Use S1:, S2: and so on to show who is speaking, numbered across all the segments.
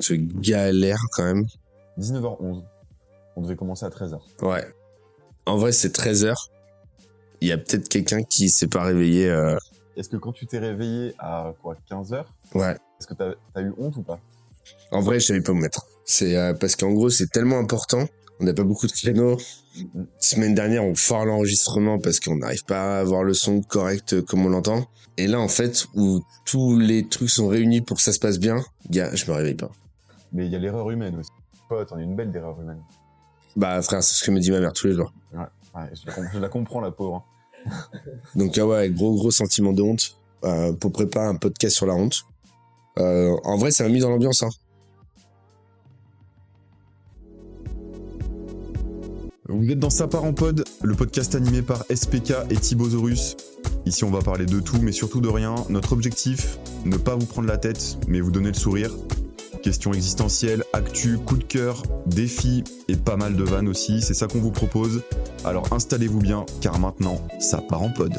S1: Je galère quand même.
S2: 19h11. On devait commencer à 13h.
S1: Ouais. En vrai, c'est 13h. Il y a peut-être quelqu'un qui s'est pas réveillé. euh,
S2: Est-ce que quand tu t'es réveillé à quoi 15h
S1: Ouais.
S2: Est-ce que t'as as eu honte ou pas
S1: En vrai, je savais pas où me mettre. C'est euh, parce qu'en gros, c'est tellement important. On n'a pas beaucoup de créneaux.
S2: Mhm.
S1: Semaine dernière, on foire l'enregistrement parce qu'on n'arrive pas à avoir le son correct euh, comme on l'entend. Et là, en fait, où tous les trucs sont réunis pour que ça se passe bien, gars, je me réveille pas. Mais
S2: Mais il y a l'erreur humaine aussi. Pote, on a une belle d'erreur humaine.
S1: Bah, frère, c'est ce que me dit ma mère tous les jours.
S2: Ouais, je, la com- je la comprends, la pauvre. hein.
S1: Donc, ah ouais, gros, gros sentiment de honte euh, pour préparer un podcast sur la honte. Euh, en vrai, ça m'a mis dans l'ambiance. Hein.
S2: Vous êtes dans Sa part en pod, le podcast animé par SPK et Thibosaurus. Ici, on va parler de tout, mais surtout de rien. Notre objectif, ne pas vous prendre la tête, mais vous donner le sourire. Questions existentielles, actu, coup de cœur, défis et pas mal de vannes aussi. C'est ça qu'on vous propose. Alors installez-vous bien, car maintenant, ça part en pod.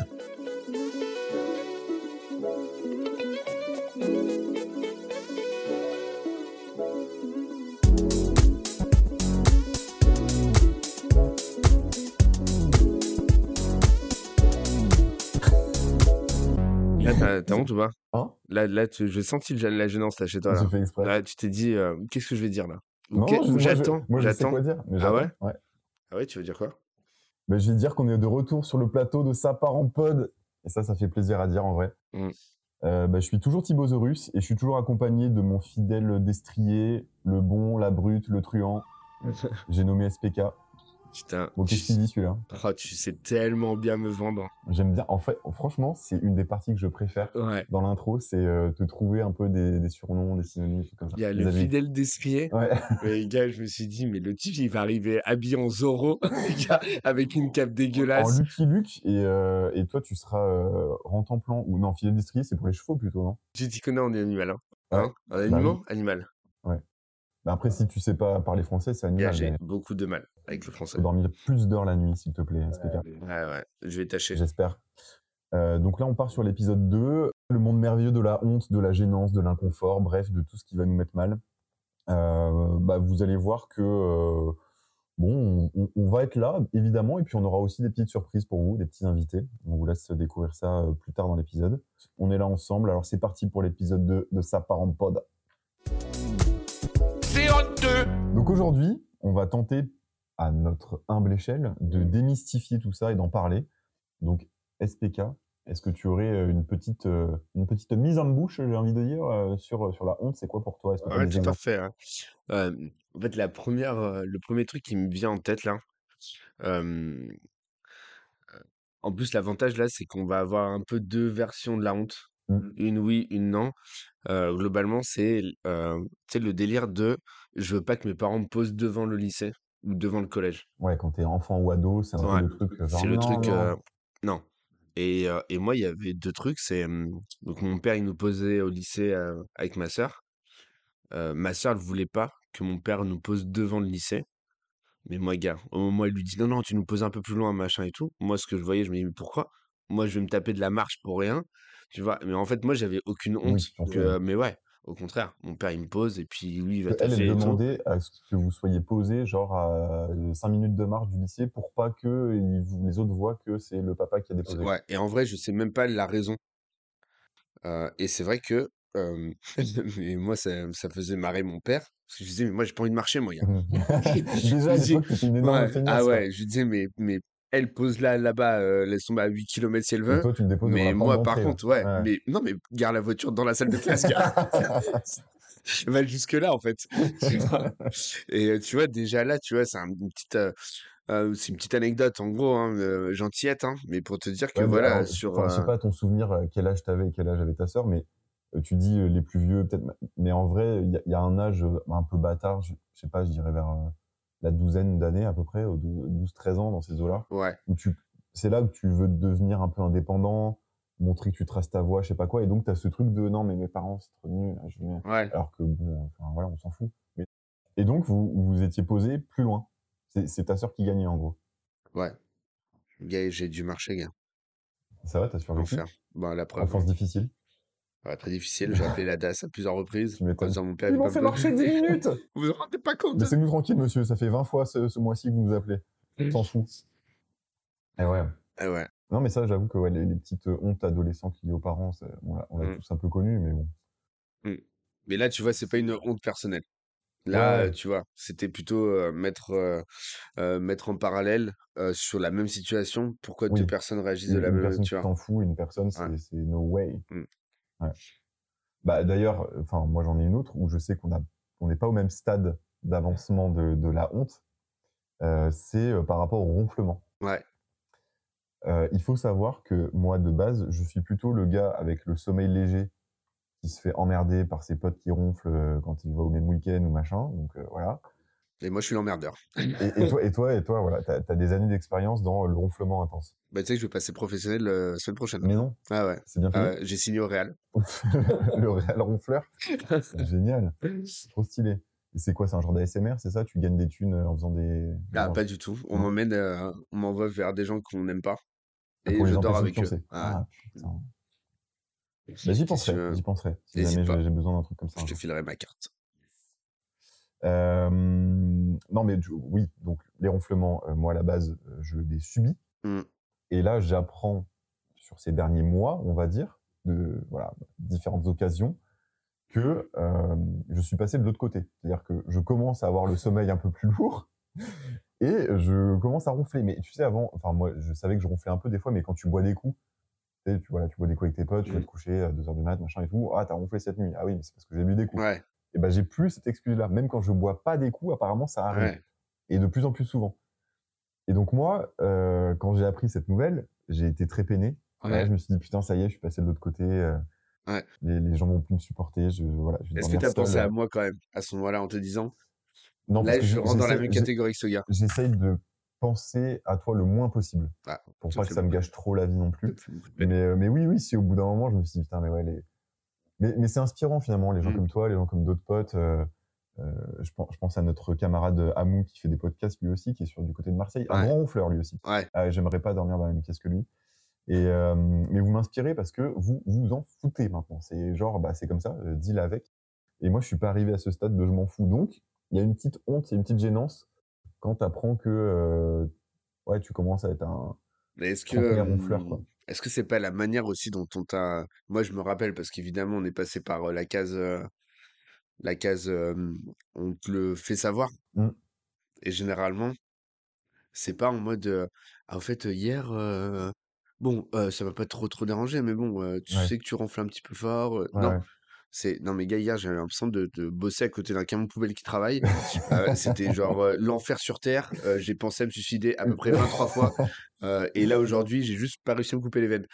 S1: Là, t'as- t'as honte ou pas
S2: Hein
S1: Là, là tu- j'ai senti le- la gênance là, chez toi. Là. Là, tu t'es dit, euh, qu'est-ce que je vais dire là Ou que- ou J'attends, j'attends.
S2: dire.
S1: Ah j'attends. ouais Ah ouais, tu veux dire quoi
S2: Ben, je vais dire qu'on est de retour sur le plateau de Sa part en pod. Et ça, ça fait plaisir à dire en vrai.
S1: Mm.
S2: Euh, ben, je suis toujours Thibaut Zorus et je suis toujours accompagné de mon fidèle destrier, le bon, la brute, le truand. J'ai nommé SPK.
S1: Putain,
S2: Bon, qu'est-ce qu'il dit celui-là
S1: oh, tu sais tellement bien me vendre.
S2: J'aime bien. En fait, franchement, c'est une des parties que je préfère
S1: Ouais.
S2: dans l'intro, c'est euh, te trouver un peu des, des surnoms, des synonymes, des trucs comme ça.
S1: Il y a
S2: Des
S1: le
S2: adjectifs.
S1: fidèle destrier.
S2: Ouais.
S1: Mais gars, je me suis dit, mais le type, il va arriver habillé en Zoro, les gars, avec une cape dégueulasse.
S2: En Lucky Luke et, euh, et toi, tu seras euh, rentemplant ou non, fidèle destrier, c'est pour les chevaux plutôt, non
S1: Tu t'y connais, on est animal. Hein,
S2: Ouais.
S1: Hein Un
S2: Bah
S1: animal Animal.
S2: Ben, Après, si tu sais pas parler français, c'est
S1: Gars,
S2: animal.
S1: j'ai
S2: mais-
S1: beaucoup de mal avec le français.
S2: faut dormir plus d'heures la nuit, s'il te plaît, SPK.
S1: Ouais, ouais, je vais tâcher.
S2: J'espère. Euh, donc là, on part sur l'épisode 2, le monde merveilleux de la honte, de la gênance, de l'inconfort, bref, de tout ce qui va nous mettre mal. Euh, bah, vous allez voir que, euh, bon, on, on va être là, évidemment, et puis on aura aussi des petites surprises pour vous, des petits invités. On vous laisse découvrir ça euh, plus tard dans l'épisode. On est là ensemble, alors c'est parti pour l'épisode 2 de Sa part en pod.
S3: C'est honteux.
S2: Donc aujourd'hui, on va tenter, à notre humble échelle, de démystifier tout ça et d'en parler. Donc, SPK, est-ce que tu aurais euh, une petite, euh, une petite mise en bouche, j'ai envie de dire, euh, sur, sur la honte C'est quoi pour toi Est-ce que t'as
S1: Ouais,
S2: des
S1: tout à
S2: exemples
S1: fait. hein. Euh, en fait, la première, euh, le premier truc qui me vient en tête là, euh, euh, en plus l'avantage là, c'est qu'on va avoir un peu deux versions de la honte,
S2: Mhm.
S1: une oui, une non. Euh, globalement, c'est l- euh, tu sais, le délire de je veux pas que mes parents me posent devant le lycée ou devant le collège.
S2: Ouais, quand t'es enfant ou ado, c'est un
S1: Ouais,
S2: peu le truc. euh, genre,
S1: C'est le
S2: non,
S1: truc.
S2: non.
S1: euh, non. Et, euh, et moi, il y avait deux trucs. C'est hum, donc mon père, il nous posait au lycée euh, avec ma sœur. Euh, ma sœur, elle voulait pas que mon père nous pose devant le lycée. Mais moi, gars, au moment où il lui dit non, non, tu nous poses un peu plus loin, machin et tout. Moi, ce que je voyais, je me dis mais pourquoi? Moi, je vais me taper de la marche pour rien, tu vois. Mais en fait, moi, j'avais aucune honte.
S2: tu t'en
S1: que-
S2: fais.
S1: mais ouais, au contraire, mon père, il me pose et puis lui, il va
S2: Que Elle,
S1: taffer
S2: elle
S1: et tout.
S2: demandait à ce que vous soyez posé, genre à 5 minutes de marche du lycée, pour pas que ils vous- les autres voient que c'est le papa qui a déposé.
S1: Ouais, et en vrai, je sais même pas la raison. Euh, et c'est vrai que euh, mais moi, ça, ça faisait marrer mon père. Parce que je disais, mais moi, j'ai pas envie de marcher, moi, gars.
S2: Déjà, à
S1: Je dis,
S2: l'époque, t'étais une énorme
S1: ouais,
S2: feignasse,
S1: ah
S2: quoi.
S1: ouais, je lui disais, mais, mais elle pose là, là-bas, euh, laisse tomber à 8 km si elle
S2: Et
S1: veut.
S2: toi, tu le déposes devant
S1: Mais
S2: la porte
S1: moi, par
S2: d'entrée, là.
S1: contre, ouais,
S2: hein. Ouais.
S1: mais non, mais garde la voiture dans la salle de classe, gars. va jusque-là, en fait. tu vois. Et euh, tu vois, déjà là, tu vois, c'est un- une petite. euh, euh, c'est une petite anecdote en gros, hein, euh, gentillette, hein, mais pour te dire que
S2: Ouais, mais
S1: voilà,
S2: alors,
S1: sur.
S2: enfin, Je sais
S1: euh,
S2: pas ton souvenir, euh, quel âge t'avais et quel âge avait ta sœur, mais euh, tu dis euh, les plus vieux, peut-être. Mais en vrai, il y, a- il y a un âge euh, un peu bâtard, je, je sais pas, je dirais vers euh, la douzaine d'années à peu près, 12-13 ans dans ces eaux-là,
S1: ouais.
S2: où tu, c'est là où tu veux devenir un peu indépendant, montrer que tu traces ta voie, je sais pas quoi, et donc t'as ce truc de non, mais mes parents, c'est trop nul, je vais-
S1: Ouais,
S2: alors que bon, enfin, voilà, on s'en fout. Mais- Et donc, vous vous étiez posé plus loin. C'est- C'est ta sœur qui gagnait en gros.
S1: ouais. Gars, j'ai dû marcher, gars.
S2: Ça va, t'as survécu
S1: Enfer. Bon, la preuve.
S2: Enfance difficile.
S1: Ouais, très difficile. J'ai appelé la DAS à plusieurs reprises.
S2: Tu m'étonnes.
S1: En disant, mon père, il
S2: Ils
S1: peut
S2: m'ont
S1: pas
S2: fait
S1: me-
S2: marcher 10 minutes
S1: Vous vous rendez pas compte hein?
S2: Laissez-nous tranquille, monsieur, ça fait 20 fois ce, ce mois-ci que vous nous appelez. On s'en fout. Eh ouais.
S1: Ah ouais.
S2: Non, mais ça, j'avoue que ouais, les, les petites hontes adolescentes liées aux parents, ça, on l'a on l'a
S1: Mm.
S2: tous un peu connu, mais bon.
S1: Mais là, tu vois, c'est pas une honte personnelle. Là,
S2: Ouais.
S1: euh, tu vois, c'était plutôt euh, mettre, euh, euh, mettre en parallèle euh, sur la même situation pourquoi deux
S2: Oui.
S1: personnes réagissent de
S2: Une,
S1: la
S2: une
S1: même,
S2: personne
S1: tu
S2: qui
S1: vois.
S2: t'en fout, une personne, c'est
S1: Ouais.
S2: c'est no way.
S1: Mm.
S2: Ouais. Bah, D'ailleurs, enfin, moi, j'en ai une autre où je sais qu'on a- on n'est pas au même stade d'avancement de, de la honte. Euh, c'est euh, par rapport au ronflement.
S1: Ouais.
S2: Euh, il faut savoir que moi, de base, je suis plutôt le gars avec le sommeil léger qui se fait emmerder par ses potes qui ronflent euh, quand il va au même week-end ou machin. Donc euh, voilà.
S1: Et moi, je suis l'emmerdeur.
S2: Et, et toi, et toi, et toi, voilà, t'as as des années d'expérience dans le ronflement intense.
S1: Bah, tu sais que je vais passer professionnel euh, la semaine prochaine.
S2: Mais non,
S1: Ah ouais.
S2: c'est bien
S1: Ah
S2: fini.
S1: ouais, J'ai signé au Real. Ah
S2: le réel ronfleur, génial, trop stylé. Et c'est quoi, c'est un genre d'ASMR, c'est ça Tu gagnes des thunes euh, en faisant des.
S1: Ah, pas du tout. On
S2: Non.
S1: m'emmène, euh, on m'envoie vers des gens qu'on n'aime pas. Et
S2: pour
S1: je
S2: les
S1: dors
S2: empêcher
S1: avec
S2: de
S1: eux.
S2: pioncer.
S1: Ah,
S2: Ah putain. Bah, j'y penserai,
S1: veux
S2: j'y penserai. Si
S1: N'hésite
S2: jamais
S1: pas.
S2: j'ai- j'ai besoin d'un truc comme ça.
S1: je
S2: un
S1: te
S2: jour.
S1: filerai ma carte.
S2: Euh, non, mais du- oui, donc les ronflements, euh, moi à la base, euh, je les subis.
S1: Mm.
S2: Et là, j'apprends sur ces derniers mois, on va dire, de voilà, différentes occasions, que euh, je suis passé de l'autre côté. C'est-à-dire que je commence à avoir le sommeil un peu plus lourd et je commence à ronfler. Mais tu sais, avant, enfin, moi, je savais que je ronflais un peu des fois, mais quand tu bois des coups, tu, sais, tu, voilà, tu bois des coups avec tes potes, tu vas
S1: Mm.
S2: te coucher à 2h du mat, machin et tout. Ah, t'as ronflé cette nuit. Ah oui, mais c'est parce que j'ai bu des coups.
S1: Ouais,
S2: Et ben, j'ai plus cette excuse-là. Même quand je bois pas des coups, apparemment, ça arrive
S1: ouais.
S2: et de plus en plus souvent. Et donc moi, euh, quand j'ai appris cette nouvelle, j'ai été très peiné. Voilà,
S1: Ouais.
S2: je me suis dit putain, ça y est, je suis passé de l'autre côté. euh,
S1: Ouais.
S2: les, les gens vont plus me supporter. Je, voilà, je vais
S1: Est-ce que
S2: dormir
S1: t'as pensé
S2: seul.
S1: à moi quand même, à ce moment-là, en te disant,
S2: Non,
S1: là,
S2: parce que
S1: je rentre dans la
S2: j'essaie-
S1: même
S2: j'ai-
S1: catégorie que ce gars.
S2: J'essaye de penser à toi le moins possible
S1: Ah,
S2: pour
S1: ça
S2: pas
S1: me
S2: que
S1: fait
S2: ça me gâche trop la vie non plus.
S1: Ouais.
S2: Mais, euh, mais oui, oui, si au bout d'un moment, je me suis dit, putain, mais ouais, les... mais, mais c'est inspirant finalement, les gens
S1: Mm.
S2: comme toi, les gens comme d'autres potes. euh, euh, je, pense, je pense à notre camarade Amou qui fait des podcasts lui aussi, qui est sur du côté de Marseille. Un
S1: Ouais.
S2: grand ronfleur lui aussi.
S1: Ouais.
S2: Ah, J'aimerais pas dormir dans la même pièce que lui. Et, euh, mais vous m'inspirez parce que vous vous vous en foutez maintenant. C'est genre, bah, c'est comme ça, euh, deal avec. Et moi, je suis pas arrivé à ce stade de je m'en fous. Donc, il y a une petite honte, il y a une petite gênance quand tu apprends que euh, ouais, tu commences à être un,
S1: Mais est-ce que
S2: Trentenaire
S1: euh,
S2: ronfleur, quoi.
S1: est-ce que c'est pas la manière aussi dont on t'a moi je me rappelle parce qu'évidemment on est passé par euh, la case euh, la case euh, on te le fait savoir
S2: Mm.
S1: et généralement c'est pas en mode euh, Ah, en fait euh, hier euh, bon euh, ça m'a pas trop trop dérangé mais bon euh, tu
S2: Ouais.
S1: sais que tu ronfles un petit peu fort euh,
S2: Ouais,
S1: non
S2: ouais.
S1: c'est non mais gars hier j'avais l'impression de, de bosser à côté d'un camion poubelle qui travaille Euh, c'était genre euh, l'enfer sur terre Euh, j'ai pensé à me suicider à peu près 23 fois Euh, et là aujourd'hui j'ai juste pas réussi à me couper les veines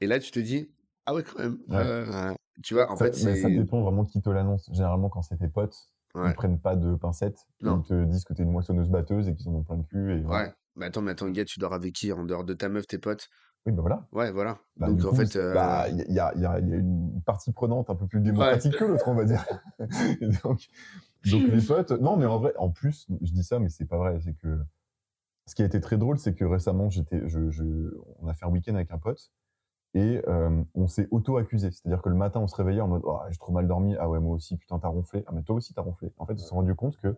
S1: et là, tu te dis, ah ouais, quand même.
S2: Ouais.
S1: euh, tu vois, en
S2: ça,
S1: fait,
S2: mais ça
S1: c'est.
S2: dépend vraiment qui te l'annonce. Généralement, quand c'est tes potes,
S1: Ouais,
S2: ils prennent pas de pincettes.
S1: Non.
S2: Ils te disent que t'es une moissonneuse-batteuse et qu'ils en ont plein le cul. Et voilà.
S1: ouais. Mais attends, mais attends, gars, tu dors avec qui en dehors de ta meuf, tes potes?
S2: Oui, bah voilà.
S1: Ouais, voilà.
S2: Bah,
S1: Donc,
S2: du
S1: en
S2: coup,
S1: fait,
S2: il
S1: euh,
S2: y, a, y a- y a- y a une partie prenante un peu plus démocratique que l'autre, on va dire. Et donc, donc les potes. Non, mais en vrai, en plus, je dis ça, mais c'est pas vrai. C'est que ce qui a été très drôle, c'est que récemment, j'étais, je, je- on a fait un week-end avec un pote et euh, on s'est auto-accusé. C'est-à-dire que le matin, on se réveillait en mode, oh, j'ai trop mal dormi. Ah ouais, moi aussi, putain, t'as ronflé. Ah mais toi aussi, t'as ronflé. En fait, on s'est rendu compte que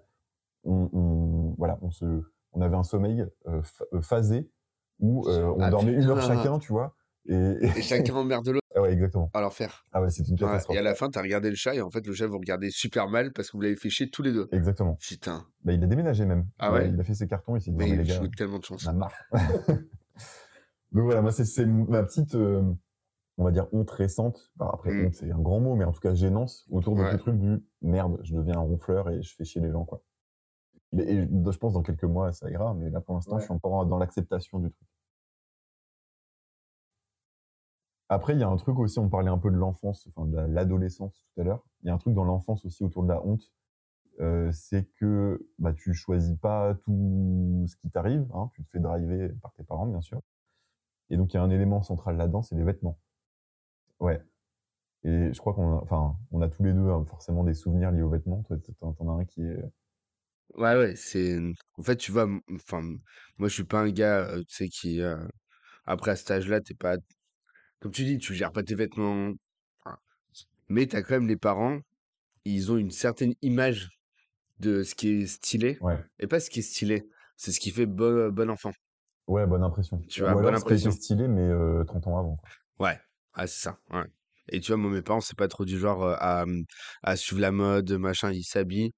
S2: on, on- voilà, on se, on avait un sommeil euh, ph- euh, phasé où euh, on
S1: Ah,
S2: dormait une heure
S1: putain.
S2: chacun, tu vois. Et,
S1: et chacun emmerde l'autre
S2: ah ouais, exactement.
S1: à l'enfer.
S2: Ah ouais, c'est une
S1: Ouais,
S2: catastrophe.
S1: Et à la fin, t'as regardé le chat et en fait, le chat vous regardez super mal parce que vous l'avez fait chier tous les deux.
S2: Exactement.
S1: Putain.
S2: Bah, il a déménagé même.
S1: Ah
S2: Il a-
S1: ouais
S2: Il a fait ses cartons, il s'est dit, non,
S1: Mais
S2: mais les
S1: je
S2: gars,
S1: vous tellement de chance.
S2: on a marre. Donc voilà, moi, c'est- c'est ma petite, euh, on va dire, honte récente. Enfin, après,
S1: Mm.
S2: honte, c'est un grand mot, mais en tout cas, gênance autour de
S1: Ouais.
S2: ce truc du merde, je deviens un ronfleur et je fais chier les gens, quoi. Et, et je pense dans quelques mois, ça ira, mais là, pour l'instant,
S1: Ouais.
S2: je suis encore dans l'acceptation du truc. Après, il y a un truc aussi, on parlait un peu de l'enfance, enfin de la- l'adolescence tout à l'heure. Il y a un truc dans l'enfance aussi autour de la honte, euh, c'est que bah, tu choisis pas tout ce qui t'arrive, hein, tu te fais driver par tes parents, bien sûr. Et donc, il y a un élément central là-dedans, c'est les vêtements. Ouais. Et je crois qu'on a, enfin, on a tous les deux hein, forcément des souvenirs liés aux vêtements. Toi, t'en t'en as un qui est.
S1: Ouais, ouais, c'est. En fait, tu vois, m- enfin, moi, je suis pas un gars, euh, tu sais, qui. euh, Après, à cet âge-là, t'es pas. Comme tu dis, tu gères pas tes vêtements. Enfin, Mais tu as quand même les parents, ils ont une certaine image de ce qui est stylé.
S2: Ouais.
S1: Et pas ce qui est stylé, c'est ce qui fait bon, bon enfant.
S2: Ouais, bonne impression.
S1: Tu vois,
S2: Ou
S1: bonne
S2: alors, ce qui a été
S1: impression.
S2: stylé, mais euh, 30 ans avant. quoi.
S1: Ouais, ah, c'est ça. Ouais. Et tu vois, moi, mes parents, c'est pas trop du genre euh, à, hum, à suivre la mode, machin, ils s'habillent.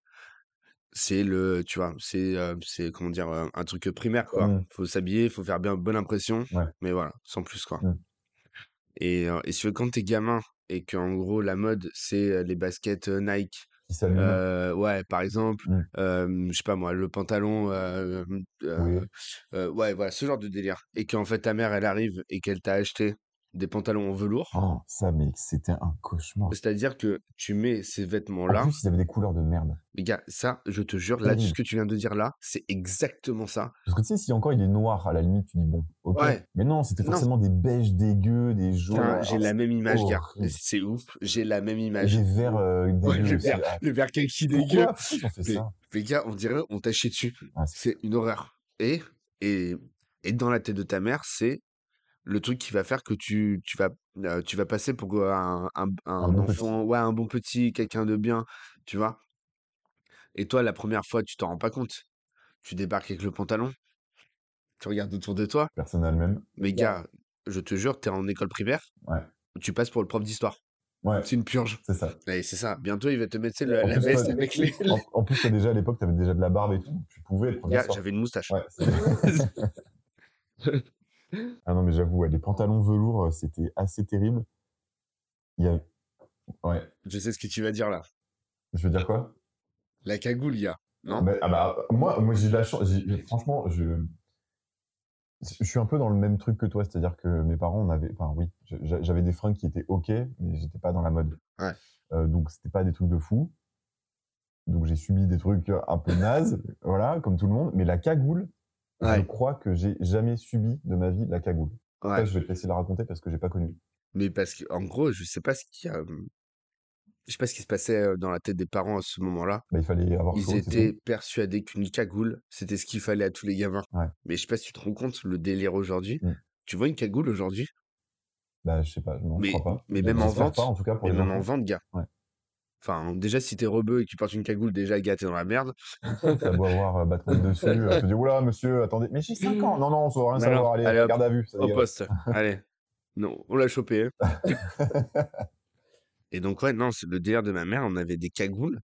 S1: C'est le, tu vois, c'est, euh, c'est comment dire, euh, un truc primaire, quoi.
S2: Mm.
S1: Faut s'habiller, faut faire bien bonne impression,
S2: Ouais.
S1: mais voilà, sans plus, quoi.
S2: Mm.
S1: Et, euh, et si tu veux, quand t'es gamin et qu'en gros, la mode, c'est euh, les baskets euh, Nike,
S2: Qui s'allume.
S1: euh, ouais, par exemple,
S2: Mm.
S1: euh, je sais pas moi, le pantalon, euh, euh,
S2: Oui.
S1: euh, ouais, voilà, ce genre de délire. Et qu'en fait, ta mère, elle arrive et qu'elle t'a acheté des pantalons en velours.
S2: Oh, ça, mais c'était un cauchemar.
S1: C'est-à-dire que tu mets ces
S2: En
S1: vêtements-là,
S2: plus, ils avaient des couleurs de merde.
S1: les gars, ça, je te jure, là, ce
S2: Terrible.
S1: que tu viens de dire là, c'est exactement ça.
S2: Parce que tu sais, si encore il est noir, à la limite, tu dis bon, ok.
S1: Ouais,
S2: Mais non, c'était
S1: non,
S2: forcément des beiges dégueux, des jaunes.
S1: putain,
S2: Alors,
S1: j'ai la
S2: c'était
S1: même image, gars. Et
S2: horrible.
S1: C'est ouf, j'ai la même
S2: Et
S1: image.
S2: des verres euh,
S1: Ouais,
S2: dégueux
S1: le
S2: aussi.
S1: verre,
S2: Ah,
S1: le verre kaki dégueu.
S2: pourquoi Pourquoi ils ont fait
S1: Mais,
S2: ça
S1: mais gars, on dirait, on t'a chié dessus.
S2: Ah, c'est-
S1: C'est une horreur. Et, et, et dans la tête de ta mère, c'est le truc qui va faire que tu, tu vas, euh, tu vas passer pour un, un,
S2: Un
S1: un
S2: bon petit.
S1: enfant, ouais, un bon petit, quelqu'un de bien, tu vois. Et toi, la première fois, tu t'en rends pas compte. Tu débarques avec le pantalon, tu regardes autour de toi.
S2: Personne n'a le même.
S1: Mais gars, je te jure, t'es en école primaire,
S2: Ouais.
S1: tu passes pour le prof d'histoire.
S2: Ouais,
S1: C'est une purge.
S2: c'est ça.
S1: Et c'est ça. Bientôt, il va te mettre tu sais, le-
S2: En
S1: la
S2: plus, toi,
S1: veste avec les.
S2: en, en plus, toi, déjà à l'époque, t'avais déjà de la barbe et tout. donc Tu pouvais être prof
S1: Gars,
S2: d'histoire.
S1: j'avais une moustache.
S2: Ouais. c'est- Ah non, mais j'avoue, ouais, les pantalons velours, euh, c'était assez terrible. Il y a... Ouais.
S1: je sais ce que tu vas dire là.
S2: Je veux dire quoi
S1: La cagoule, il y a. Non?
S2: Mais- ah bah, moi, moi j'ai de la chance. j'ai- Franchement, je, je suis un peu dans le même truc que toi. C'est-à-dire que mes parents, on avait. Enfin, oui, je- j'a- j'avais des fringues qui étaient OK, mais j'étais pas dans la mode.
S1: Ouais.
S2: Euh, donc, c'était pas des trucs de fou. Donc, j'ai subi des trucs un peu nazes, voilà, comme tout le monde. Mais la cagoule, je
S1: Ouais,
S2: crois que j'ai jamais subi de ma vie la cagoule. Ça,
S1: ouais.
S2: je vais te laisser la raconter parce que j'ai pas connu.
S1: Mais parce que, en gros, je sais pas ce qui a- je sais pas ce qui se passait euh, dans la tête des parents à ce moment-là.
S2: Bah, il fallait avoir
S1: Ils
S2: chaud, c'est tout.
S1: étaient persuadés qu'une cagoule, c'était ce qu'il fallait à tous les gamins.
S2: Ouais.
S1: Mais je sais pas si tu te rends compte le délire aujourd'hui.
S2: Mm.
S1: Tu vois une cagoule aujourd'hui,
S2: Bah, je sais pas, non, je
S1: mais,
S2: crois pas.
S1: mais
S2: J-
S1: même en
S2: J'espère pas,
S1: vente,
S2: en tout cas pour
S1: mais
S2: les
S1: même en
S2: enfants.
S1: vente, gars.
S2: Ouais.
S1: Enfin, déjà, si t'es rebeu et que tu portes une cagoule, déjà, gars, t'es dans la merde.
S2: T'as beau avoir euh, Batman dessus, euh, tu te dis, oula, monsieur, attendez, mais j'ai 5 ans. Non, non, on saura rien
S1: Hmm. Non, non,
S2: savoir, allez,
S1: allez hop,
S2: garde à vue, ça
S1: au
S2: dégage.
S1: poste. Allez. Non, on l'a chopé. hein. Et donc, ouais, non, c'est le délire de ma mère, on avait des cagoules.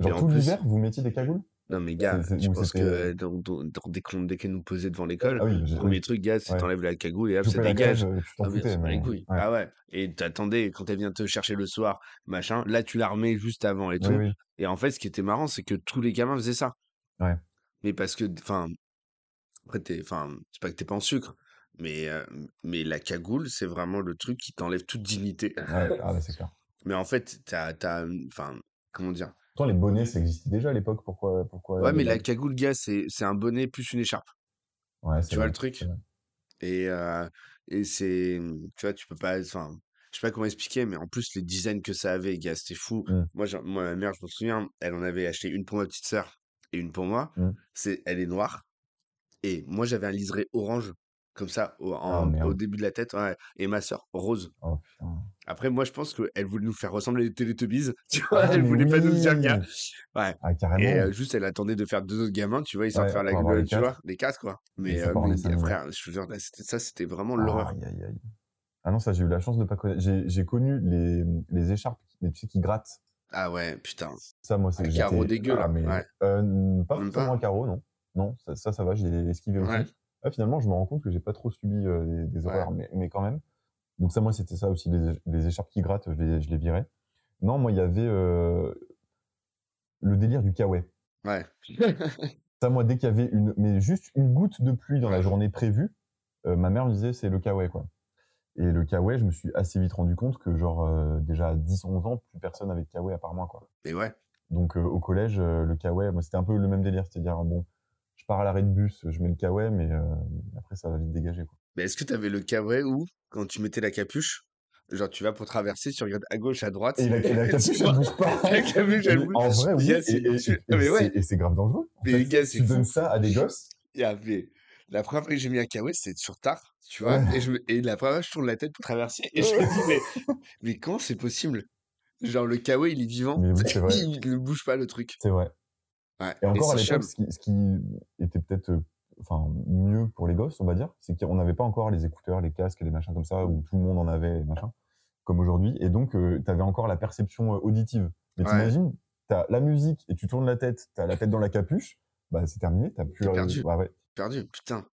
S1: Et
S2: Genre
S1: en
S2: tout
S1: plus,
S2: l'hiver, vous mettiez des cagoules
S1: Non, mais
S2: C'est-
S1: gars,
S2: c'est-
S1: je
S2: Ou
S1: pense
S2: c'était.
S1: que
S2: euh,
S1: euh, dans- dans- dans- dès qu'on dès qu'elle nous posait devant l'école,
S2: Ah oui, j'ai-
S1: premier
S2: oui,
S1: truc, gars, c'est
S2: ouais.
S1: t'enlèves la cagoule et hop, ça
S2: Choper la crève,
S1: dégage.
S2: euh, tu t'en
S1: Ah oui,
S2: foutais,
S1: c'est pas les
S2: mais.
S1: couilles.
S2: Ouais.
S1: Ah ouais. Et t'attendais quand elle vient te chercher le soir, machin. Là, tu la remets juste avant et
S2: Oui,
S1: tout.
S2: oui.
S1: Et en fait, ce qui était marrant, c'est que tous les gamins faisaient ça.
S2: Ouais.
S1: Mais parce que, enfin, après, t'es, enfin, c'est pas que t'es pas en sucre, mais, euh, mais la cagoule, c'est vraiment le truc qui t'enlève toute dignité.
S2: Ouais, ah, bah, c'est clair.
S1: Mais en fait, t'as, t'as, enfin, comment dire?
S2: Pourtant, les bonnets, ça existait déjà à l'époque, pourquoi, pourquoi
S1: Ouais,
S2: les
S1: mais la
S2: bagues
S1: cagoule, gars, c'est, c'est un bonnet plus une écharpe.
S2: Ouais, c'est
S1: Tu vois
S2: vrai.
S1: le truc?
S2: c'est vrai.
S1: Et, euh, et c'est, mmh, tu vois, tu peux pas, enfin, je sais pas comment expliquer, mais en plus, les designs que ça avait, gars, c'était fou.
S2: Mm,
S1: Moi, j'en- moi, ma mère, je m'en souviens, elle en avait acheté une pour ma petite sœur et une pour moi.
S2: mm.
S1: C'est, elle est noire. Et moi, j'avais un liseré orange, comme ça, au,
S2: Ah,
S1: en- au
S2: merde.
S1: début de la tête, ouais, et ma sœur rose.
S2: Oh, putain.
S1: Après, moi, je pense qu'elle voulait nous faire ressembler les Teletubbies. Tu vois,
S2: Ah,
S1: elle
S2: mais
S1: voulait pas nous dire, gars.
S2: oui
S1: Ouais.
S2: Ah,
S1: Et
S2: carrément
S1: euh, juste, elle attendait de faire deux autres gamins, tu vois, histoire de
S2: Ouais,
S1: faire la,
S2: pour avoir
S1: le-
S2: les
S1: tu vois,
S2: quatre,
S1: les cases, quoi.
S2: et
S1: Mais,
S2: ça
S1: euh,
S2: part en
S1: mais
S2: dessin
S1: gars,
S2: animé.
S1: frère, je te jure, là, c'était- ça, c'était vraiment l'horreur.
S2: Aïe, aïe, aïe. Ah non, ça, j'ai eu la chance de pas connaître. J'ai j'ai connu les, les écharpes, mais tu sais, qui grattent.
S1: Ah ouais, putain.
S2: Ça, moi,
S1: À
S2: c'est-
S1: carreau
S2: j'étais.
S1: dégueu,
S2: Ah,
S1: là.
S2: mais.
S1: Ouais.
S2: euh, pas
S1: Même
S2: forcément
S1: pas.
S2: un carreau, non. Non, ça, ça, ça va, j'ai esquivé
S1: Ouais,
S2: aussi. Ah, finalement, je me rends compte que j'ai pas trop subi euh, des, des
S1: ouais.
S2: horreurs, mais, mais quand même. Donc, ça, moi, c'était ça aussi, les, les écharpes qui grattent, je les, je les virais. Non, moi, il y avait euh, le délire du kawaii.
S1: Ouais.
S2: Ça, moi, dès qu'il y avait une, mais juste une goutte de pluie dans la
S1: Ouais.
S2: journée prévue, euh, ma mère me disait c'est le kawaii, quoi. Et le kawaii, je me suis assez vite rendu compte que, genre, euh, déjà à 10-11 ans, plus personne avait de kawaii à part moi, quoi.
S1: Mais ouais.
S2: Donc, euh, au collège, euh, le kawaii, moi, c'était un peu le même délire. C'est-à-dire, bon, je pars à l'arrêt de bus, je mets le kawaii, mais euh, après, ça va vite dégager, quoi.
S1: Mais est-ce que t'avais le cas vrai où, quand tu mettais la capuche, genre tu vas pour traverser, tu regardes à gauche, à droite,
S2: Et la, et la
S1: et tu
S2: capuche, elle
S1: vois,
S2: bouge pas.
S1: la capuche, elle
S2: Mais
S1: bouge.
S2: en vrai,
S1: Gars,
S2: oui, et,
S1: c'est.
S2: et-
S1: tu-
S2: et-
S1: Ah,
S2: et
S1: mais
S2: c'est
S1: ouais.
S2: et c'est grave dangereux. En
S1: Mais les
S2: fait,
S1: gars, c'est
S2: tu
S1: fou.
S2: donnes ça à des
S1: Je-
S2: gosses.
S1: Et après, la première fois que j'ai mis un cahuète, c'était sur tard, tu vois.
S2: Ouais.
S1: Et, je me- et la première fois, je tourne la tête pour traverser. Et je me dis,
S2: Ouais.
S1: mais, mais comment c'est possible? Genre le kawaii, il est vivant.
S2: Mais oui, c'est vrai.
S1: il ne bouge pas le truc.
S2: C'est vrai.
S1: Ouais.
S2: Et encore à
S1: c'est chum.
S2: l'époque, ce qui, ce qui était peut-être euh, enfin, mieux pour les gosses, on va dire, c'est qu'on n'avait pas encore les écouteurs, les casques et les machins comme ça, où tout le monde en avait, et machin, comme aujourd'hui. Et donc, tu avais encore la perception euh, auditive. Mais
S1: Ouais.
S2: t'imagines, t'as la musique et tu tournes la tête, t'as la tête dans la capuche, bah c'est terminé, t'as plus.
S1: T'es
S2: euh,
S1: perdu.
S2: ouais, ouais.
S1: Perdu, putain.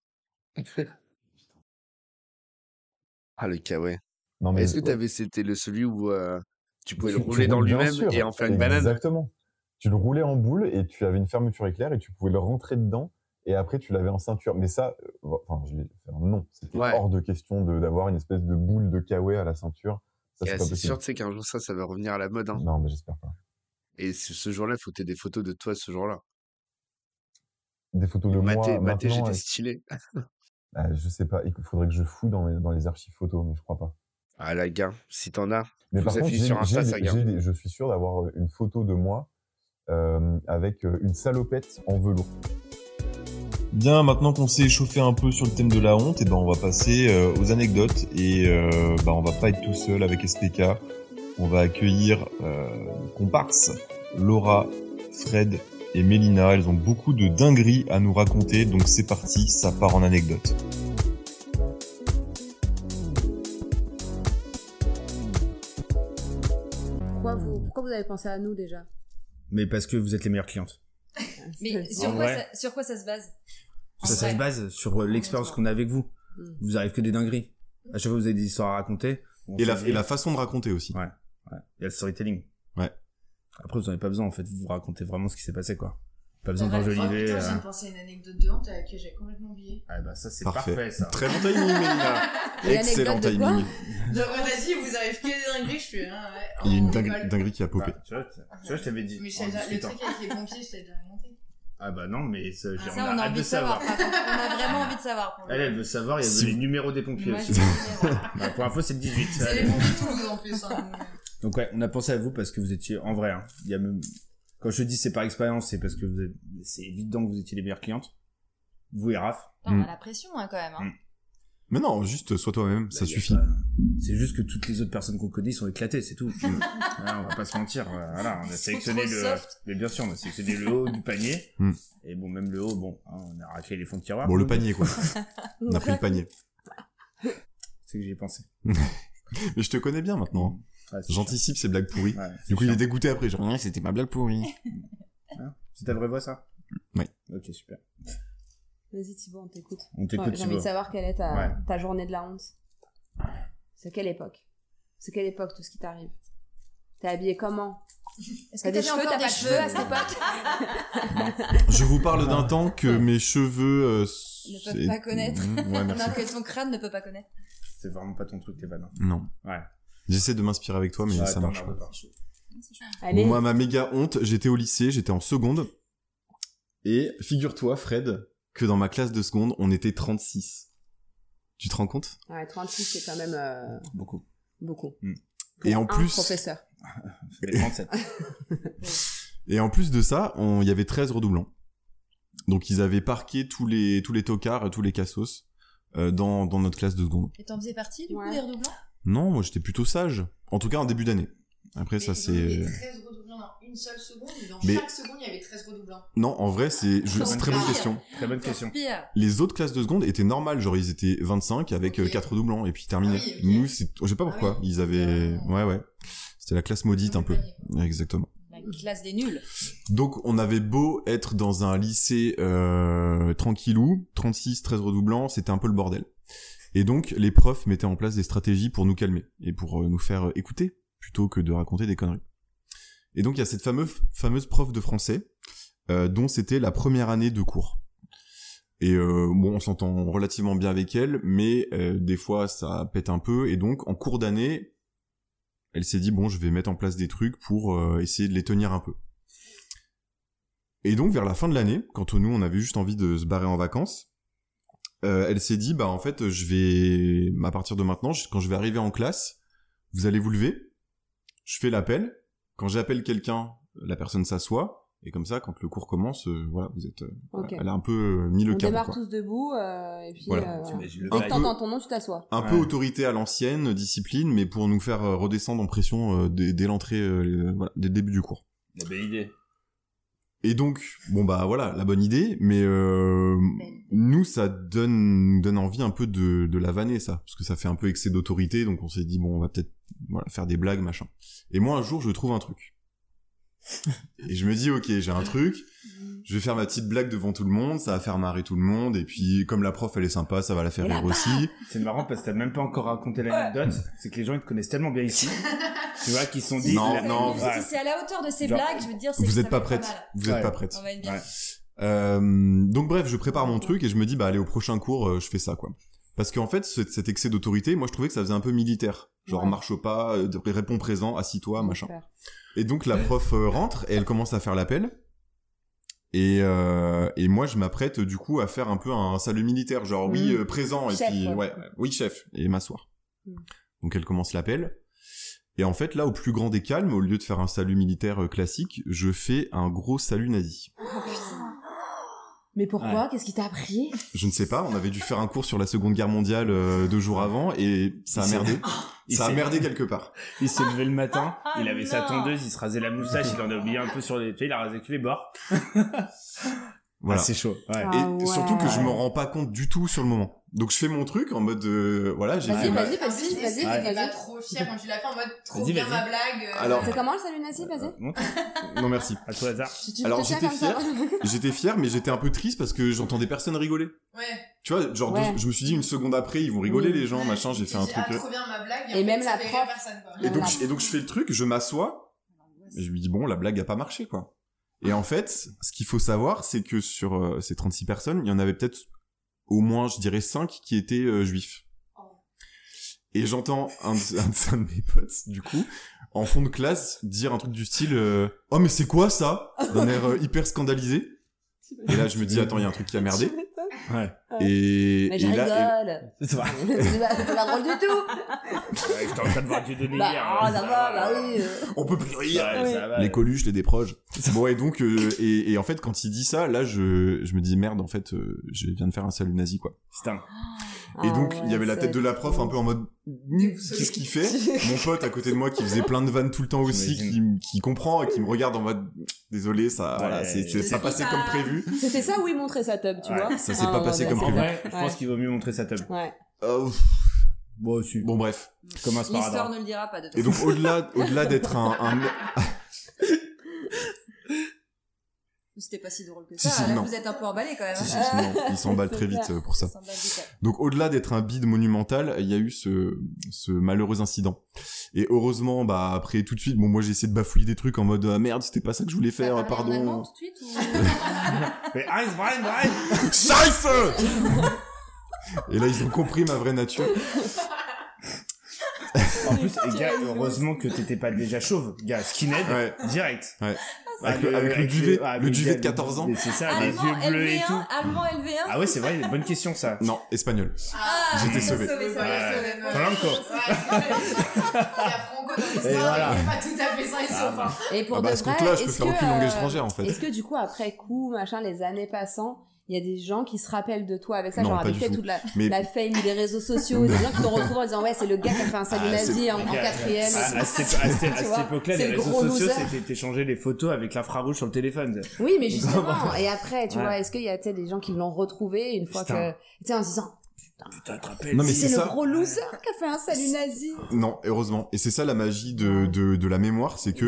S1: ah, le kawaii.
S2: Non,
S1: Est-ce que
S2: ouais.
S1: t'avais, c'était le celui où euh, tu pouvais
S2: Tu-
S1: le
S2: tu
S1: rouler dans
S2: roules, bien
S1: lui-même
S2: sûr,
S1: et en faire une banane
S2: Exactement. Tu le roulais en boule et tu avais une fermeture éclair et tu pouvais le rentrer dedans et après tu l'avais en ceinture. Mais ça, euh, enfin, je l'ai fait un non, c'était
S1: Ouais.
S2: hors de question de- d'avoir une espèce de boule de kawaii à la ceinture. Ça,
S1: Et
S2: c'est
S1: ah,
S2: pas
S1: c'est
S2: possible.
S1: sûr, tu sais qu'un jour ça, ça va revenir à la mode. hein.
S2: Non, mais j'espère pas.
S1: Et ce ce jour-là, il faut que t'aies des photos de toi ce jour-là.
S2: Des photos de
S1: Maté,
S2: moi
S1: maté,
S2: maintenant,
S1: j'étais
S2: euh,
S1: stylé.
S2: euh, je sais pas. Il faudrait que je fouille dans, mes- dans les archives photos, mais je crois pas.
S1: Ah, la gars, si t'en as.
S2: Mais
S1: Vous
S2: par contre,
S1: affilez
S2: j'ai-
S1: sur Insta,
S2: j'ai-
S1: ça garde.
S2: j'ai des- je suis sûr d'avoir euh, une photo de moi euh, avec euh, une salopette en velours.
S3: Bien, maintenant qu'on s'est échauffé un peu sur le thème de la honte, et ben on va passer euh, aux anecdotes et euh, ben, on va pas être tout seul avec SPK. On va accueillir euh, nos comparses Laura, Fred et Mélina. Elles ont beaucoup de dingueries à nous raconter, donc c'est parti, ça part en anecdote.
S4: Pourquoi vous, pourquoi vous avez pensé à nous déjà
S5: Mais parce que vous êtes les meilleures clientes.
S6: Mais
S4: C'est-
S6: sur
S5: En
S6: quoi,
S5: vrai.
S6: ça, sur quoi ça se base En
S5: Ça, ça
S6: vrai.
S5: se base sur euh, l'expérience qu'on a avec vous.
S4: Mm.
S5: Vous arrive que des dingueries. À chaque fois, vous avez des histoires à raconter. On
S7: Et la,
S5: fait-
S7: et la façon de raconter aussi.
S5: Ouais. Ouais. Il y a le storytelling.
S7: Ouais.
S5: Après, vous n'en avez pas besoin, en fait. Vous vous racontez vraiment ce qui s'est passé, quoi. Pas besoin
S8: Oh,
S5: d'enjoliver.
S8: putain,
S5: euh.
S8: je viens de penser à une anecdote de honte euh, que j'ai complètement oubliée.
S5: Ah, bah, ça, c'est
S7: Parfait.
S5: parfait. ça.
S7: Très bon timing, Mélina.
S4: Et l'anecdote
S7: Excellent
S4: de quoi
S7: timing.
S8: Donc on a dit, vous arrive que des dingueries, je fais, hein, ouais.
S7: Il y a une
S6: Oh,
S8: on
S7: dingue-
S8: rigole.
S7: dinguerie qui a popé.
S5: Bah, tu vois, tu vois, je t'avais dit.
S8: Mais je
S5: en
S8: t'ai déjà- le
S5: discutant.
S8: truc avec les pompiers, je t'ai déjà raconté.
S5: Ah, bah, non, mais ça, j'ai-
S6: Ça,
S5: on a, hâte
S6: envie
S5: de
S6: de savoir.
S5: savoir.
S6: par contre. on a vraiment envie de savoir. pour le
S5: Elle, elle veut savoir, il y a
S7: Si
S5: les
S7: vous-
S5: numéros des pompiers
S8: Moi, je
S5: aussi.
S8: sais pas.
S5: Bah, pour info, c'est le 18. ça,
S8: C'est les
S5: elle-
S8: pompiers de Toulouse en plus. hein, donc, euh,
S5: Donc ouais, on a pensé à vous parce que vous étiez en vrai. hein. Il y a même... Quand je te dis c'est par expérience, c'est parce que vous êtes... c'est évident que vous étiez les meilleures clientes. Vous et Raph.
S6: Putain, On
S7: Mm.
S6: a la pression hein, quand même. hein.
S5: Mm.
S7: Mais non, juste euh, sois toi-même, ça
S5: Il y a
S7: suffit.
S5: pas- C'est juste que toutes les autres personnes qu'on connaît ils sont éclatées, c'est tout. Voilà, on va pas se mentir. euh, Voilà, on a
S6: Ils sont
S5: sélectionné
S6: trop
S5: le.
S6: soft.
S5: Mais bien sûr, on a sélectionné le haut du panier.
S7: Mm.
S5: Et bon, même le haut, bon, hein, on a raclé les fonds de tiroir. Hmm.
S7: Bon, le panier, quoi. On a pris le
S4: Exact.
S7: panier.
S5: C'est ce que j'ai pensé.
S7: Mais je te connais bien maintenant.
S5: Ouais, c'est
S7: J'anticipe ces blagues pourries.
S5: chiant. Ouais, c'est
S7: Du coup, il
S5: chiant.
S7: est dégoûté après. Genre, Ah, Ouais, c'était ma blague pourrie.
S5: C'est ta vraie voix, ça
S7: Oui.
S5: Ok, super.
S4: Vas-y Thibaut, on t'écoute.
S5: On t'écoute,
S4: Ouais, J'ai envie de
S5: Thibaut.
S4: savoir quelle est ta,
S5: Ouais.
S4: ta journée de la honte. C'est quelle époque C'est quelle époque tout ce qui t'arrive T'es habillé comment
S6: Est-ce
S4: Mm. T'as
S6: que
S4: des
S6: t'avais
S4: cheveux,
S6: encore
S4: t'as
S6: des
S4: pas de cheveux à
S6: cheveux
S4: cette époque
S7: Je vous parle d'un temps que mes cheveux. euh,
S6: Ne peuvent
S7: c'est-
S6: pas connaître.
S7: Mm, Ouais, merci.
S6: Non, que ton crâne ne peut pas connaître.
S5: C'est vraiment pas ton truc, hein. les vannes.
S7: Non.
S5: Ouais.
S7: J'essaie de m'inspirer avec toi, mais
S5: Ouais,
S7: ça
S5: t'en
S7: marche
S5: as
S7: pas.
S5: pas.
S4: Allez,
S7: Moi, ma méga honte, j'étais au lycée, j'étais en seconde. Et figure-toi, Fred, que dans ma classe de seconde, on était 36. Tu te rends compte
S4: ouais, 36 c'est quand même euh,
S5: Beaucoup.
S4: beaucoup.
S5: Mm.
S7: Hmm. Et en
S4: un
S7: plus-
S4: professeur.
S5: Les 37.
S7: Et en plus de ça, on- il y avait 13 redoublants. Donc ils avaient parqué tous les, tous les tocards, tous les cassos euh, dans, dans notre classe de seconde.
S6: Et t'en faisais partie du
S4: Ouais.
S6: coup des redoublants
S7: Non, moi j'étais plutôt sage. En tout cas en début d'année. Après ça
S8: mais ils en avaient
S7: c'est...
S8: 13 redoublants dans une seule seconde, et dans
S7: Mais-
S8: chaque seconde, il y avait 13 redoublants.
S7: Non, en vrai c'est... je- C'est très bonne question.
S5: Très bonne question.
S6: Pire.
S7: Les autres classes de seconde étaient normales, genre ils étaient 25 avec
S8: Ok.
S7: 4 redoublants et puis terminé.
S8: Ah oui, ok.
S7: Nous, c'est... je sais pas pourquoi,
S8: Ah oui.
S7: ils avaient...
S8: Euh,
S7: Ouais ouais. C'était la classe maudite un peu. Exactement.
S6: La
S4: Euh.
S6: classe des nuls.
S7: Donc on avait beau être dans un lycée euh, tranquillou, 36, 13 redoublants, c'était un peu le bordel. Et donc les profs mettaient en place des stratégies pour nous calmer et pour euh, nous faire écouter plutôt que de raconter des conneries. Et donc il y a cette fameuse, fameuse prof de français euh, dont c'était la première année de cours. Et euh, bon, on s'entend relativement bien avec elle, mais euh, des fois ça pète un peu. Et donc en cours d'année, elle s'est dit bon, je vais mettre en place des trucs pour euh, essayer de les tenir un peu. Et donc vers la fin de l'année, quand nous on avait juste envie de se barrer en vacances, euh, elle s'est dit bah en fait je vais à partir de maintenant je- quand je vais arriver en classe, vous allez vous lever, je fais l'appel, quand j'appelle quelqu'un, la personne s'assoit, Et comme ça, quand le cours commence, euh, voilà, vous êtes, euh,
S4: Ok.
S7: elle a un peu euh, mis le
S4: on
S7: cadre.
S4: démarre
S7: quoi.
S4: tous debout, euh, et puis.
S7: Voilà.
S4: euh, voilà.
S5: T'imagines le
S4: Dès que
S5: bail.
S4: t'entends ton nom, tu t'assois.
S7: Un
S5: Ouais.
S7: peu autorité à l'ancienne, discipline, mais pour nous faire euh, redescendre en pression euh, dès, dès l'entrée, euh, voilà, dès le début du cours.
S5: La belle idée.
S7: Et donc, bon bah voilà, la bonne idée, mais euh, nous ça donne nous donne envie un peu de, de la vanner ça, parce que ça fait un peu excès d'autorité, donc on s'est dit bon on va peut-être voilà faire des blagues machin. Et moi un jour je trouve un truc. et je me dis ok j'ai un truc, je vais faire ma petite blague devant tout le monde, ça va faire marrer tout le monde, et puis comme la prof elle est sympa, ça va la faire
S4: Et la
S7: rire aussi.
S5: C'est marrant parce que t'as même pas encore raconté l'anecdote. C'est que les gens ils te connaissent tellement bien ici. tu vois qu'ils se sont dit.
S7: Non,
S5: la-
S7: non, vous-
S5: Ouais.
S6: Si c'est à la hauteur de ces
S5: Genre-
S6: blagues, je veux te dire, c'est que
S7: Vous
S6: ça
S7: êtes pas
S6: va être
S7: prête,
S6: mal.
S7: vous êtes
S5: Ouais.
S7: pas prête.
S6: On va être bien.
S5: Ouais.
S7: Euh, donc bref, je prépare mon truc et je me dis bah allez au prochain cours, euh, je fais ça quoi. Parce qu'en fait, ce- cet excès d'autorité, moi je trouvais que ça faisait un peu militaire. Genre
S4: Ouais.
S7: marche au pas, euh, réponds présent, assis-toi, machin.
S4: Super.
S7: Et donc la prof euh, rentre et elle commence à faire l'appel. Et, euh, et moi je m'apprête euh, du coup à faire un peu un salut militaire, genre oui
S4: Mhm.
S7: euh, présent et
S4: Chef,
S7: puis
S4: ouais.
S7: ouais, oui chef et m'asseoir.
S4: Mhm.
S7: Donc elle commence l'appel. Et en fait là au plus grand des calmes, au lieu de faire un salut militaire euh, classique, je fais un gros salut nazi.
S4: Mais pourquoi Qu'est-ce qui t'a appris
S7: Je ne sais pas, on avait dû faire un cours sur la Seconde Guerre mondiale euh, deux jours avant et ça a
S5: Il s'est-
S7: merdé.
S5: il
S7: Ça a
S5: s'est-
S7: merdé quelque part.
S5: Il s'est levé le matin,
S4: Ah,
S5: il avait sa
S6: non.
S5: tondeuse, il se rasait la moustache, il en a oublié un peu sur les. Tu sais, il a rasé que les bords.
S7: Voilà.
S5: Ah, c'est chaud. Ouais.
S4: Ah.
S7: et
S4: ouais.
S7: surtout que je me rends pas compte du tout sur le moment. Donc je fais mon truc en mode euh, voilà, j'ai
S4: Vas-y,
S7: fait ma-
S4: vas-y, vas-y, vas-y,
S5: Ouais.
S8: T'es
S4: vas-y.
S8: Ah, pas trop fier quand tu l'as fait en mode trop
S5: Vas-y,
S8: bien
S5: vas-y.
S8: ma blague. euh,
S7: Alors-
S4: C'est comment le salut nazi Vas-y.
S5: Monte,
S7: non merci.
S5: Euh, à tout hasard.
S4: Tu- tu-
S7: Euh, Alors,
S4: tu tiens
S7: j'étais
S4: comme ça.
S7: J'étais fier mais j'étais un peu triste parce que j'entendais personne rigoler.
S8: Ouais.
S7: Tu vois, genre
S4: Ouais.
S7: deux- je me suis dit une seconde après ils vont rigoler
S4: Oui.
S7: les gens, machin, j'ai fait un
S8: Tu dis,
S7: truc. euh,
S8: Ah, trop bien ma blague.
S4: Et
S8: en fait,
S4: même
S8: ça
S4: la
S8: fait
S4: prof-
S8: rire personne, quoi.
S7: Et donc,
S4: Voilà.
S7: je- et donc je fais le truc, je m'assois, et je me dis bon, la blague a pas marché quoi. Et en fait, ce qu'il faut savoir, c'est que sur euh, ces 36 personnes, il y en avait peut-être au moins, je dirais 5 qui étaient euh, juifs.
S4: Oh.
S7: Et j'entends un, de- un de- un de mes potes, du coup, en fond de classe, dire un truc du style euh, Oh mais c'est quoi ça ?» d'un air euh, hyper scandalisé. Et là, je me dis « Attends, il y a un truc qui a merdé.
S5: Ouais. »
S7: Et,
S4: Mais
S7: et
S4: je
S7: là,
S4: rigole.
S5: C'est vrai.
S4: C'est pas c'est pas drôle du tout.
S5: Ouais, J'étais en train de voir du délire.
S4: Bah, oh, ça va, bah oui. euh.
S7: on peut plus
S5: Ouais,
S7: rire
S5: ça va.
S7: les coluches, les déproges. bon et donc euh, et, et en fait quand il dit ça, là je, je me dis merde en fait euh, je viens de faire un salut nazi quoi.
S5: C'est un.
S7: et
S4: Ah
S7: donc il y
S4: ouais,
S7: avait la
S4: ça
S7: tête de la prof
S4: trop.
S7: un peu en mode qu'est-ce qu'il fait Mon pote à côté de moi qui faisait plein de vannes tout le temps aussi, qui,
S5: J'imagine.
S7: qui comprend et qui me regarde en mode désolé ça
S5: Ouais,
S7: voilà c'est c'est
S5: c'est
S7: pas passé
S6: pas-
S7: comme prévu.
S4: C'était ça, oui, montrer sa tub, tu
S5: Ouais,
S4: vois.
S7: ça s'est
S4: Ah,
S7: pas
S4: ouais,
S7: passé
S4: bah,
S7: comme
S4: c'est
S5: En
S7: prévu.
S4: vrai.
S5: vrai, je pense qu'il vaut mieux montrer sa tub.
S4: Ouais.
S7: Euh, pff,
S5: Moi aussi.
S7: bon bref.
S5: Commence par
S6: L'histoire
S5: Adam.
S6: ne le dira pas de toute
S7: Et donc au-delà au-delà d'être un, un-
S6: façon. C'était pas si drôle que
S7: Si,
S6: ça.
S7: si,
S6: Là,
S7: non.
S6: vous êtes un peu emballé quand même. hein.
S7: Si, si, si, non, il s'emballe très vite euh, pour ça.
S6: Ça me va vite.
S7: Donc au-delà d'être un bide monumental, il y a eu ce, ce malheureux incident. Et heureusement, bah après tout de suite, bon moi j'ai essayé de bafouiller des trucs en mode ah, merde, c'était pas ça que je voulais
S6: T'as
S7: faire,
S6: parlé en allemand
S7: pardon. euh,
S6: tout de suite ou-
S5: Mais Heinz, Brian, Brian
S7: Scheiße Et là ils ont compris ma vraie nature.
S5: En plus, les gars, heureusement que t'étais pas déjà chauve, gars. Skinhead,
S7: Ouais.
S5: direct.
S7: Ouais.
S5: Ah,
S7: Avec le- avec le duvet-
S5: ah,
S7: le
S5: mais
S7: duvet de
S5: gars,
S7: 14 ans.
S5: mais C'est ça, les
S6: Allemand
S5: yeux bleus et tout.
S6: LV1, allemand LV1.
S5: Ah ouais, c'est vrai, bonne question ça.
S7: Non, espagnol.
S6: Ah,
S7: J'étais
S6: ils sont
S7: sauvé.
S6: sauvés, ça
S5: Ouais.
S6: va, sauvé.
S5: Franco.
S8: Ouais, c'est vrai. Il y a Franco dans l'histoire,
S5: Et voilà.
S8: il est pas tout à fait sain et
S5: Ah,
S8: sauf.
S5: bah.
S8: hein.
S4: Et pour
S7: Ah bah,
S4: de
S7: à ce
S4: vrai,
S7: compte-là, je peux
S4: est-ce
S7: faire
S4: que,
S7: aucune langue
S4: euh,
S7: étrangère en fait.
S4: Est-ce que du coup, après coup, machin, les années passant, il y a des gens qui se rappellent de toi avec ça,
S7: Non,
S4: genre
S7: pas
S4: avec
S7: du
S4: peut-être
S7: tout.
S4: toute la,
S7: Mais
S4: la fame des réseaux sociaux, des gens qui te retrouvent en disant ouais, c'est le gars qui a fait un salut
S7: Ah,
S4: nazi
S7: c'est-
S4: en, en
S5: Gars,
S4: quatrième.
S7: Ah,
S5: À, à cette, à cette- à
S4: Tu
S5: cette
S4: vois,
S5: époque-là,
S4: c'est
S5: les
S4: le
S5: réseaux
S4: gros
S5: sociaux,
S4: loser.
S5: c'était échanger les photos avec l'infrarouge sur le téléphone.
S4: Oui, mais justement. Et après, tu
S5: Ouais.
S4: vois, est-ce qu'il y a tu sais, des gens qui l'ont retrouvé une fois
S5: Putain.
S4: que, tu sais, en se disant
S5: Putain, te rappelles
S7: Non, mais
S4: c'est
S7: c'est
S4: le
S7: ça.
S4: gros loser qui a fait un salut nazi.
S7: Non, heureusement. Et c'est ça la magie de, de, de la mémoire, c'est que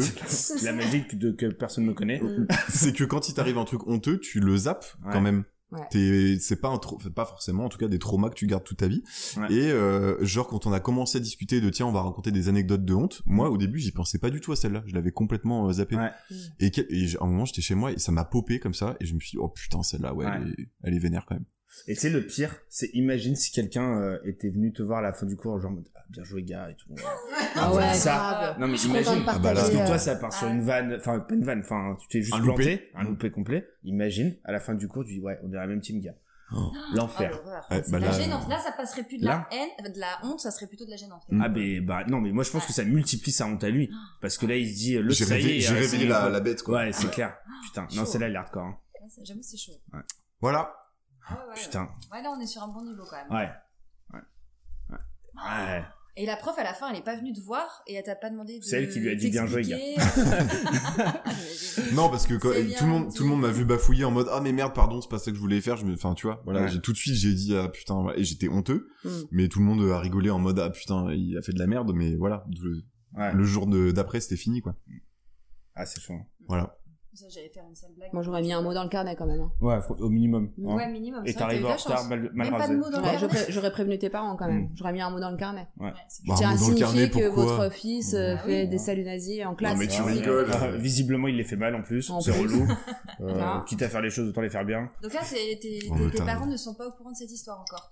S5: La magie que, de- que personne ne connaît.
S4: Mm.
S7: c'est que quand il t'arrive un truc honteux, tu le zappes
S5: Ouais.
S7: quand même.
S4: Ouais.
S7: T'es- C'est pas un trau- enfin, pas forcément en tout cas des traumas que tu gardes toute ta vie.
S5: Ouais.
S7: Et euh, genre quand on a commencé à discuter de tiens on va raconter des anecdotes de honte, moi au début j'y pensais pas du tout à celle-là, je l'avais complètement euh, zappée.
S5: Mm. Ouais.
S4: Mm.
S7: Et, quel- et j'- à un moment j'étais chez moi et ça m'a popé comme ça et je me suis dit oh putain celle-là ouais,
S5: Ouais.
S7: Elle, est, elle est vénère quand même.
S5: Et tu sais, le pire, c'est imagine si quelqu'un euh, était venu te voir à la fin du cours, genre, en mode, ah, bien joué, gars, et tout.
S4: Ah ouais,
S5: Ça.
S4: grave.
S5: Non, mais
S4: Je suis contente
S5: imagine.
S4: de
S7: Ah bah là.
S5: Parce
S4: partager.
S5: que
S4: euh,
S5: toi, ça part sur une vanne, enfin, pas une vanne, enfin, tu t'es juste
S7: Un
S5: planté,
S7: loupé.
S5: un loupé complet. Imagine, à la fin du cours, tu dis, ouais, on est la même team, gars.
S6: Ah,
S5: L'enfer.
S6: l'horreur.
S7: Ouais,
S6: C'est
S7: bah
S6: de la
S7: là,
S6: gênance. Là, ça passerait plus de
S5: Là.
S6: la haine, euh, de la honte, ça serait plutôt de la gênance.
S7: Mm.
S5: Ah ben bah non mais moi je pense que ça multiplie sa honte à
S6: Ah.
S5: lui parce que là il se dit le
S7: J'ai
S5: ça y
S7: réveillé,
S5: est
S7: j'ai
S5: euh,
S7: réveillé
S5: c'est-
S7: la, la bête, quoi.
S5: ouais c'est clair putain non
S6: Ah, Chaud.
S5: c'est là elle est hardcore hein.
S6: Là, c'est- J'avoue, c'est chaud.
S7: Voilà.
S6: Ah ouais, ouais,
S5: putain
S6: Ouais. Ouais, là, on est sur un bon niveau quand même.
S5: ouais ouais ouais, ouais.
S6: Et la prof, à la fin, elle est pas venue te voir et elle t'a pas demandé de.
S5: C'est elle qui lui a dit, bien joué, gars.
S6: t'expliquer.
S7: Non, parce que quand-
S6: C'est bien
S7: tout le monde,
S6: dit.
S7: tout le monde m'a vu bafouiller en mode ah mais merde pardon c'est pas ça que je voulais faire je me enfin tu vois voilà
S5: Ouais.
S7: j'ai tout de suite j'ai dit ah putain voilà. et j'étais honteux
S4: Mm.
S7: mais tout le monde a rigolé en mode ah putain il a fait de la merde mais voilà le,
S5: Ouais.
S7: le jour de- d'après c'était fini quoi
S5: ah c'est chaud
S7: voilà
S6: Ça, euh, J'allais faire une sale blague.
S4: Moi, j'aurais mis un mot dans le carnet quand même. hein.
S5: ouais faut- au minimum hein.
S6: Ouais, minimum.
S5: et
S6: ça aurait été
S5: t'arrives en
S6: de la chance.
S5: retard mal, mal
S6: Même pas
S5: rasé
S6: de mots dans
S4: J'aurais,
S6: le
S4: je
S6: carnet.
S4: pré- j'aurais prévenu tes parents quand même.
S5: Mm.
S4: J'aurais mis un mot dans le carnet.
S5: Ouais.
S6: Ouais, c'est-
S7: Bah,
S4: Tiens,
S7: un mot dans le
S4: signifier
S7: carnet,
S4: que
S7: pourquoi
S4: votre fils euh,
S5: Ah oui.
S4: fait des saluts nazis en classe.
S7: mais tu
S5: Ah, ouais.
S7: rigoles.
S5: Ah, visiblement il les fait mal en plus
S4: En
S5: c'est
S4: plus.
S5: relou Euh,
S4: Ah.
S5: quitte à faire les choses autant les faire bien
S6: Donc là, t'es- t'es-
S7: Oh,
S6: tes tes
S7: putain.
S6: parents ne sont pas au courant de cette histoire encore.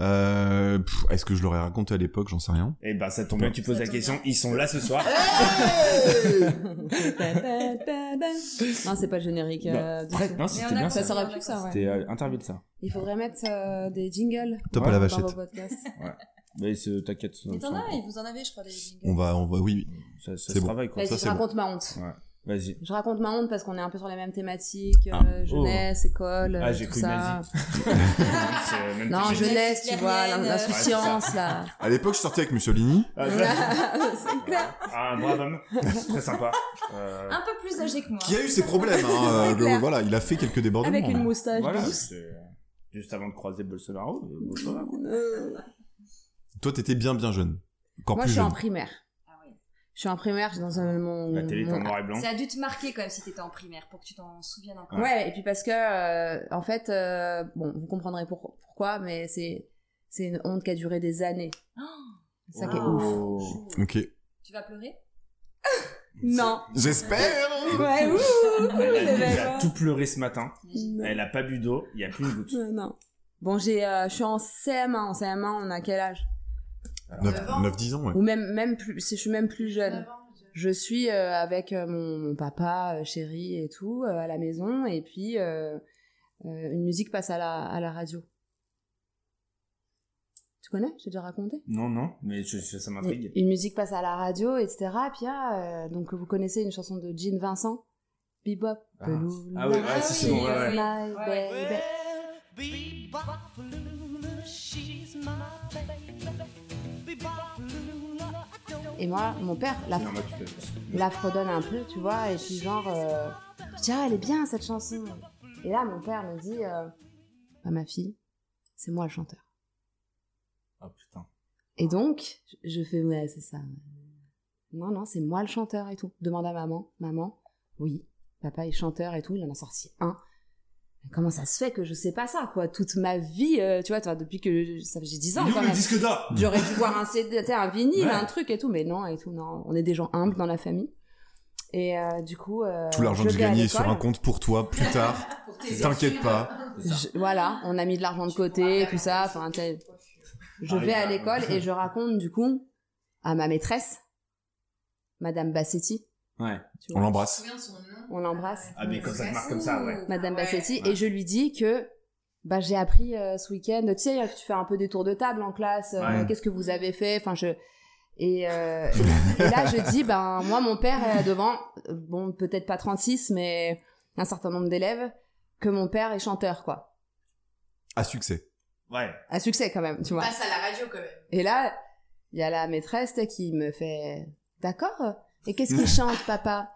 S7: euh, pff, est-ce que je l'aurais raconté à l'époque j'en sais rien
S5: et bah ça tombe bien que tu poses
S6: Ça
S5: la
S6: tombe
S5: question
S6: bien.
S5: ils sont là ce soir
S4: non, c'est pas le générique.
S7: Bah,
S4: euh, du
S5: Après,
S4: tout.
S5: non
S6: Mais
S5: c'était
S6: on a
S5: bien
S4: ça
S5: ça
S4: s'aurait pu ça, ouais.
S5: c'était euh, interview ça
S4: Il faudrait mettre euh, des jingles
S7: top
S5: Ouais,
S7: à la
S4: dans
S7: vachette
S4: vos podcasts.
S5: mais c'est- t'inquiète ça-
S6: Mais t'en
S5: ça-
S6: as, ils vous en avez, je crois, des jingles.
S7: on va on va oui, oui.
S5: ça ça
S7: C'est
S5: se
S7: bon.
S5: travaille quoi
S4: Vas-y,
S7: ça,
S4: je
S7: c'est bon.
S4: raconte ma honte.
S5: vas-y
S4: Je raconte ma honte parce qu'on est un peu sur les mêmes thématiques, euh,
S5: Ah. Oh.
S4: jeunesse, école, euh,
S5: Ah, j'ai
S4: tout
S5: cru
S4: ça.
S5: nazi. C'est, euh, même
S4: Non,
S5: plus gênant.
S4: jeunesse, tu vois, l'in- l'insouciance, là.
S7: à l'époque je sortais avec Mussolini
S5: Ah, ça-
S4: c'est clair.
S5: Ah, un brave homme. C'est très sympa. Euh,
S4: Ah,
S6: Un peu plus âgé que moi.
S7: qui a eu ses problèmes hein,
S4: C'est
S7: le-
S4: clair.
S7: voilà il a fait quelques débordements
S4: Avec une
S7: hein.
S4: moustache
S5: voilà,
S4: douce.
S5: c'est- euh, juste avant de croiser Bolsonaro. euh, Bolsonaro.
S4: Euh,
S7: toi t'étais bien bien jeune encore
S4: Moi, je
S7: plus
S4: suis en
S7: jeune
S4: primaire.
S6: Ah ouais.
S4: Je suis en primaire, je suis dans un mon,
S5: La télé est
S4: mon-
S5: en noir et blanc.
S6: Ça a dû te marquer quand même si t'étais en primaire pour que tu t'en souviennes encore.
S4: Ouais. et puis parce que, euh, en fait, euh, bon, vous comprendrez pour- pourquoi, mais c'est c'est une honte qui a duré des années. C'est Ça
S5: Ah.
S4: qui est
S6: Oh.
S4: ouf.
S7: ok
S6: Tu vas pleurer
S4: Non.
S7: j'espère
S4: Ouais, ouh,
S5: Ah, Elle
S4: les
S5: a,
S4: mecs,
S5: elle a
S4: ouais.
S5: tout pleuré ce matin.
S4: Non.
S5: Elle a pas bu d'eau. Il y a plus une goutte.
S4: Euh, non. Bon, j'ai, euh, je suis en CM1. En CM1, on a quel âge
S7: 9-10 ans ouais
S4: Ou même, même plus, je suis même plus jeune.
S6: bah.
S8: Avant, je-
S4: Je suis euh, avec euh, mon, mon papa, euh, chéri et tout, euh, à la maison, et puis euh, euh, une musique passe à la, à la radio. Tu connais J'ai déjà raconté
S5: Non, non, mais je- je- ça m'intrigue.
S4: Une musique passe à la radio, etc. Puis ah, euh, donc vous connaissez une chanson de Gene Vincent, Bebop.
S5: Ah.
S4: Belou,
S5: Ah oui,
S4: la,
S5: ouais, c'est
S6: si, si,
S5: bon, ouais, ouais.
S4: my
S6: ouais. Ouais,
S4: baby. Et moi, mon père, la,
S5: C'est normal, tu te-
S4: la fredonne un peu, tu vois, et puis genre, euh, je dis, ah, elle est bien cette chanson. Et là, mon père me dit, euh, bah, ma fille, c'est moi le chanteur.
S5: Ah, putain.
S4: Et donc, je- je fais, ouais, c'est ça. Non, non, c'est moi le chanteur et tout. Demande à maman. Maman, oui, papa est chanteur et tout, il en a sorti un. Mais Comment ça se fait que je sais pas ça, quoi Toute ma vie, euh, tu vois, toi, depuis que je- ça fait- j'ai 10 ans, quand même.
S5: disque d'or
S4: J'aurais dû voir un CD, tu sais, un vinyle,
S5: Ouais.
S4: un truc et tout, mais non, et tout, non. On est des gens humbles dans la famille. Et euh, du coup... euh,
S7: tout l'argent
S4: je
S7: que j'ai
S4: vais à
S7: gagné est sur
S4: l'école.
S7: un compte pour toi plus tard
S8: pour tes
S7: T'inquiète
S8: études. hein.
S7: pas.
S4: Je- voilà, on a mis de l'argent de côté, tout ça. Enfin, t'sais, je vais à l'école et je raconte du coup à ma maîtresse, Madame Bassetti.
S5: Ouais.
S4: tu vois.
S8: Je
S7: on
S8: me
S7: l'embrasse
S8: souviens de son nom.
S4: On l'embrasse.
S5: Ah, mais quand ça te marque comme ça, ouais.
S4: Madame
S8: Ouais.
S4: Bassetti
S5: Ouais.
S4: et je lui dis que bah j'ai appris euh, ce week-end. Tu sais, tu fais un peu des tours de table en classe. euh,
S5: Ouais.
S4: Qu'est-ce que vous avez fait Enfin, je et, euh, et- et là je dis ben moi mon père est devant euh, bon peut-être pas 36 mais un certain nombre d'élèves que mon père est chanteur quoi
S7: à succès.
S5: Ouais.
S4: à succès quand même tu vois
S8: Passe à la radio quand même.
S4: Et là, il y a la maîtresse tu sais, qui me fait D'accord Et qu'est-ce qu'il chante, papa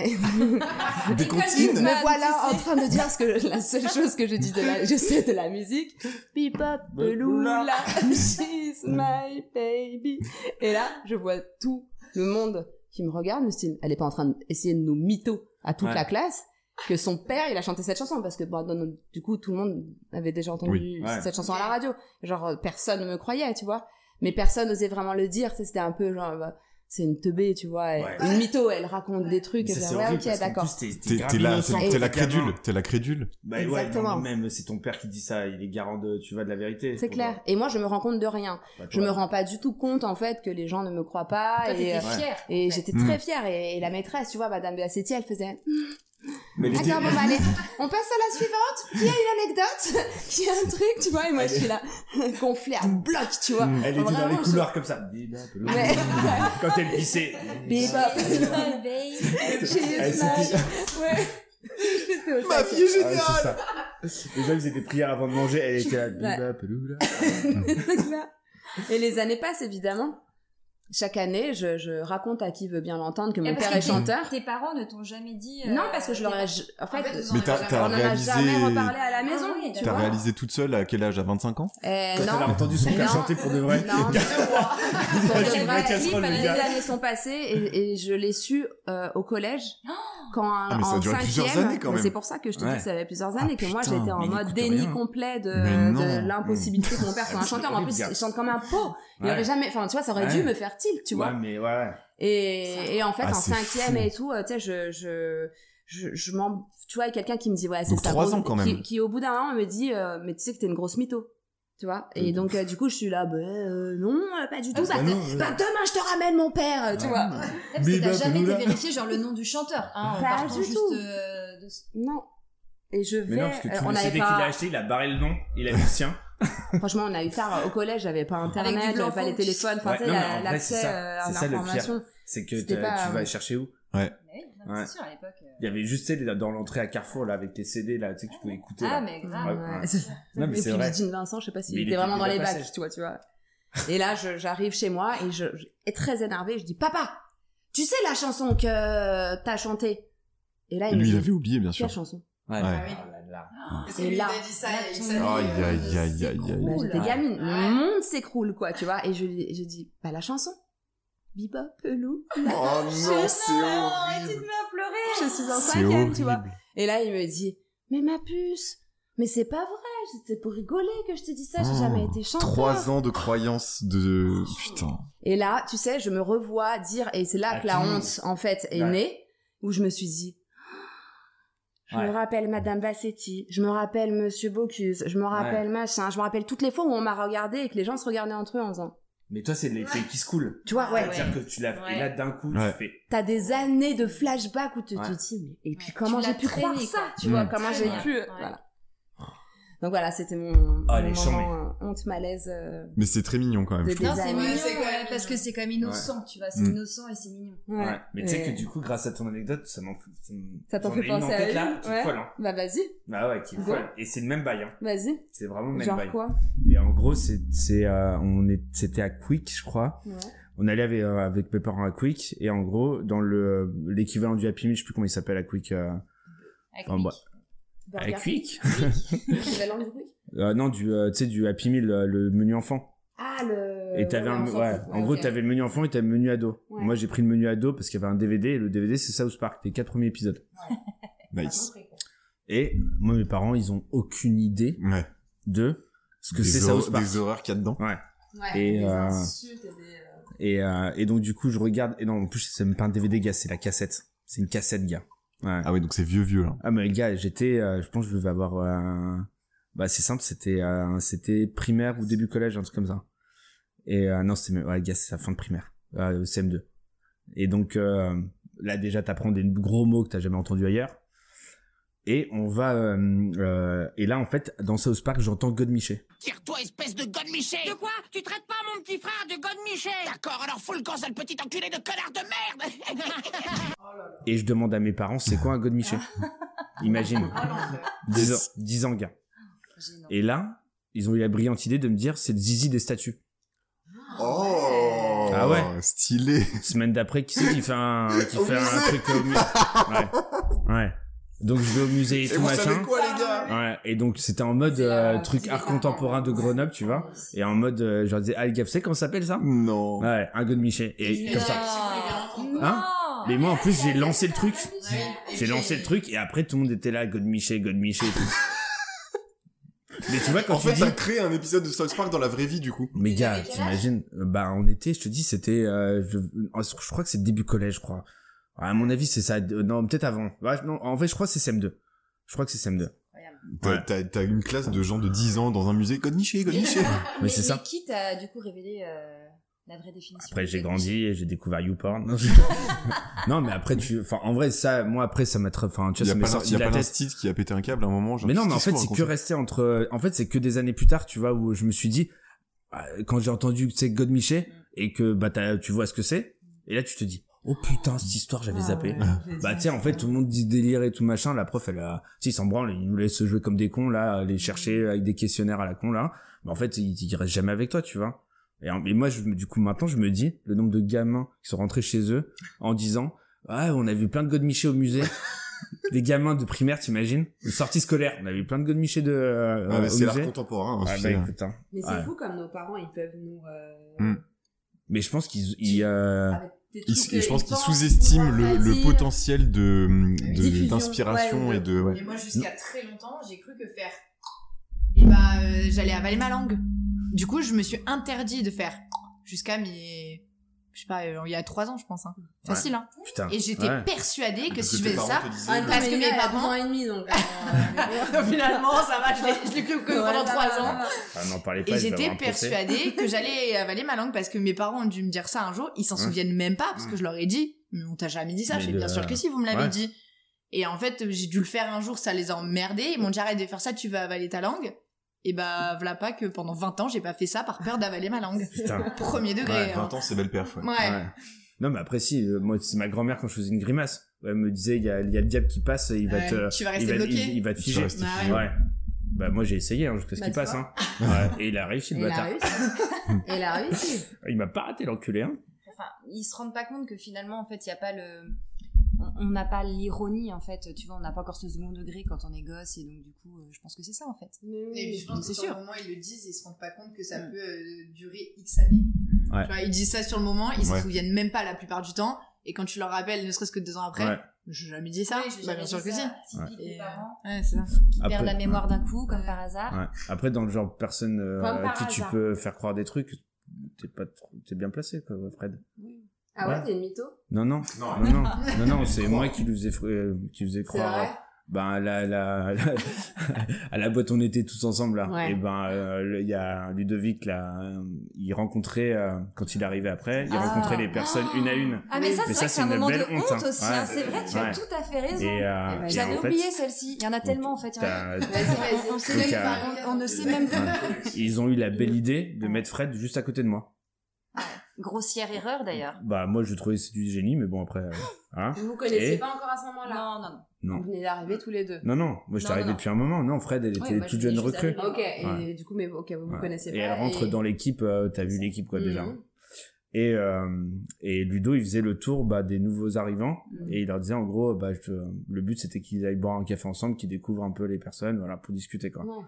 S4: Et Ah,
S7: Des
S6: École
S7: comptines
S6: du
S4: Me
S6: Fan,
S4: voilà en
S6: tu sais.
S4: train de dire ce que la seule chose que je dis de la, je sais de la musique. Pipop, peloula, she's my baby. Et là, je vois tout le monde qui me regarde, me dit, elle est pas en train d'essayer de nous mytho à toute
S5: Ouais.
S4: la classe que son père, il a chanté cette chanson parce que bon, dans notre- du coup, tout le monde avait déjà entendu
S7: Oui.
S5: Ouais.
S4: cette chanson à la radio. Genre, euh, personne ne me croyait, tu vois. Mais personne n'osait vraiment le dire. tu sais, C'était un peu genre, bah, c'est une teubée, tu vois. elle-
S5: Ouais.
S4: Une mytho, elle raconte des trucs.
S5: Mais
S4: et
S5: ça,
S4: je dis,
S5: c'est
S4: ouais,
S5: horrible.
S4: ok,
S5: parce qu'en
S4: d'accord.
S5: plus, t'es-
S7: T'es
S5: T'es grave
S7: t'es la,
S5: innocent,
S7: t'es- t'es la
S5: gamin.
S7: crédule, t'es la crédule.
S4: Ah,
S5: Bah ouais,
S4: Exactement.
S5: non, mais même c'est ton père qui dit ça, il est garant de, tu vois, de la vérité.
S4: C'est
S5: Faut-
S4: clair. Et moi, je me rends compte de rien.
S5: Bah,
S4: Je
S5: toi,
S4: me rends pas du tout compte, en fait, que les gens ne me croient pas.
S6: Toi,
S4: et
S6: t'étais
S4: euh,
S6: fière.
S4: et j'étais
S7: Mm.
S4: très fière. Et, et la maîtresse, tu vois, Madame Bassetti, elle faisait
S5: Mais l'été-
S4: D'accord, bon, bah, allez, on passe à la suivante. Qui a une anecdote Qui a un truc, tu vois Et moi, je suis là, gonflée à bloc, tu vois.
S5: Elle était dans les
S4: Vraiment, je-
S5: couloirs comme ça. Bebop, là.
S4: Ouais.
S5: Quand elle pissait.
S4: Bebop.
S5: Elle,
S4: J'ai
S5: c'était-
S4: Ouais. J'étais au
S7: Mm. Ma
S4: taquet.
S5: Ah
S7: vie est
S5: ouais,
S7: géniale
S5: c'est ça. Les gens ils faisaient des prières avant de manger, elle était là. Bebop, loula.
S4: Donc là- Et les années passent, évidemment. Chaque année, je, je raconte à qui veut bien l'entendre que mon père est chanteur.
S6: Ah, Tes parents ne t'ont jamais dit. euh,
S4: Non, parce que je leur ai...
S6: t'es-
S4: En fait,
S8: fait, vous
S7: Mais t'as
S4: on
S7: t'as
S4: en a jamais
S7: réalisé...
S4: reparlé à la maison,
S6: Ah oui,
S4: tu
S7: T'as
S4: vois.
S7: réalisé toute seule à quel âge À 25 ans
S4: Euh,
S5: Quand elle a
S4: non,
S5: entendu son père
S4: Non.
S5: chanter pour de vrai.
S4: non,
S5: Il a
S4: Pour de
S5: acheté une
S4: vrai,
S5: vraie casserole, le
S4: les
S5: gars.
S4: années sont passées et, et je l'ai su euh, au collège quand un-
S7: Ah, mais ça
S4: en
S7: a duré plusieurs
S4: cinquième,
S7: années, quand
S4: mais
S7: même.
S4: C'est pour ça que je te
S5: Ouais.
S4: dis que ça avait plusieurs années
S7: Ah,
S4: que moi
S7: putain,
S4: j'étais en
S5: mais il
S4: mode
S5: écoute
S4: déni
S5: rien.
S4: complet de,
S7: Mais non.
S4: de l'impossibilité que mon père soit un
S5: C'est
S4: chanteur. Mais En
S5: horrible,
S4: plus,
S5: gars.
S4: il chante comme un pot. Il
S5: Ouais.
S4: aurait jamais, enfin tu vois, ça aurait
S5: Ouais.
S4: dû me faire tilt, tu vois.
S5: Ouais, mais ouais.
S4: Et, et en fait,
S7: Ah,
S4: en
S7: c'est
S4: cinquième
S7: fou.
S4: et tout, euh, tu sais, je, je, je, je m'en, tu vois, il y a quelqu'un qui me dit, ouais, c'est
S7: Donc
S4: ça.
S7: trois
S4: grosse-
S7: ans, quand
S4: qui-
S7: même.
S4: Qui, au bout d'un an me dit, euh, mais tu sais que t'es une grosse mytho. Tu vois. Et donc, euh, du coup, je suis là, bah, euh, non, euh, pas
S7: Ah,
S4: du tout.
S5: bah
S4: bah,
S5: non,
S4: de-
S5: je-
S4: bah, demain, je te ramène mon père, euh, tu
S5: Ouais.
S4: vois.
S6: Ouais, Ah, Parce que t'as
S5: Bebop,
S6: jamais été
S5: loula.
S6: vérifié, genre le nom du chanteur. Hein, en
S4: Pas
S6: partant
S4: du
S6: juste,
S4: tout.
S6: euh, de ce-
S4: Non. Et je vais,
S5: Mais non, parce que
S4: euh,
S5: tous
S4: on
S5: les
S4: avait
S5: CD qu'il a
S4: pas,
S5: acheté, il a barré le nom, il a mis le sien.
S4: franchement, on a eu tard euh, au collège, j'avais pas
S6: du
S4: internet,
S6: blanc
S4: j'avais pas les
S6: fond.
S4: téléphones, enfin,
S5: Ouais,
S4: tu sais,
S5: non, mais
S4: la-
S5: en vrai,
S4: l'accès
S5: c'est ça.
S4: euh, à
S5: C'est ça, le pire.
S4: l'information.
S5: C'est que
S4: C'était
S5: t'as-
S4: pas,
S5: tu vas
S4: euh,
S5: chercher où
S6: Mais oui, non,
S5: Ouais.
S6: c'est sûr, à l'époque. euh,
S5: Il y avait juste celle dans l'entrée à Carrefour là avec tes CD là, tu sais que tu pouvais écouter. là.
S6: Ah, mais grave.
S5: Ouais,
S4: Ouais,
S5: ouais.
S4: c'est ça.
S5: Non, mais
S4: et
S5: c'est
S4: puis
S5: vrai.
S4: le jean Vincent, je sais pas s'il
S5: Mais il
S4: était
S5: était
S4: vraiment dans
S5: déjà
S4: les
S5: passé.
S4: bacs, tu vois, tu vois. Et là, je- j'arrive chez moi et je, je et très énervée, je dis papa, tu sais la chanson que t'as chantée Et là,
S7: Et
S4: il me
S7: Lui,
S4: dit
S7: il avait oublié, bien sûr.
S4: quelle chanson
S5: Ouais.
S7: Ouais.
S8: oui.
S5: Ah là là.
S8: Parce que
S4: Et
S8: lui, il
S4: là,
S8: a dit ça,
S6: là,
S8: il
S6: tout
S8: savait,
S7: Aïe,
S8: euh,
S7: aïe, aïe, aïe, aïe.
S4: Bah,
S6: Oula.
S4: J'étais gamine,
S8: Ouais.
S4: le monde s'écroule quoi, tu vois. Et je lui- je dis bah la chanson. Bebop, pelou.
S7: Oh non, c'est
S6: tu
S7: horrible
S6: vas pleurer.
S4: Je suis en
S7: C'est
S4: cinquième, tu vois.
S7: horrible.
S4: Et là, il me dit mais ma puce, mais c'est pas vrai, c'était pour rigoler que je te dis ça, j'ai
S7: Oh,
S4: jamais été chanteur.
S7: Trois ans de croyance de... Putain.
S4: Et là, tu sais, je me revois dire, et c'est là
S5: Ah,
S4: que la
S5: tout le monde.
S4: honte, en fait, est
S5: Ouais.
S4: née, où je me suis dit, je
S5: Ouais.
S4: me rappelle Madame Bassetti, je me rappelle Monsieur Bocuse, je me rappelle machin, je me rappelle toutes les fois où on m'a regardé et que les gens se regardaient entre eux en disant,
S5: Mais toi, c'est l'effet qui se coule.
S4: tu vois, ouais,
S8: Ouais.
S5: C'est-à-dire que tu l'as
S6: Ouais.
S5: et là d'un coup
S7: Ouais.
S5: tu fais.
S4: t'as des années de flashbacks où tu
S5: Ouais.
S4: te dis, mais, et puis
S6: Ouais.
S4: comment
S6: Tu
S4: j'ai
S6: l'as
S4: pu
S6: traîné,
S4: croire ça,
S6: quoi.
S4: tu vois,
S7: Mm.
S4: comment j'ai
S6: Traîné.
S4: pu,
S6: Ouais.
S4: voilà. Donc voilà, c'était mon,
S5: Ah,
S4: mon
S5: les
S4: moment euh, honte malaise. euh,
S7: Mais c'est très mignon, quand même,
S4: Des
S7: je
S6: Non,
S7: trouve.
S4: bizarres.
S6: c'est
S4: Ouais,
S6: mignon,
S8: c'est quand même
S6: ouais, parce que c'est quand même innocent, tu vois. C'est
S7: Mm.
S6: innocent et c'est mignon.
S4: ouais.
S5: Ouais. Mais tu sais
S4: Et-
S5: que du coup, grâce à ton anecdote, ça m'en fout- ça me-
S4: Ça t'en
S5: j'en
S4: fait
S5: ai une en
S4: penser à
S5: tête,
S4: une,
S5: là, qui est
S4: ouais.
S5: folle, hein.
S4: Bah vas-y,
S5: Bah ouais, qui est
S4: Go.
S5: folle. Et c'est le même bail, hein.
S4: vas-y.
S5: C'est vraiment le même
S4: Genre
S5: bail.
S4: quoi
S5: Et en gros, c'est, c'est, euh, on est, c'était à Quick, je crois.
S4: Ouais.
S5: On allait avec, euh, avec mes parents à Quick, et en gros, dans le, l'équivalent du Happy Meal, je sais plus comment il s'appelle à Quick, euh,
S6: Avec
S5: enfin,
S6: lui.
S5: bah, à
S4: Burger
S5: Quick?
S4: La langue du bruit
S5: Euh, non, du, euh, tu sais, du Happy Meal, euh, le menu enfant.
S4: Ah, le.
S5: et t'avais un,
S4: on
S5: ouais,
S4: s'en fout.
S5: en gros,
S4: ok.
S5: t'avais le menu enfant et t'avais le menu ado.
S4: Ouais.
S5: Moi, j'ai pris le menu ado parce qu'il y avait un DVD, et le DVD, c'est South Park, les quatre premiers épisodes.
S7: Nice.
S5: Et, moi, mes parents, ils ont aucune idée
S7: Ouais.
S5: de ce que
S7: Des
S5: c'est
S7: horreurs-
S5: South Park.
S7: Des horreurs qu'il y a dedans.
S8: Ouais.
S5: Et,
S8: des
S5: euh,
S8: insultes et des, euh,
S5: Et, euh, et donc, du coup, je regarde, et non, en plus, c'est même pas un DVD, gars, c'est la cassette. C'est une cassette, gars. Ouais.
S7: Ah oui, donc c'est vieux, vieux, là.
S5: Ah mais les gars, j'étais, euh, je pense que je devais avoir, euh, bah c'est simple, c'était, euh, c'était primaire ou début collège, un truc comme ça. Et euh, non, c'est, ouais, les gars, c'est la fin de primaire, euh, CM2. Et donc euh, là déjà, t'apprends des gros mots que t'as jamais entendus ailleurs. Et on va, euh, euh, et là en fait, dans South Park, j'entends God Miché.
S9: Tire-toi, espèce de godemiché De quoi Tu traites pas mon petit frère de godemiché D'accord, alors fous le camp, sale petit enculé de connard de merde
S8: Oh là là.
S5: Et je demande à mes parents, c'est quoi un God
S9: Ah.
S5: Miché Imagine,
S8: Ah, l'enfer.
S5: 10 ans, 10 ans, gars.
S6: Gênant.
S5: Et là, ils ont eu la brillante idée de me dire, c'est le zizi des statues.
S7: Oh
S5: Ah ouais.
S7: Stylé
S5: Semaine d'après, qui c'est qui fait un, qui fait un truc au musée ouais. ouais. Donc je vais au musée et, tout machin.
S7: quoi, les gars
S5: ouais. Et donc c'était en mode
S4: C'est la-
S5: euh, truc
S4: c'est
S5: art
S4: la-
S5: contemporain de Grenoble, tu vois. Et en mode, euh, je leur disais, ah les gars, vous savez comment ça s'appelle ça
S7: Non.
S4: Ah,
S5: Ouais, un god Miché. Et
S8: Non.
S5: comme ça.
S6: Non.
S5: Hein Mais moi en plus, j'ai lancé le truc.
S8: Ouais. Et
S5: J'ai
S8: puis,
S5: lancé le truc et après tout le monde était là, god Miché, god Miché et tout. Mais tu vois, quand
S7: En
S5: tu
S7: fait,
S5: dis-
S7: t'as créé un épisode de South Park dans la vraie vie, du coup.
S5: Mais
S8: Mais
S5: gars,
S8: t'avais quel
S5: t'imagines euh, Bah, on était, je te dis, c'était. euh, je, je crois que c'est début collège, je crois. À mon avis, c'est ça. euh, non, peut-être avant. Ouais, non, en vrai, je crois que c'est CM2. Je crois que c'est CM2.
S7: T'as
S5: Ouais.
S7: t'as- t'as une classe de gens de 10 ans dans un musée. Godmiché, Godmiché
S5: Mais c'est ça.
S6: qui t'a du coup révélé euh, la vraie définition.
S5: Après,
S6: du
S5: j'ai
S6: godmiché.
S5: grandi et j'ai découvert YouPorn. Non, je- non, mais après, tu, enfin, en vrai, ça, moi, après, ça m'a, tra- enfin, tu
S7: Il
S5: vois,
S7: y a
S5: ça m'est
S7: pas
S5: sorti
S7: il y a
S5: de la
S7: pas
S5: tête.
S7: l'instit qui a pété un câble à un moment. genre,
S5: Mais non, mais en
S7: qu'est-ce
S5: fait,
S7: qu'il faut
S5: c'est que
S7: raconter
S5: resté entre, euh, en fait, c'est que des années plus tard, tu vois, où je me suis dit, ah, quand j'ai entendu que c'est God Miché et que, bah, t'as- tu vois ce que c'est, et là, tu te dis, oh putain, cette histoire, j'avais zappé. Bah, tu sais, en fait, tout le monde dit délire et tout machin. La prof, elle a, tu sais, ils s'en branlent, ils nous laissent jouer comme des cons, là, aller chercher avec des questionnaires à la con, là. Mais en fait, ils, ils restent jamais avec toi, tu vois. Et, en- et moi, je, me- du coup, maintenant, je me dis, le nombre de gamins qui sont rentrés chez eux en disant, ah, on a vu plein de godemichés au musée. des gamins de primaire, t'imagines? Une sortie scolaire. On a vu plein de godemichés de, euh,
S7: Ah, mais
S5: au
S7: c'est l'art
S5: musée.
S7: contemporain. hein,
S5: Ah,
S7: ce
S5: bah,
S7: film.
S5: écoute, hein.
S4: Mais c'est
S5: Ouais. Mmh,
S4: fou comme nos parents, ils peuvent nous. euh,
S7: Mm.
S5: Mais je pense qu'ils, ils, euh,
S8: Avec des
S7: Il-
S8: trucs,
S7: et je pense
S8: euh,
S7: qu'il
S8: pensent
S7: sous-estime
S8: pouvoir
S7: le, le
S8: dire-
S7: potentiel de de-
S8: Diffusion,
S7: d'inspiration
S8: ouais,
S7: et de. ouais.
S8: Mais moi, jusqu'à très longtemps, j'ai cru que faire. Et bah, euh, j'allais avaler ma langue. Du coup, je me suis interdit de faire. Jusqu'à mes. Je sais pas, euh, il y a trois ans, je pense. hein. Facile, hein.
S5: putain.
S8: Et j'étais
S5: Ouais.
S8: persuadée que
S7: Parce
S8: si je
S7: tes
S8: faisais
S7: parents
S8: ça.
S7: te disaient,
S4: un
S7: euh,
S8: Parce que
S4: terminal
S8: mes
S4: à
S8: parents-
S4: deux ans et demi, donc. euh,
S8: Finalement, ça va, je l'ai- je l'ai plus que pendant trois ans.
S5: Ah, n'en parlez pas.
S8: Et
S5: je vais avoir
S8: j'étais
S5: un procès.
S8: persuadée que j'allais avaler ma langue parce que mes parents ont dû me dire ça un jour. Ils s'en
S5: Ouais.
S8: souviennent même pas parce que je leur ai dit, mais on t'a jamais dit ça.
S5: Mmh. Mais
S8: J'ai
S5: de-
S8: bien sûr que si vous me l'avez
S5: Ouais.
S8: dit. Et en fait, j'ai dû le faire un jour, ça les a emmerdés. Ils m'ont dit arrête de faire ça, tu vas avaler ta langue. Et bah, voilà pas que pendant 20 ans, j'ai pas fait ça par peur d'avaler ma langue.
S5: Putain.
S8: Premier degré.
S5: Ouais,
S8: hein.
S7: 20 ans, c'est belle perf. ouais.
S8: Ouais.
S5: Ouais. Non, mais après, si, euh, moi, c'est ma grand-mère quand je faisais une grimace. Elle me disait, il y a, il y a le diable qui passe, il va
S8: Ouais,
S5: te.
S8: tu vas
S5: il
S8: rester
S5: va,
S8: bloqué.
S5: Il, il va te
S7: Tu
S5: figer.
S7: vas rester
S8: Bah
S7: figé.
S8: ouais.
S5: Ouais. Bah, moi, j'ai essayé, hein, jusqu'à ce
S4: Bah,
S5: qu'il
S4: tu
S5: passe, hein.
S4: vois.
S5: Ouais. Et il a réussi,
S4: Et il
S5: le
S4: a
S5: bâtard.
S4: réussi. Et il a réussi.
S5: Il m'a pas raté, l'enculé, hein.
S6: Enfin, ils se rendent pas compte que finalement, en fait, il y a pas le. on- On n'a pas l'ironie, en fait. Tu vois, on n'a pas encore ce second degré quand on est gosse. Et donc, du coup, euh, je pense que c'est ça, en fait.
S8: Et puis je pense
S6: C'est
S8: que sur
S6: sûr.
S8: le moment, ils le disent, ils se rendent pas compte que ça
S6: Mm.
S8: peut euh, durer X années.
S5: Ouais.
S8: Tu vois, ils disent ça sur le moment, ils
S7: Ouais.
S8: se souviennent même pas la plupart du temps. Et quand tu leur rappelles, ne serait-ce que deux ans après,
S5: Ouais.
S8: j'ai jamais dit ça.
S6: Oui, j'ai
S8: Bah,
S6: jamais
S8: bien
S6: dit
S8: sûr que si.
S6: ça. Typique des
S8: Et, euh,
S6: parents
S8: Ouais, c'est ça.
S6: qui
S5: Après-
S6: perdent la mémoire d'un coup, comme
S8: Ouais.
S6: par hasard.
S5: Ouais. Après, dans le genre de personne euh,
S4: Comme
S5: à
S4: par
S5: qui tu
S4: hasard.
S5: peux faire croire des trucs, t'es pas trop- t'es bien placé, quoi, Fred.
S4: Ah ouais,
S5: Ouais.
S4: t'es une mytho
S5: Non, non.
S7: Non.
S5: Non, non. Non, non, c'est moi qui lui faisais, fr- euh, qui faisais
S4: C'est
S5: croire.
S4: vrai.
S5: ben la, la, la- à la boîte on était tous ensemble là
S4: Ouais.
S5: et ben euh, le- il y a Ludovic là euh, il rencontrait euh, quand il arrivait après il
S6: Ah.
S5: rencontrait les personnes
S8: Oh.
S5: une à une
S6: Ah, mais ça,
S5: Mais ça,
S6: c'est vrai que
S5: c'est
S6: c'est un
S5: une
S6: moment de
S5: belle honte,
S6: honte
S5: hein.
S6: aussi.
S5: Ouais.
S6: hein, C'est vrai, tu
S5: Ouais.
S6: as tout à fait raison. Eh
S5: et, euh,
S4: ben,
S5: et
S6: J'avais
S5: en fait
S6: oublié celle-ci. Il y en a tellement, en fait. il y en a-
S5: t'as-
S8: Vas-y, vas-y.
S6: On- on sait
S5: Donc,
S6: même
S5: à-
S6: pas, on- on ne sait même pas.
S5: ils ont eu la
S6: Mm.
S5: belle idée de mettre Fred juste à côté de moi
S6: Grossière erreur, d'ailleurs.
S5: bah moi je trouvais c'est du génie mais bon après euh, hein
S4: Vous vous connaissiez
S5: Et-
S4: pas encore à ce moment-là.
S6: Non, non, non.
S5: non
S4: Vous venez d'arriver tous les deux.
S5: non non moi je
S6: Non,
S5: t'arrivais
S6: non, non.
S5: depuis un moment non Fred elle
S6: Ouais,
S5: était
S6: moi, je
S5: toute
S6: dis
S5: jeune
S6: juste
S5: recrue
S6: avec-
S4: Ok, et
S5: Ouais.
S4: du coup, mais ok, vous vous
S5: Ouais.
S4: connaissez
S5: et
S4: pas.
S5: elle rentre dans l'équipe euh, t'as vu l'équipe quoi déjà
S4: Mhm.
S5: Et, euh, et Ludo, il faisait le tour bah, des nouveaux arrivants
S4: Mhm.
S5: et il leur disait en gros, bah, je- le but c'était qu'ils aillent boire un café ensemble, qu'ils découvrent un peu les personnes, voilà, pour discuter quoi.
S4: Ouais.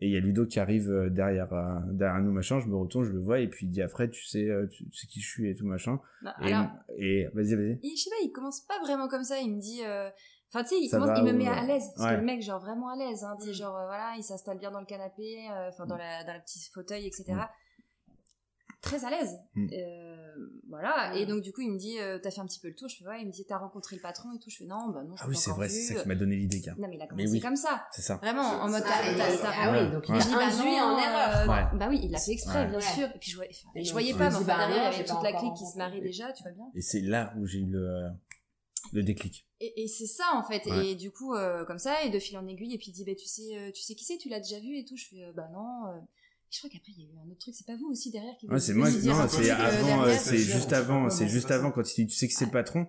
S5: Et il y a Ludo qui arrive euh, derrière, euh, derrière nous, machin, je me retourne, je le vois et puis il dit à Fred, tu sais, euh, tu, tu sais qui je suis et tout machin.
S6: Bah,
S5: Et,
S6: alors,
S5: et vas-y, vas-y.
S6: il, je sais pas, il commence pas vraiment comme ça. Il me dit. euh, Enfin, tu sais, il,
S5: Ça
S6: commence-
S5: va
S6: il me
S5: ou-
S6: met à l'aise. Parce
S5: Ouais.
S6: que le mec, genre vraiment à l'aise. Hein, tu sais, genre, euh, voilà, il s'installe bien dans le canapé, euh, enfin, dans,
S5: Mm.
S6: la, dans la petite fauteuil, etc. Très à l'aise.
S5: Mm.
S6: Euh, voilà. Et donc, du coup, il me dit euh, T'as fait un petit peu le tour Je fais Ouais. Il me dit T'as rencontré le patron et tout Je fais Non, bah non, je
S5: Ah
S6: l'ai
S5: oui,
S6: pas
S5: c'est
S6: encore
S5: vrai,
S6: vu.
S5: c'est ça qui m'a donné l'idée, gars.
S6: Non, mais il a
S5: Mais
S6: commencé
S5: oui.
S6: comme ça.
S5: C'est ça.
S6: Vraiment, en mode.
S8: Ah,
S6: t'as-
S8: oui,
S6: t'as-
S8: oui,
S6: t'as-
S8: ah
S5: Ouais.
S4: oui, donc il
S5: Ouais.
S4: a induit en erreur.
S5: Ouais.
S6: Bah oui, il l'a fait exprès,
S5: Ouais.
S6: bien
S4: Ouais.
S6: sûr. Et puis je voyais, enfin,
S4: Et
S6: je
S4: donc,
S6: voyais
S4: tu
S6: pas,
S4: te
S6: mais
S4: dis,
S6: enfin,
S4: bah,
S6: derrière,
S4: non,
S6: il y
S4: j'ai
S6: avait
S4: pas
S6: toute la
S4: encore
S6: clique qui se
S4: rencontré.
S6: marie déjà, tu vois bien.
S5: Et c'est là où j'ai eu le, le déclic.
S6: Et, et c'est ça, en fait.
S5: Ouais.
S6: Et du coup, euh, comme ça, et de fil en aiguille, et puis il dit, bah, tu sais, euh, tu sais qui c'est, tu l'as déjà vu et tout. Je fais, euh, bah non. euh. Je crois qu'après, il y a eu un autre truc, c'est pas vous aussi derrière qui
S5: Ouais, c'est moi,
S6: qui
S7: Vas-y,
S5: non,
S7: dis-moi,
S5: c'est
S7: toi, tu
S6: que
S5: avant,
S6: derrière,
S5: euh,
S6: c'est
S5: c'est
S6: sûr,
S5: juste
S7: on sait
S5: avant,
S7: pas
S5: c'est
S7: comment
S5: juste
S7: ça se
S5: avant quand il dit tu sais que c'est le patron,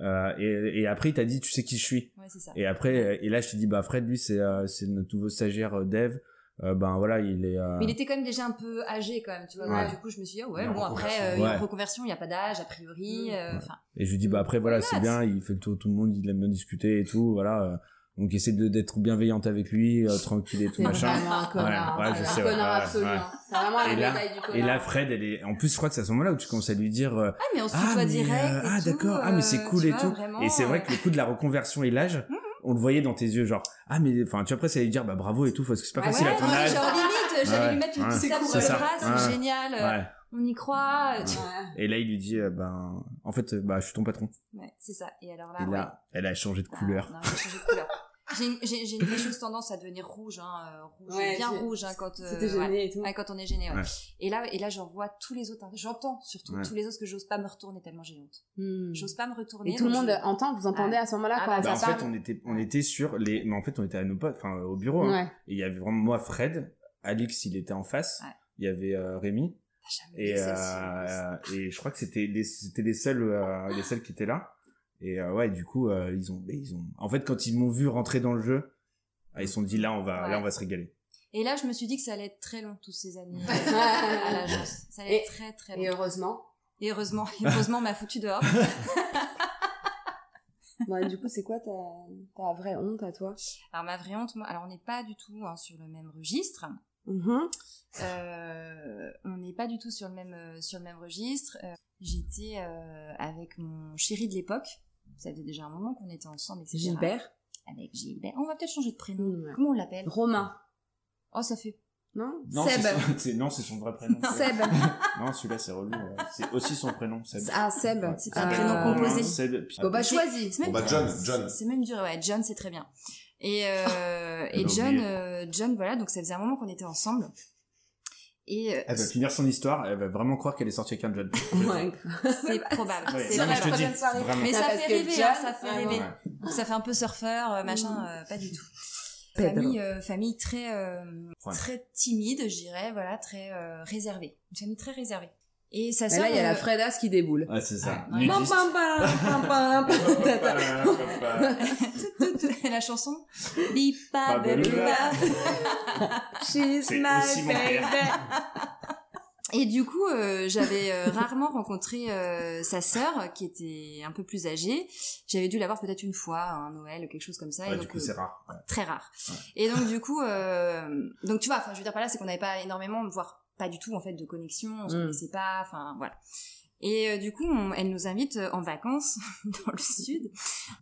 S5: euh, et, et après il t'a dit tu sais qui je suis.
S6: Ouais, c'est ça.
S5: Et après, euh, et là je te dis bah Fred lui c'est euh, c'est notre nouveau stagiaire euh, Dev, Euh, ben voilà il est. euh,
S6: Mais il était quand même déjà un peu âgé, quand même, tu vois.
S5: Ouais.
S6: Du coup, je me suis dit, ah ouais,
S7: Il est en
S6: bon, après, euh,
S5: reconversion. Ouais.
S6: une reconversion, il n'y a pas d'âge, a priori. euh,
S5: Ouais.
S6: Enfin,
S5: Et je lui dis bah après voilà c'est bien, il fait le tour de tout le monde, il aime bien discuter et tout, voilà. euh, donc essaie de- d'être bienveillante avec lui, euh, tranquille et tout
S4: C'est
S5: machin.
S4: vraiment un connard.
S5: Ouais, ouais,
S4: c'est
S5: je sais,
S4: un
S5: ouais,
S4: connard
S5: ouais,
S4: absolu.
S5: ouais.
S4: hein. C'est vraiment la
S5: Et là-
S4: médaille du connard.
S5: Et là Fred elle est, en plus Fred c'est à ce moment là où tu commences à lui dire euh,
S6: Ah, mais on se
S5: ah
S6: tutoie
S5: mais,
S6: direct.
S5: euh,
S6: et
S5: ah
S6: tout,
S5: d'accord ah mais c'est
S6: euh,
S5: cool
S6: tu
S5: et
S6: vois,
S5: tout
S6: vraiment,
S5: et c'est vrai
S6: euh, Mm-hmm.
S5: que le coup de la reconversion et l'âge on le voyait dans tes yeux genre ah mais enfin tu vois, après c'est lui dire bah bravo et tout parce que c'est pas
S6: Ouais,
S5: facile à
S6: ouais,
S5: ton
S6: ouais,
S5: âge
S6: genre limite, j'allais
S5: Ouais,
S6: lui mettre une
S5: ouais.
S6: petite tape sur
S5: C'est
S6: le
S5: ça.
S6: bras, c'est
S5: Ouais.
S6: génial, euh,
S5: ouais
S6: on y croit. euh, tu-
S5: et là il lui dit euh, ben en fait euh, bah je suis ton patron
S6: Ouais, c'est ça. Et alors là,
S5: et
S6: Bah ouais.
S5: là elle a changé de
S6: Ah,
S5: couleur
S6: non, j'ai changé de couleur. J'ai une- J'ai j'ai une fâcheuse tendance à devenir rouge, hein, euh, rouge,
S4: Ouais,
S6: bien
S4: tu-
S6: rouge hein, quand, euh,
S4: C'était
S6: ouais.
S4: gêné et tout.
S6: Ouais, quand on est gêné. ouais.
S5: Ouais.
S6: Et là, et là, j'en vois tous les autres. hein. J'entends surtout
S5: Ouais.
S6: tous les autres que j'ose pas me retourner tellement j'ai honte.
S4: Hmm.
S6: J'ose pas me retourner.
S4: Et tout le
S6: donc
S4: monde
S6: je-
S4: entend, vous entendez à ce moment-là
S6: Ah
S4: quand
S6: bah,
S4: ça
S5: Bah, en
S4: parle
S5: fait, on était, on était sur les, mais en fait, on était à nos potes, enfin, au bureau, hein.
S4: Ouais.
S5: Et il y avait vraiment moi, Fred, Alix, il était en face,
S6: Ouais.
S5: il y avait euh, Rémi,
S6: T'as jamais
S5: et,
S6: vu ça, si-
S5: euh, et je crois que c'était les, c'était les seuls, euh, les seuls qui étaient là. Et euh, ouais, du coup, euh, ils ont, mais ils ont, en fait, quand ils m'ont vu rentrer dans le jeu, ah, ils se sont dit là, on va,
S6: Ouais.
S5: là, on va se régaler.
S6: Et là, je me suis dit que ça allait être très long, tous ces années euh,
S4: Ouais.
S6: à l'agence. Ça allait
S4: Et-
S6: être très très
S4: Et
S6: long.
S4: heureusement.
S6: Et heureusement, et heureusement, on m'a foutu dehors.
S4: Bon, et du coup, c'est quoi ta, ta vraie honte à toi
S6: Alors ma vraie honte, moi, alors on n'est pas du tout hein, sur le même registre. Euh, on n'est pas du tout sur le même euh, sur le même registre. Euh, J'étais euh, avec mon chéri de l'époque. Ça faisait déjà un moment qu'on était ensemble, etc.
S4: Gilbert.
S6: Avec Gilbert. On va peut-être changer de prénom.
S4: Ouais.
S6: Comment on l'appelle
S4: Romain.
S6: Oh, ça fait.
S4: Non
S5: Non, c'est
S4: Seb.
S5: son, c'est- non, c'est son vrai prénom.
S4: Seb.
S5: Non, celui-là, c'est relou. ouais. C'est aussi son prénom, Seb.
S4: Ah, Seb.
S5: Ouais.
S6: C'est un prénom
S4: Euh,
S6: composé.
S5: Seb, puis-
S4: Bon, bah,
S6: C'est-
S4: choisis.
S6: C'est même
S7: Bon, bah,
S6: dur.
S7: John, John.
S6: C'est même dur. Ouais, John, c'est très bien. Et euh,
S5: Elle
S6: et
S5: a
S6: John,
S5: oublié.
S6: euh, John, voilà. Donc ça faisait un moment qu'on était ensemble. Et euh,
S5: Elle va finir son histoire, elle va vraiment croire qu'elle est sortie avec un jeune.
S4: Ouais.
S6: c'est probable.
S5: Ouais,
S6: Ah, c'est
S5: non, mais
S6: probable.
S5: je te dis,
S4: prochaine soirée.
S5: vraiment.
S6: Mais ça
S4: Parce
S6: fait
S4: que
S6: rêver,
S4: John, Ah, Mm.
S6: hein, ça fait
S4: vraiment.
S6: rêver.
S5: Ouais.
S6: Donc, ça fait un peu surfeur, euh, machin, euh, pas du tout.
S4: Pedro.
S6: Famille, euh, famille très, euh,
S5: Ouais.
S6: très timide, je dirais, voilà, très euh, réservée. Une famille très réservée. Et sa
S4: Et
S6: sœur,
S4: là, il y a
S6: euh,
S4: la Fredas qui déboule.
S5: Ah, c'est ça.
S6: Ouais.
S4: Pam,
S5: Nudiste.
S4: pam, pam, pam, pam, tata.
S6: la chanson Bipa
S5: Pabellula.
S4: She's
S5: C'est
S4: my
S5: aussi mon
S4: baby.
S6: Et du coup, euh, j'avais euh, rarement rencontré euh, sa sœur, qui était un peu plus âgée. J'avais dû la voir peut-être une fois, à un Noël, quelque chose comme ça.
S5: Ouais,
S6: et
S5: du
S6: donc,
S5: coup,
S6: euh,
S5: c'est rare. Ouais.
S6: très rare. Et donc du coup, euh, donc tu vois, enfin je veux dire par là, c'est qu'on n'avait pas énormément, voire pas du tout en fait de connexion, on se
S4: Mm.
S6: connaissait pas, enfin voilà. Et euh, du coup, on- elle nous invite euh, en vacances dans le sud.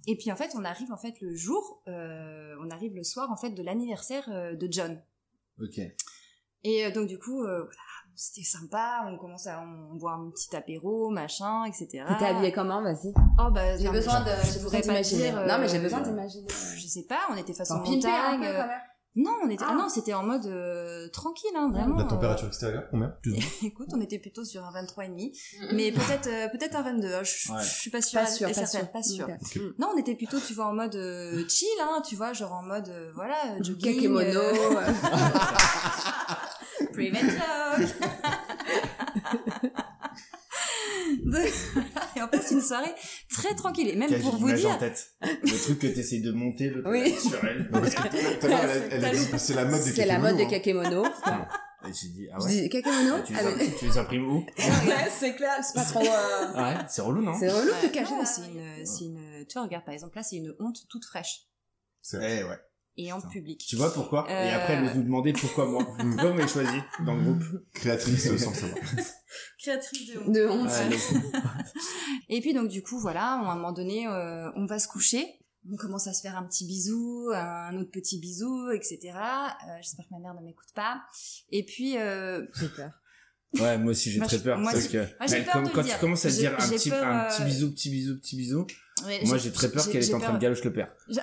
S6: Et puis en fait, on arrive en fait le jour, euh, on arrive le soir en fait de l'anniversaire euh, de John.
S5: Ok.
S6: Et euh, donc du coup, euh, voilà, c'était sympa. On commence à, on boit un petit apéro, machin, etc.
S4: T'es habillée comment, vas-y
S6: Oh bah
S4: J'ai
S6: non,
S4: besoin
S6: mais
S4: de.
S6: je- je
S4: J'ai besoin
S6: pourrais pas
S4: d'imaginer.
S6: dire, euh,
S4: Non, mais j'ai besoin
S6: euh,
S4: d'imaginer.
S6: Je sais pas, on était face aux
S4: T'en pimpais un
S6: montagnes.
S4: peu,
S6: euh,
S4: quand même.
S6: Non, on était, ah
S4: Ah.
S6: non, c'était en mode euh, tranquille, hein, vraiment.
S7: La
S6: euh,
S7: température extérieure, combien Plus ou moins
S6: écoute, on était plutôt sur un 23,5, mais peut-être euh, peut-être un 22. hein, Je, je-
S5: Ouais.
S6: je suis pas sûre.
S4: Pas sûr,
S6: et
S4: pas
S6: certaine,
S4: sûr.
S6: pas sûre.
S4: Ok.
S7: Ok.
S6: Non, on était plutôt, tu vois, en mode euh, chill, hein, tu vois, genre en mode euh, voilà, euh, jogging,
S4: Kakemono.
S6: euh,
S4: euh,
S6: private joke. Donc, voilà, et en plus une soirée très tranquille et même
S5: Quelle
S6: pour vous
S5: image en
S6: dire
S5: tête. Le truc que t'essayes de monter, le
S4: Oui.
S5: truc sur elle.
S7: Non, parce que tout à l'heure, elle a- elle a dit, c'est la mode des
S4: C'est la mode des
S7: Pokémon, hein.
S4: kakemono.
S5: Et j'ai dit, ah
S4: Je
S5: ouais.
S4: dis kakemono
S5: tu, les
S4: Ah, mais-
S5: imprimes- tu les imprimes où
S4: Ouais, c'est clair, c'est pas trop. euh,
S5: Ah ouais, c'est relou, non
S4: C'est relou de te
S6: Ouais,
S4: cacher
S6: non,
S4: dans
S6: c'est une, c'est une- tu vois, regarde par exemple là, c'est une honte toute fraîche
S5: Eh ouais.
S6: et en
S5: Putain.
S6: public.
S5: Tu vois pourquoi Et
S6: Euh.
S5: après, elle nous nous demandait pourquoi moi. pourquoi vous m'avez choisi dans le groupe
S7: Créatrice euh, sans le savoir.
S6: Créatrice de honte.
S4: de honte.
S5: Ouais, le-
S6: Et puis donc du coup voilà, à un moment donné, euh, on va se coucher, on commence à se faire un petit bisou, un autre petit bisou, etc. Euh, J'espère que ma mère ne m'écoute pas. Et puis euh,
S4: J'ai peur.
S5: Ouais, moi aussi, j'ai
S6: Moi,
S5: très
S6: je-
S5: peur.
S6: moi,
S5: parce
S6: j'ai-
S5: que
S6: j'ai
S5: elle,
S6: peur
S5: comme-
S6: de le
S5: quand
S6: dire.
S5: tu commences à
S6: J'ai-
S5: dire un
S6: j'ai
S5: petit,
S6: peur,
S5: un petit
S6: euh,
S5: bisou, petit bisou, petit bisou,
S6: ouais,
S5: moi j'ai très peur qu'elle
S6: j'ai
S5: est en train de
S6: peur-
S5: galocher le père.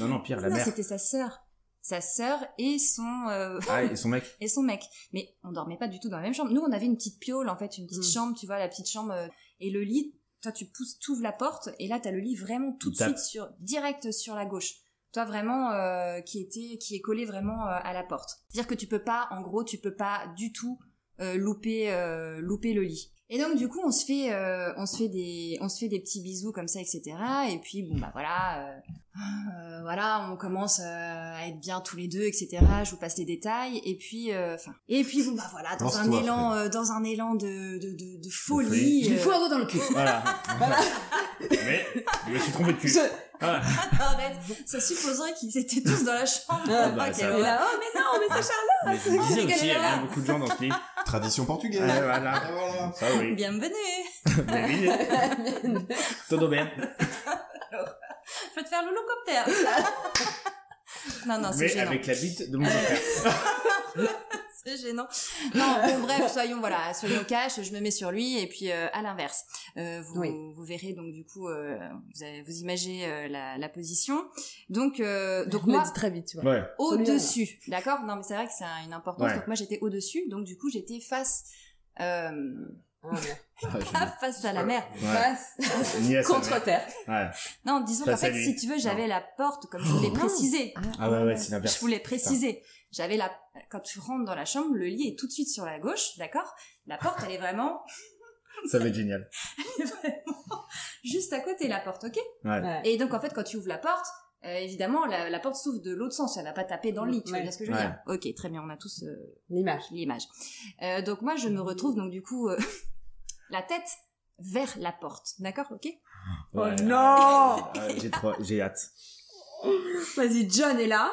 S5: Non, non, pire, la
S6: non,
S5: mère.
S6: c'était sa sœur, sa sœur et son euh,
S5: Ah, et son mec.
S6: et son mec. Mais on dormait pas du tout dans la même chambre. Nous on avait une petite piole en fait, une petite
S4: Mm.
S6: chambre, tu vois, la petite chambre euh, et le lit. Toi tu pousses, t'ouvres la porte et là t'as le lit vraiment tout de
S5: Tape.
S6: suite sur direct sur la gauche. Toi vraiment euh, qui était qui est collé vraiment euh, à la porte. C'est-à-dire que tu peux pas, en gros tu peux pas du tout euh, louper euh, louper le lit. Et donc du coup on se fait euh, on se fait des on se fait des petits bisous comme ça etc. Et puis bon bah voilà euh, euh, voilà on commence euh, à être bien tous les deux etc. Je vous passe les détails et puis euh, enfin et puis bon bah voilà dans un
S7: Lance-toi,
S6: élan euh, dans un élan de de, de, de
S5: folie.
S6: folie.
S4: Je lui
S6: euh,
S4: fous un doigt dans le cul.
S5: Voilà. Mais je me suis trompé de cul.
S4: Je-
S5: Ah,
S6: Arrête, ça supposerait qu'ils étaient tous dans la chambre.
S5: Ah, bah,
S6: Ok,
S5: ça
S6: voilà.
S4: Là, oh, mais non, mais c'est Charlotte.
S5: mais je me disais aussi, il y
S4: galère.
S5: a beaucoup de gens dans ce lit.
S7: Tradition
S5: Ouais,
S7: portugaise.
S5: voilà.
S7: Ah, voilà.
S5: Ça oui.
S6: Bienvenue.
S5: Mais oui. Todo bien.
S6: Je vais te faire le locoptère. non non c'est
S5: Mais
S6: gênant.
S5: avec la bite de mon père.
S6: C'est gênant. Non, bon, bref, soyons voilà, soyons cash. Je me mets sur lui et puis euh, à l'inverse, Euh, vous,
S4: Oui.
S6: vous verrez donc du coup, euh, vous, avez- vous imagez euh, la, la position. Donc euh, donc moi
S4: très vite, tu vois.
S5: Ouais.
S6: au-dessus, d'accord Non, mais c'est vrai que c'est un- une importance.
S5: Ouais.
S6: Donc moi j'étais au-dessus, donc du coup j'étais face. euh,
S5: Ouais,
S6: pas face à la mer,
S5: Ouais.
S6: face
S5: je- Ni à sa mère.
S4: Contre terre.
S5: Ouais.
S6: Non, disons qu'en
S5: Face à
S6: fait,
S5: lui.
S6: si tu veux, j'avais la porte, comme je voulais
S4: Non.
S6: préciser.
S5: Ah ouais, ouais, c'est l'inverse.
S6: Je voulais préciser. J'avais la, quand tu rentres dans la chambre, le lit est tout de suite sur la gauche, d'accord? La porte, elle est vraiment,
S5: Ça va être génial.
S6: elle est vraiment juste à côté, la porte, ok?
S5: Ouais.
S4: Ouais.
S6: Et donc, en fait, quand tu ouvres la porte, euh, évidemment, la, la porte s'ouvre de l'autre sens, elle va pas taper dans le lit, tu vois
S4: Ouais.
S6: bien ce que je veux
S5: Ouais.
S6: dire? Ok, très bien, on a tous euh,
S4: L'image.
S6: l'image. Euh, donc moi, je me retrouve, donc du coup, euh, la tête vers la porte, d'accord, ok?
S5: Oh non J'ai trop, j'ai hâte.
S4: Vas-y, John est là.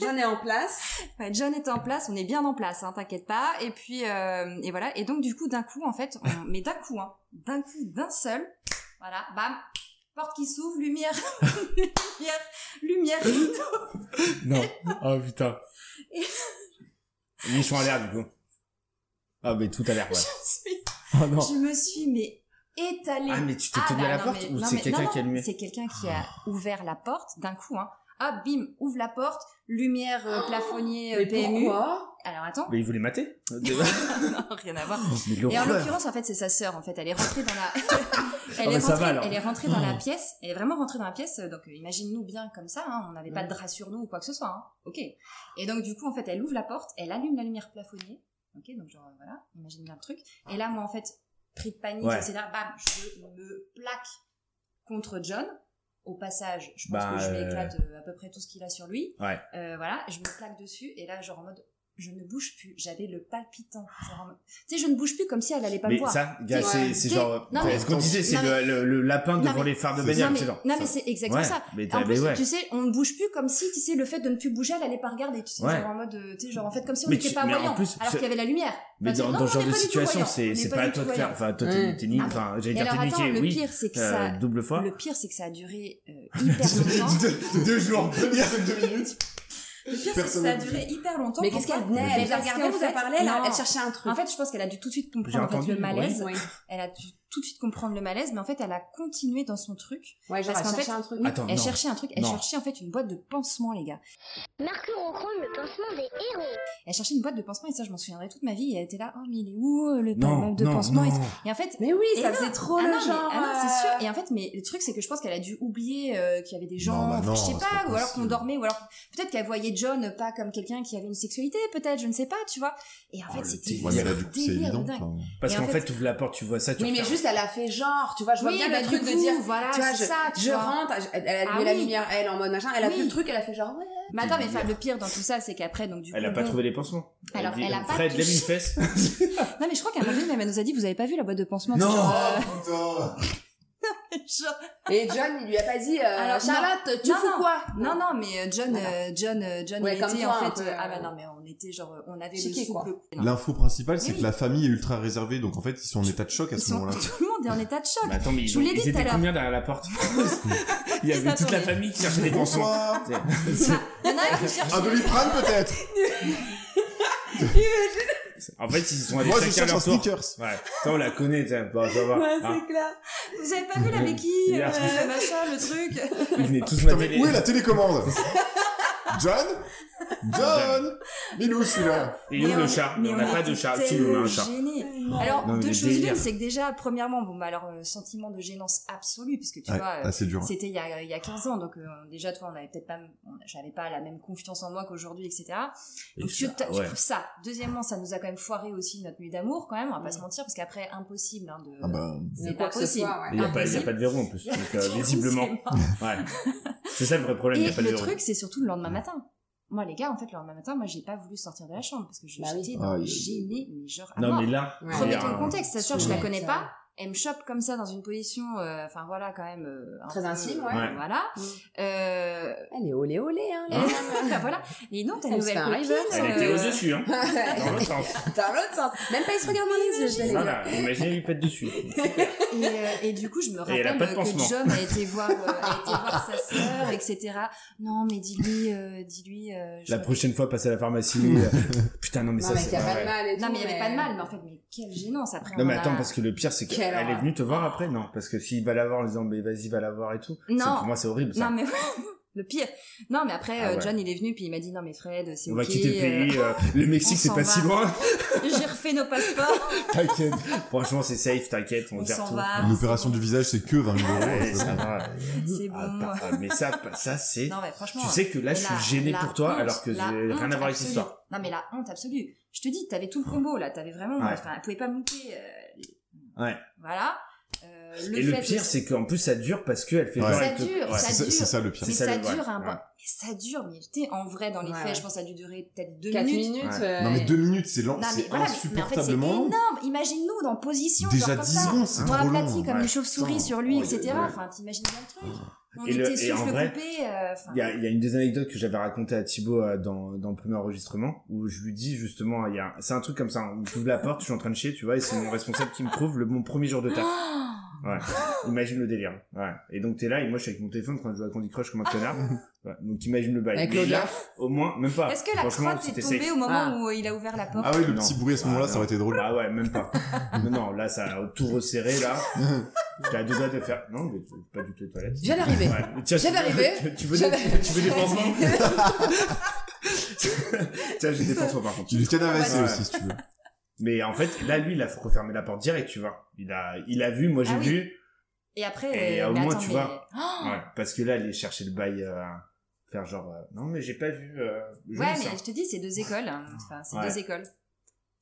S4: John est en place.
S6: Ouais, John est en place, on est bien en place, hein, t'inquiète pas. Et puis euh, et voilà. Et donc du coup, d'un coup, en fait, on... mais d'un coup, hein, d'un coup, d'un seul, voilà, bam, porte qui s'ouvre, lumière, lumière, lumière.
S5: Non. Oh putain. Nichon à l'air du coup. Ah mais tout à l'air ouais.
S6: Je
S5: Oh non.
S6: suis- je me suis mais étalée.
S5: Ah mais tu t'es
S6: Ah,
S5: tenu à
S6: bah,
S5: la
S6: non,
S5: porte
S6: mais-
S5: ou
S6: non,
S5: c'est
S6: mais-
S5: quelqu'un
S6: non,
S5: qui a
S6: non,
S5: allumé Ah.
S6: C'est quelqu'un qui a ouvert la porte d'un coup, hein. Ah bim, ouvre la porte, lumière euh, plafonnier euh, PMU.
S4: pourquoi
S6: Alors attends,
S5: Mais il voulait mater.
S6: non, rien à voir.
S5: Mais
S6: Et en
S5: l'horreur. Ah,
S6: l'occurrence, en fait, c'est sa sœur. En fait, elle est rentrée dans la, elle,
S5: mais
S6: est
S5: ça
S6: rentrée,
S5: va, alors. Hmm.
S6: elle est rentrée dans la pièce. Elle est vraiment rentrée dans la pièce. euh, Donc, euh, imagine-nous bien comme ça. hein, on n'avait
S5: Hmm.
S6: pas de drap sur nous ou quoi que ce soit. hein. Ok. Et donc, du coup, en fait, elle ouvre la porte, elle allume la lumière plafonnier. Ok. Donc, genre, euh, voilà, imagine bien le truc. Et là, moi, en fait, pris de panique,
S5: Ouais.
S6: etc. Bam, je me plaque contre John. Au passage, je pense
S5: Bah,
S6: que je lui
S5: euh,
S6: éclate euh, à peu près tout ce qu'il a sur lui.
S5: Ouais.
S6: Euh, voilà, je me plaque dessus et là, genre en mode, je ne bouge plus. J'avais le palpitant. Genre en mode- Tu sais, je ne bouge plus comme si elle allait pas me
S5: Mais
S6: voir.
S5: ça, gars, c'est
S6: Ouais.
S5: c'est genre.
S6: Non,
S5: c'est
S6: mais-
S5: ce qu'on disait, c'est
S6: non,
S5: le, le, le lapin
S6: Non,
S5: devant
S6: mais-
S5: les phares de
S6: non
S5: bagnole,
S6: mais,
S5: c'est genre.
S6: non, mais
S5: ça.
S6: c'est exactement
S5: Ouais,
S6: ça.
S5: Mais
S6: En
S5: t'as-
S6: plus,
S5: mais ouais.
S6: tu sais, on ne bouge plus comme si, tu sais, le fait de ne plus bouger, elle allait pas regarder. Tu sais,
S5: Ouais.
S6: genre en mode, euh, tu sais, genre en fait, comme si on
S5: Mais
S6: n'était
S5: tu-
S6: pas
S5: mais en
S6: voyant,
S5: plus,
S6: alors
S5: c'est-
S6: qu'il y avait la lumière.
S5: Mais
S6: Enfin, tu
S5: dans,
S6: dis,
S5: dans
S6: non,
S5: ce
S6: on
S5: genre
S6: n'est
S5: de
S6: pas du tout
S5: situation,
S6: voyant,
S5: c'est
S6: on
S5: c'est
S6: n'est
S5: pas,
S6: pas
S5: à
S6: du
S5: toi
S6: tout
S5: de faire.
S6: voyant.
S5: Enfin, toi,
S4: Ouais.
S5: t'es t'es nul.
S6: Ah bon.
S5: Enfin, j'allais
S6: Et
S5: dire
S6: alors,
S5: t'es
S6: attends,
S5: niqué,
S6: le
S5: oui.
S6: pire, c'est que
S5: Euh,
S6: ça,
S5: Double fois.
S6: le pire, c'est que ça a duré euh, hyper longtemps.
S7: deux, deux jours, deux minutes, deux minutes.
S6: Le pire, c'est que
S7: Personne
S6: ça a
S7: n'a dit.
S6: duré hyper longtemps.
S4: Mais qu'est-ce qu'elle venait
S6: Mais
S4: Elle vous a
S6: parce
S4: regardé,
S6: qu'en
S4: elle vous a
S6: fait-
S4: parlé, elle,
S6: non.
S4: elle cherchait un truc.
S6: En fait, je pense qu'elle a dû tout de suite
S5: J'ai
S6: comprendre en
S5: entendu
S6: fait, le
S5: le bruit.
S6: malaise.
S4: Oui.
S6: Elle a dû tout de suite comprendre le malaise, mais en fait, elle a continué dans son truc.
S4: Ouais, genre,
S6: Parce
S4: elle
S6: qu'en
S4: cherchait
S6: fait-
S4: un truc.
S6: Oui,
S5: Attends,
S6: elle
S5: non.
S6: cherchait un truc. Elle
S5: Non.
S6: cherchait en fait une boîte de pansement, les gars. Elle cherchait une boîte de pansement et ça, je m'en souviendrai toute ma vie. Et elle était là, oh mais il est où euh, le
S5: Non,
S6: pack de
S5: non,
S6: pansement et,
S5: non.
S6: tout. Et en fait,
S4: Mais oui,
S6: Et
S4: ça
S6: non,
S4: faisait trop
S6: ah
S4: Oh, le
S6: non, mais-
S4: genre.
S6: ah non, c'est
S4: euh,
S6: sûr. Et en fait, mais le truc, c'est que je pense qu'elle a dû oublier euh, qu'il y avait des gens,
S7: Non, bah
S6: enfin,
S7: non,
S6: je sais
S7: c'est
S6: pas,
S7: pas
S6: ou alors qu'on
S7: possible.
S6: dormait, ou alors peut-être qu'elle voyait John pas comme quelqu'un qui avait une sexualité, peut-être, je ne sais pas, tu vois. Et en
S5: Oh,
S6: fait, c'était
S7: Ouais, mais là,
S6: un
S7: du coup, c'est
S6: Ah, délire de
S7: évident.
S6: dingue.
S7: enfin.
S5: Parce
S6: Et en
S5: qu'en
S6: fait-
S5: fait, tu ouvres la porte, tu vois ça, tu
S4: Oui, mais
S5: refermes.
S4: juste, elle a fait genre, tu vois, je vois
S6: oui,
S4: bien
S6: bah,
S4: le truc
S6: du
S4: de
S6: coup,
S4: dire.
S8: ah,
S6: voilà,
S4: Tu vois,
S6: c'est ça, tu
S4: je
S6: vois.
S4: rentre, elle elle a allumé
S6: Ah
S4: la
S6: oui.
S4: lumière, elle, en mode machin, elle a
S6: Oui.
S4: fait le truc, elle a fait genre, ouais.
S6: Mais attends, mais
S5: Délire.
S6: enfin, le pire dans tout ça, c'est qu'après, donc du coup.
S5: Elle a pas
S6: bon,
S5: trouvé les pansements.
S6: Alors,
S5: dit,
S6: elle a pas
S5: Fred, lève une
S6: touché.
S5: fesse.
S6: Non, mais je crois qu'à un moment donné, même elle nous a dit, vous avez pas vu la boîte de pansement
S5: Non.
S6: c'est genre, euh,
S7: Oh, putain.
S6: genre-
S4: Et John, il lui a pas dit, euh,
S6: Alors, non.
S4: Charlotte, tu
S6: Non,
S4: fous quoi
S6: Non, non, mais euh, John,
S4: Voilà.
S6: euh, John, euh, John,
S4: Ouais,
S6: il
S4: comme
S6: était
S4: toi, un
S6: en fait.
S4: peu,
S6: euh, Ah bah
S4: euh,
S6: non, mais on était genre, euh, on avait le
S4: Chiqué, quoi.
S6: souple. Non.
S7: L'info principale, c'est
S6: Oui.
S7: que la famille est ultra réservée, donc en fait, ils sont en état de choc à
S6: Ils
S7: ce
S6: sont-
S7: moment-là.
S6: Tout le monde est en état de choc.
S5: Mais attends, mais
S6: Je
S5: ils,
S6: vous
S5: ont-
S6: l'ai
S5: ils
S6: dit tout à
S5: étaient
S6: l'heure.
S5: combien derrière la porte Il y
S6: Ils
S5: avait toute la
S6: attendaient.
S5: famille qui cherchait des pansements.
S7: Bonsoir.
S6: Il y en a un qui cherche.
S7: Un doliprane peut-être
S5: En fait, ils sont allés
S7: Moi je
S5: chacun
S7: cherche un
S5: leur tour.
S7: sneakers.
S5: Ouais, ça on la connaît, tiens, bon, ça va.
S4: Ouais,
S5: hein.
S4: c'est clair.
S6: Vous avez pas vu la béquille,
S5: Hier.
S6: euh, machin, le truc.
S5: Ils venaient tous
S7: Putain,
S5: mater
S7: mais
S5: les...
S7: où est la télécommande John John Il est où celui-là
S5: Et où
S6: Mais
S5: le
S6: on-
S5: chat Mais on n'a pas de chat. Si, on a un chat.
S6: Gêné. Alors,
S5: Non, mais
S6: deux
S5: les
S6: choses l'une,
S5: délires.
S6: c'est que déjà, premièrement, bon, bah, alors, euh, sentiment de gênance absolue, parce que tu
S7: Ouais,
S6: vois, euh,
S7: là, c'est dur.
S6: c'était il y a, il y a 15 ans, donc, euh, déjà, toi, on avait peut-être pas, on- j'avais pas la même confiance en moi qu'aujourd'hui, etc.
S5: Et
S6: Donc, tu,
S5: ça,
S6: t'as- tu
S5: ouais.
S6: trouves ça. Deuxièmement, ça nous a quand même foiré aussi notre nuit d'amour, quand même, on va pas se mentir, parce qu'après, impossible, hein, de,
S7: Ah bah,
S6: c'est
S4: De Mm. quoi
S6: pas
S4: que ce
S6: possible.
S4: soit, ouais.
S5: Il n'y a, pas- il y a pas de verrou en plus, donc euh,
S6: Du coup,
S5: visiblement.
S6: c'est mort.
S5: Ouais. C'est ça le vrai problème, il n'y a
S6: Et
S5: pas de
S6: le
S5: verrou.
S6: truc, c'est surtout le lendemain matin. Moi, les gars, en fait, le lendemain matin, moi, j'ai pas voulu sortir de la chambre parce que je-
S4: Bah oui.
S6: j'étais
S7: Ah, il-
S6: gênée, mais genre à
S5: Non,
S6: mort.
S5: mais là,
S4: Ouais.
S5: il hein. y a
S6: Remettons le
S5: un-
S6: contexte, sa sœur, je la connais pas. elle me chope comme ça dans une position, euh, enfin voilà, quand même. euh, un
S4: Très
S6: peu,
S4: intime, ouais.
S5: Ouais.
S6: Voilà.
S4: Mm.
S6: Euh,
S4: Elle est olé olé, hein.
S6: et- enfin, voilà. Et non, ta
S4: Elle se
S6: nouvelle
S4: fait un
S6: copine.
S4: rival,
S6: euh,
S4: Elle
S5: Elle était au-dessus, hein. Dans l'autre sens.
S4: Dans l'autre sens. Même pas, il se regarde dans les yeux, je l'ai
S5: Voilà, imaginez, lui pète dessus.
S6: Et, euh, et du coup, je me
S5: elle
S6: rappelle
S5: a pas de
S6: euh, que
S5: pansement.
S6: John a été voir, euh, a été voir sa sœur, etc. Non, mais dis-lui, euh, dis-lui. euh, je
S5: La
S6: me-
S5: prochaine fois, passer à la pharmacie. euh, Putain, non, mais
S4: Non,
S5: ça,
S4: mais qu'il
S5: c'est
S4: y a
S5: pas
S4: pas de
S5: vrai.
S4: mal et
S6: Non,
S4: tout,
S6: mais il n'y avait pas de mal, mais en fait, mais quelle gênance après.
S5: Non, mais
S6: on
S5: attends,
S6: a-
S5: parce que le pire, c'est
S4: Quelle
S5: qu'elle est
S4: horreur.
S5: venue te voir après, non. Parce que s'il va la voir en disant, mais vas-y, va la voir et tout. c'est-
S6: Non.
S5: Pour moi, c'est horrible, ça.
S6: Non, mais le pire. Non, mais après,
S5: Ah
S6: euh,
S5: ouais.
S6: John, il est venu, puis il m'a dit, non, mais Fred, c'est
S5: On
S6: ok.
S5: va quitter le
S6: euh,
S5: pays. euh, le Mexique,
S6: on
S5: c'est
S6: s'en
S5: pas si
S6: va.
S5: loin.
S6: J'ai refait nos passeports,
S5: T'inquiète. Franchement, c'est safe, t'inquiète, on,
S6: on
S5: gère
S6: s'en
S5: tout.
S6: va.
S7: L'opération du visage, c'est que 20 000 euros.
S5: Ouais,
S7: c'est
S5: ça
S7: bon.
S5: va.
S6: C'est
S5: Ah,
S6: bon.
S5: pas- ah, mais ça, ça c'est.
S6: Non, mais franchement.
S5: Tu sais que là, je
S6: la-
S5: suis gêné
S6: la
S5: pour toi,
S6: honte,
S5: alors que j'ai
S6: la honte
S5: rien à voir avec
S6: absolue.
S5: l'histoire.
S6: Non, mais la honte absolue. Je te dis, t'avais tout le combo, là. T'avais vraiment,
S5: Ouais.
S6: enfin, elle pouvait pas me louper. euh,
S5: Ouais.
S6: Voilà. Euh,
S5: Et le
S6: fait
S5: pire,
S6: aussi-
S5: c'est qu'en plus, ça dure parce qu'elle fait
S7: Ouais.
S5: genre,
S6: Ça
S5: elle te-
S6: dure,
S5: ouais.
S6: ça
S7: C'est ça,
S6: dure.
S7: c'est ça le pire.
S6: Mais
S5: C'est ça,
S6: ça
S5: le- ouais,
S6: dure un
S5: ouais.
S6: mois. Mais ça dure, mais tu sais, en vrai, dans les
S4: Ouais,
S6: faits,
S4: ouais.
S6: je pense que ça a dû durer peut-être deux
S4: 4
S6: minutes.
S4: minutes.
S5: Ouais.
S4: euh,
S7: Non, mais deux minutes, c'est lent,
S6: Non, mais
S7: c'est
S6: voilà, mais- mais en fait, c'est
S7: insupportablement long.
S6: énorme. Imagine-nous dans position.
S7: Déjà
S6: genre comme
S7: 10
S6: ça.
S7: secondes, c'est
S6: Bras
S7: trop
S6: aplatis
S7: long.
S6: comme
S5: ouais.
S6: une chauve-souris
S5: Putain.
S6: sur lui,
S5: Ouais,
S6: etc.
S5: ouais.
S6: Enfin, t'imagines bien le truc.
S7: Ah.
S6: On
S5: Et le-
S6: était
S5: et en
S6: souffle
S5: vrai,
S6: coupé. euh, enfin,
S5: Il y a, il y a une des anecdotes que j'avais racontées à Thibaut euh, dans, dans le premier enregistrement où je lui dis justement, il y a, c'est un truc comme ça, hein, où j'ouvre la porte, je suis en train de chier, tu vois, et c'est mon responsable qui me trouve le mon premier
S6: Oh
S5: jour de taf. Ouais. Imagine le délire. Ouais. Et donc t'es là et moi je suis avec mon téléphone quand je joue à Candy Crush comme
S6: Ah.
S5: un connard. Ouais. Donc imagine le bail.
S4: Avec
S5: Mais
S4: Claudia.
S5: là, au moins, même pas.
S6: Est-ce que la
S5: Franchement,
S6: crotte est
S5: c'était
S6: tombée
S5: safe.
S6: au moment
S4: Ah.
S6: où il a ouvert la porte
S7: Ah oui, le
S5: Non.
S7: petit bruit à ce moment-là,
S5: Ah,
S7: ça aurait été drôle.
S5: Ah ouais, même pas. non, non, là ça a tout resserré là. J'étais à deux doigts de faire. Non, mais tu- pas du tout les toilettes.
S4: Viens d'arriver.
S5: Ouais.
S4: Viens
S5: Tiens, tu veux-
S4: d'arriver.
S5: Tu veux
S4: Viens
S5: des, tu veux des pansements Tiens, j'ai des pansements par contre.
S7: Tu lui canavassais
S5: Ouais.
S7: aussi, si tu veux.
S5: Mais en fait, là, lui, il a refermé la porte direct, tu vois. Il a, il a vu, moi j'ai
S6: Ah oui.
S5: vu.
S6: Et après,
S5: Et
S6: euh,
S5: au
S6: mais
S5: moins,
S6: attends,
S5: tu
S6: mais-
S5: vois.
S6: Oh
S5: Ouais, parce que là, il est chercher le bail, euh, faire genre, euh, non, mais j'ai pas vu. euh, joli,
S6: Ouais,
S5: ça.
S6: mais je te dis, c'est deux écoles. hein. Enfin, c'est
S5: Ouais.
S6: deux écoles.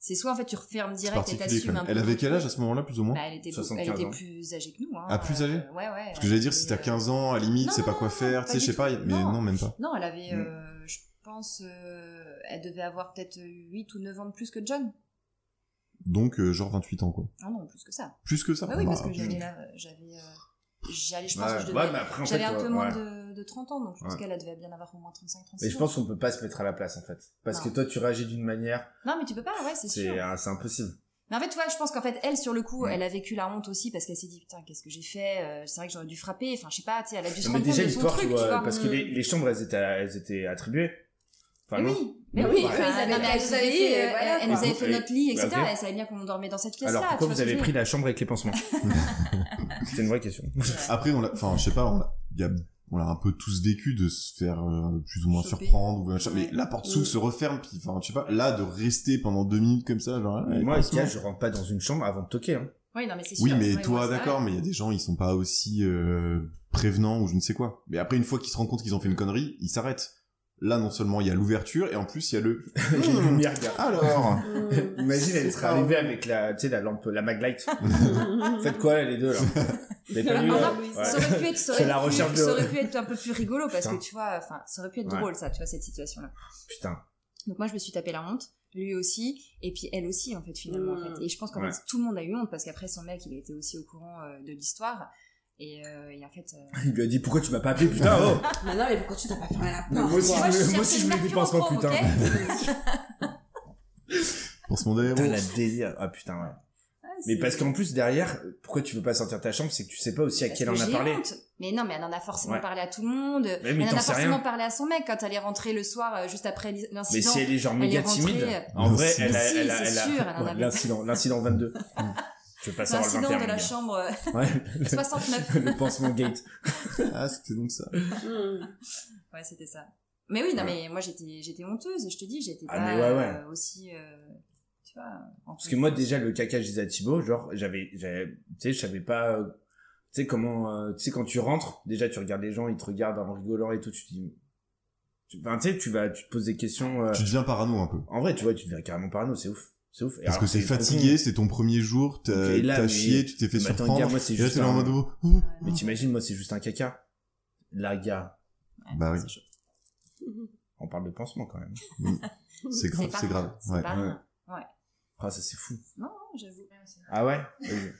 S6: C'est soit en fait tu refermes
S7: C'est
S6: direct et
S7: particulier quand
S6: t'assumes un
S7: même.
S6: peu.
S7: Elle avait quel âge à ce moment-là, plus ou moins
S6: Bah, elle était,
S5: 75
S6: elle était
S5: ans.
S6: plus âgée que nous. Hein.
S7: Ah, plus âgée
S6: Euh, Ouais, ouais.
S7: Parce que j'allais dire, si t'as 15 ans, à la limite,
S6: Non,
S7: c'est pas
S6: non,
S7: quoi
S6: non,
S7: faire,
S6: pas
S7: tu sais,
S6: du
S7: je sais
S6: tout.
S7: pas, mais
S6: Non.
S7: non, même pas.
S6: Non, elle avait,
S5: Mm.
S6: euh, je pense, euh, elle devait avoir peut-être 8 ou 9 ans de plus que John. Ah
S7: Donc, euh, genre 28 ans, quoi.
S6: Non, non, plus que ça.
S7: Plus que ça.
S6: Bah oui, parce
S7: Bah,
S6: que j'avais
S7: putain.
S6: là, j'avais, euh, j'allais, je
S5: Ah, Ouais,
S6: pense que je
S5: ouais,
S6: devais,
S5: mais après, en fait,
S6: j'avais un
S5: ouais,
S6: peu moins
S5: ouais.
S6: de, de 30 ans, donc je pense
S5: Ouais.
S6: qu'elle elle devait bien avoir au moins 35, 36
S5: Mais je pense qu'on peut pas se mettre à la place, en fait. Parce
S6: Non.
S5: que toi, tu réagis d'une manière,
S6: Non, mais tu peux pas, ouais, c'est
S5: c'est,
S6: sûr.
S5: euh, Mm. c'est impossible.
S6: Mais en fait, tu vois, je pense qu'en fait, elle, sur le coup,
S5: Ouais.
S6: elle a vécu la honte aussi parce qu'elle s'est dit, putain, qu'est-ce que j'ai fait Euh, C'est vrai que j'aurais dû frapper. Enfin, je sais pas, tu sais, elle a dû se
S5: Non, mais
S6: rendre compte
S5: déjà,
S6: de son
S5: l'histoire, tu
S6: truc, tu
S5: vois,
S6: vois.
S5: parce que
S4: Mm.
S5: les, les chambres, elles étaient, elles étaient attribuées. Enfin,
S6: Mais
S5: non.
S6: Eh oui, mais
S5: Bah,
S6: oui,
S5: ouais.
S6: enfin,
S5: Bah,
S6: Ah, non, mais
S4: elle
S6: elle nous
S4: nous
S6: avait
S4: avait
S6: fait,
S4: fait,
S6: euh,
S4: voilà,
S6: elle nous
S5: quoi.
S6: avait fait
S5: Et-
S6: notre lit, etc.
S5: bah, ok.
S6: Elle savait bien qu'on dormait dans cette pièce-là.
S5: Alors,
S6: tu
S5: pourquoi
S6: vois
S5: vous
S6: ce que je
S5: avez
S6: veux
S5: pris
S6: dire
S5: la chambre avec les pansements C'est une vraie question.
S7: Après, on l'a, enfin, je sais pas, on l'a, y a- on l'a un peu tous vécu de se faire euh, plus ou moins
S6: Choper.
S7: surprendre, ou machin,
S6: Ouais.
S7: mais la porte s'ouvre,
S4: Mm.
S7: se referme, puis, enfin, je sais pas, là, de rester pendant deux minutes comme ça, genre...
S5: Mais
S7: allez,
S5: moi,
S7: passe-moi.
S5: Estia, je rentre pas dans une chambre avant de toquer. Hein.
S6: Oui, non, mais c'est sûr.
S7: Oui, mais
S6: Ouais,
S7: toi,
S6: ouais, c'est
S7: d'accord,
S6: vrai.
S7: mais il y a des gens, ils sont pas aussi euh, prévenants ou je ne sais quoi. Mais après, une fois qu'ils se rendent compte qu'ils ont fait une connerie, ils s'arrêtent. Là, non seulement il y a l'ouverture, et en plus, il y a le...
S5: Une lumière, regarde.
S7: Alors
S5: Mmh. Imagine, elle serait arrivée avec la, tu sais, la lampe, la maglite.
S4: Ah,
S5: Faites quoi, là, les deux, là? Vous avez pas vu,
S6: Ah,
S5: là
S6: non,
S5: Ouais.
S6: Ça aurait pu être, ça
S5: C'est la
S6: aurait pu-
S5: recherche de-
S6: ça aurait pu être un peu plus rigolo parce
S5: Putain.
S6: que tu vois, enfin, ça aurait pu être
S5: Ouais.
S6: drôle ça, tu vois cette situation-là.
S5: Putain.
S6: Donc moi, je me suis tapé la honte, lui aussi, et puis elle aussi en fait finalement.
S4: Mm.
S6: En fait. Et je pense qu'en
S5: Mmh. Ouais.
S6: fait tout le monde a eu honte parce qu'après son mec, il a été aussi au courant euh, de l'histoire. Et, euh, et en fait, euh,
S5: Il lui a dit, pourquoi tu m'as pas appelé, putain, oh?
S4: Mais Bah non, mais pourquoi tu t'as pas fermé la
S5: Moi
S4: porte
S5: aussi,
S4: toi
S6: Moi, je
S5: je voulais,
S6: cherchais
S5: moi aussi, je
S6: le
S5: voulais des
S6: mercure
S5: pansements,
S6: en
S5: putain.
S6: cours,
S7: Pour se demander...
S5: Putain, la désir. Ah, putain, ouais.
S6: ah,
S5: Mais
S6: c'est-
S5: parce qu'en plus, derrière, pourquoi tu veux pas sortir de ta chambre, c'est que tu sais pas aussi à
S6: Parce
S5: qui elle
S6: que
S5: en a
S6: j'ai
S5: parlé.
S6: honte. Mais non, mais elle en a forcément
S5: Ouais.
S6: parlé à tout le monde.
S5: mais
S6: elle en
S5: t'en
S6: a
S5: sais
S6: forcément
S5: rien.
S6: parlé à son mec quand elle est rentrée le soir, euh, juste après l'is-
S5: Mais
S6: l'incident.
S5: si elle est genre
S6: elle est
S5: méga
S6: rentrée.
S5: timide, en vrai,
S7: Si,
S5: elle a,
S6: si,
S5: elle a,
S6: c'est
S5: elle a,
S6: sûr, elle en
S5: ouais,
S6: avait-
S5: l'incident, l'incident 22. Je veux pas savoir le
S6: L'incident
S5: 21.
S6: de la
S5: les
S6: chambre euh,
S5: gars. Ouais.
S6: 69.
S5: Le pansement gate.
S7: Ah, c'était donc ça.
S4: Mm.
S6: Ouais, c'était ça. Mais oui, non,
S5: Ouais.
S6: mais moi j'étais, j'étais honteuse, je te dis, j'étais
S5: Ah,
S6: pas
S5: mais ouais, ouais.
S6: euh, aussi, euh, tu vois. en
S5: Parce
S6: plus.
S5: que moi, déjà, le caca, je disais à Thibaut, genre, j'avais, j'avais- tu sais, je savais pas, euh, tu sais, comment, euh, tu sais, quand tu rentres, déjà, tu regardes les gens, ils te regardent en rigolant et tout, tu te dis, tu, enfin, tu sais, tu vas, tu te poses des questions, euh,
S7: Tu deviens parano un peu.
S5: en vrai, tu vois, tu deviens carrément parano, c'est ouf, c'est ouf. Et
S7: Parce
S5: alors,
S7: que c'est
S5: trop
S7: fatigué,
S5: con.
S7: c'est ton premier jour, t'as
S5: Ok, là,
S7: t'as
S5: mais-
S7: chié, tu t'es fait
S5: Mais attends,
S7: surprendre.
S5: gars, moi, c'est
S7: et là,
S5: juste
S7: t'es là en
S5: un-
S7: mode... oh,
S6: Ouais,
S7: oh.
S5: Mais
S6: non.
S5: t'imagines, moi, c'est juste un caca. Là, gars,
S6: Ouais,
S7: Bah oui.
S6: c'est chaud.
S5: on parle de pansement quand même.
S7: C'est grave,
S6: pas
S7: c'est grave.
S6: rien, c'est
S7: Ouais.
S6: pas rien.
S5: Ah, ça c'est fou.
S6: Non, j'avoue.
S5: Ah ouais Vas-y.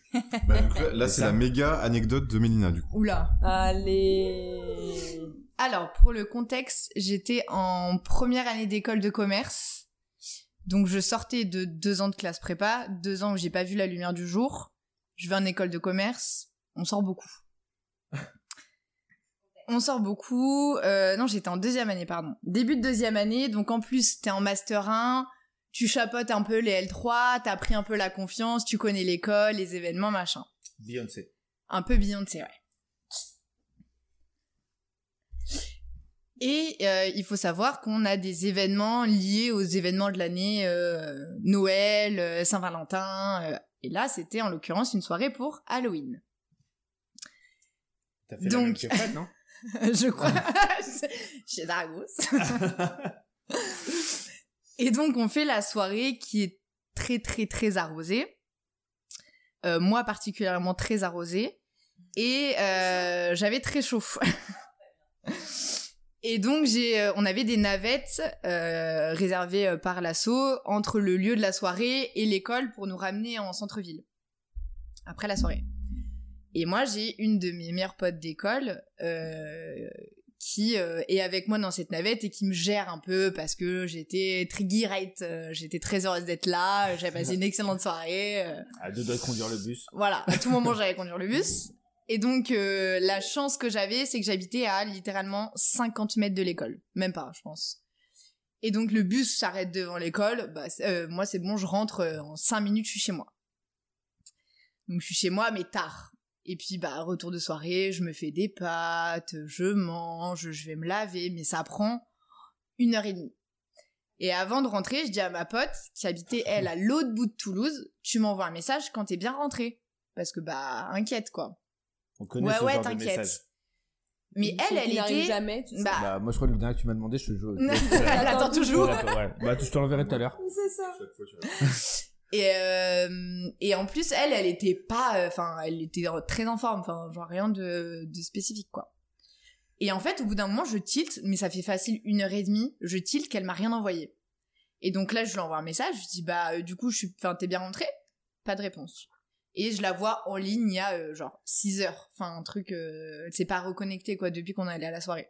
S7: Bah, donc là, là,
S5: C'est
S7: c'est
S5: ça.
S7: la méga anecdote de Mélina, du coup.
S8: Oula.
S6: Allez.
S8: Alors, pour le contexte, j'étais en première année d'école de commerce. Donc, je sortais de deux ans de classe prépa, deux ans où j'ai pas vu la lumière du jour. Je vais en école de commerce, on sort beaucoup. On sort beaucoup. Euh, non, j'étais en deuxième année, pardon. Début de deuxième année, donc en plus, t'es en master 1, tu chapotes un peu les L3, t'as pris un peu la confiance, tu connais l'école, les événements, machin.
S5: Beyoncé.
S8: Un peu Beyoncé, ouais. Et euh, il faut savoir qu'on a des événements liés aux événements de l'année, euh, Noël, euh, Saint-Valentin. euh, et là, c'était en l'occurrence une soirée pour Halloween.
S5: T'as fait
S8: Donc-
S5: la même que Fred, non
S8: Je crois. Chez Dragos. et donc, on fait la soirée qui est très, très, très arrosée. Euh, moi, particulièrement très arrosée. Et euh, j'avais très chaud. Et donc, j'ai, euh, on avait des navettes euh, réservées euh, par l'assaut entre le lieu de la soirée et l'école pour nous ramener en centre-ville. Après la soirée. Et moi, j'ai une de mes meilleures potes d'école euh, qui euh, est avec moi dans cette navette et qui me gère un peu parce que j'étais très guirette, euh, j'étais très heureuse d'être là, euh, j'avais passé une excellente soirée. euh,
S5: À deux doigts Ah, de conduire le bus.
S8: voilà, à tout moment, j'allais conduire le bus. Et donc, euh, la chance que j'avais, c'est que j'habitais à littéralement 50 mètres de l'école. Même pas, je pense. Et donc, le bus s'arrête devant l'école. Bah, c'est- euh, moi, c'est bon, je rentre euh, en 5 minutes, je suis chez moi. Donc, je suis chez moi, mais tard. Et puis, bah, retour de soirée, je me fais des pâtes, je mange, je vais me laver, mais ça prend une heure et demie. Et avant de rentrer, je dis à ma pote, qui habitait, elle, à l'autre bout de Toulouse, tu m'envoies un message quand t'es bien rentrée. Parce que, bah, inquiète, quoi.
S5: On connaît
S8: ouais,
S5: ce
S8: ouais,
S5: genre de message.
S8: t'inquiète. Mais elle, elle
S4: Il n'arrive
S8: était...
S4: jamais. tu sais.
S8: Bah,
S5: Bah, moi je crois que le dernier que tu m'as demandé, je te jure.
S8: Non,
S5: je-
S8: elle
S4: attend
S8: attend toujours.
S5: Ouais. Bah, tu- je te l'enverrai tout à l'heure.
S4: C'est ça.
S8: Et, euh, et en plus, elle, elle était pas, euh, enfin, elle était très en forme, enfin, genre rien de, de spécifique, quoi. Et en fait, au bout d'un moment, je tilte, mais ça fait facile une heure et demie, je tilte qu'elle m'a rien envoyé. Et donc là, je lui envoie un message, je dis, bah, euh, du coup, je suis, enfin, t'es bien rentrée? Pas de réponse. Et je la vois en ligne il y a, euh, genre, 6 heures. Enfin, un truc, euh, elle s'est pas reconnectée, quoi, depuis qu'on est allé à la soirée.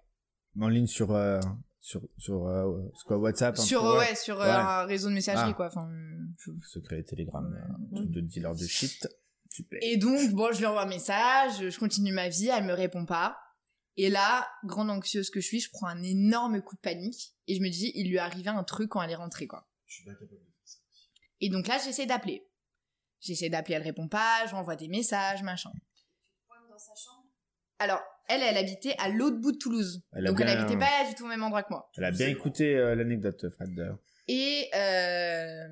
S5: En ligne sur, euh, sur, sur euh, c'est quoi, WhatsApp un
S8: sur,
S5: peu,
S8: ouais, sur euh,
S5: Ouais.
S8: un réseau de messagerie,
S5: Ah.
S8: quoi, enfin, euh, je-
S5: Secret Telegram, euh, truc de dealer de shit. Super.
S8: Mm. Et donc, bon, je lui envoie un message, je continue ma vie, elle me répond pas. Et là, grande anxieuse que je suis, je prends un énorme coup de panique et je me dis, il lui est arrivé un truc quand elle est rentrée, quoi. Et donc là, j'essaie d'appeler. J'essaie d'appeler, elle répond pas, je renvoie des messages, machin. Alors, elle, elle habitait à l'autre bout de Toulouse.
S5: Elle a
S8: donc, elle
S5: bien-
S8: habitait pas du tout au même endroit que moi.
S5: Elle a bien écouté euh, l'anecdote, Fred. d'ailleurs.
S8: Et euh,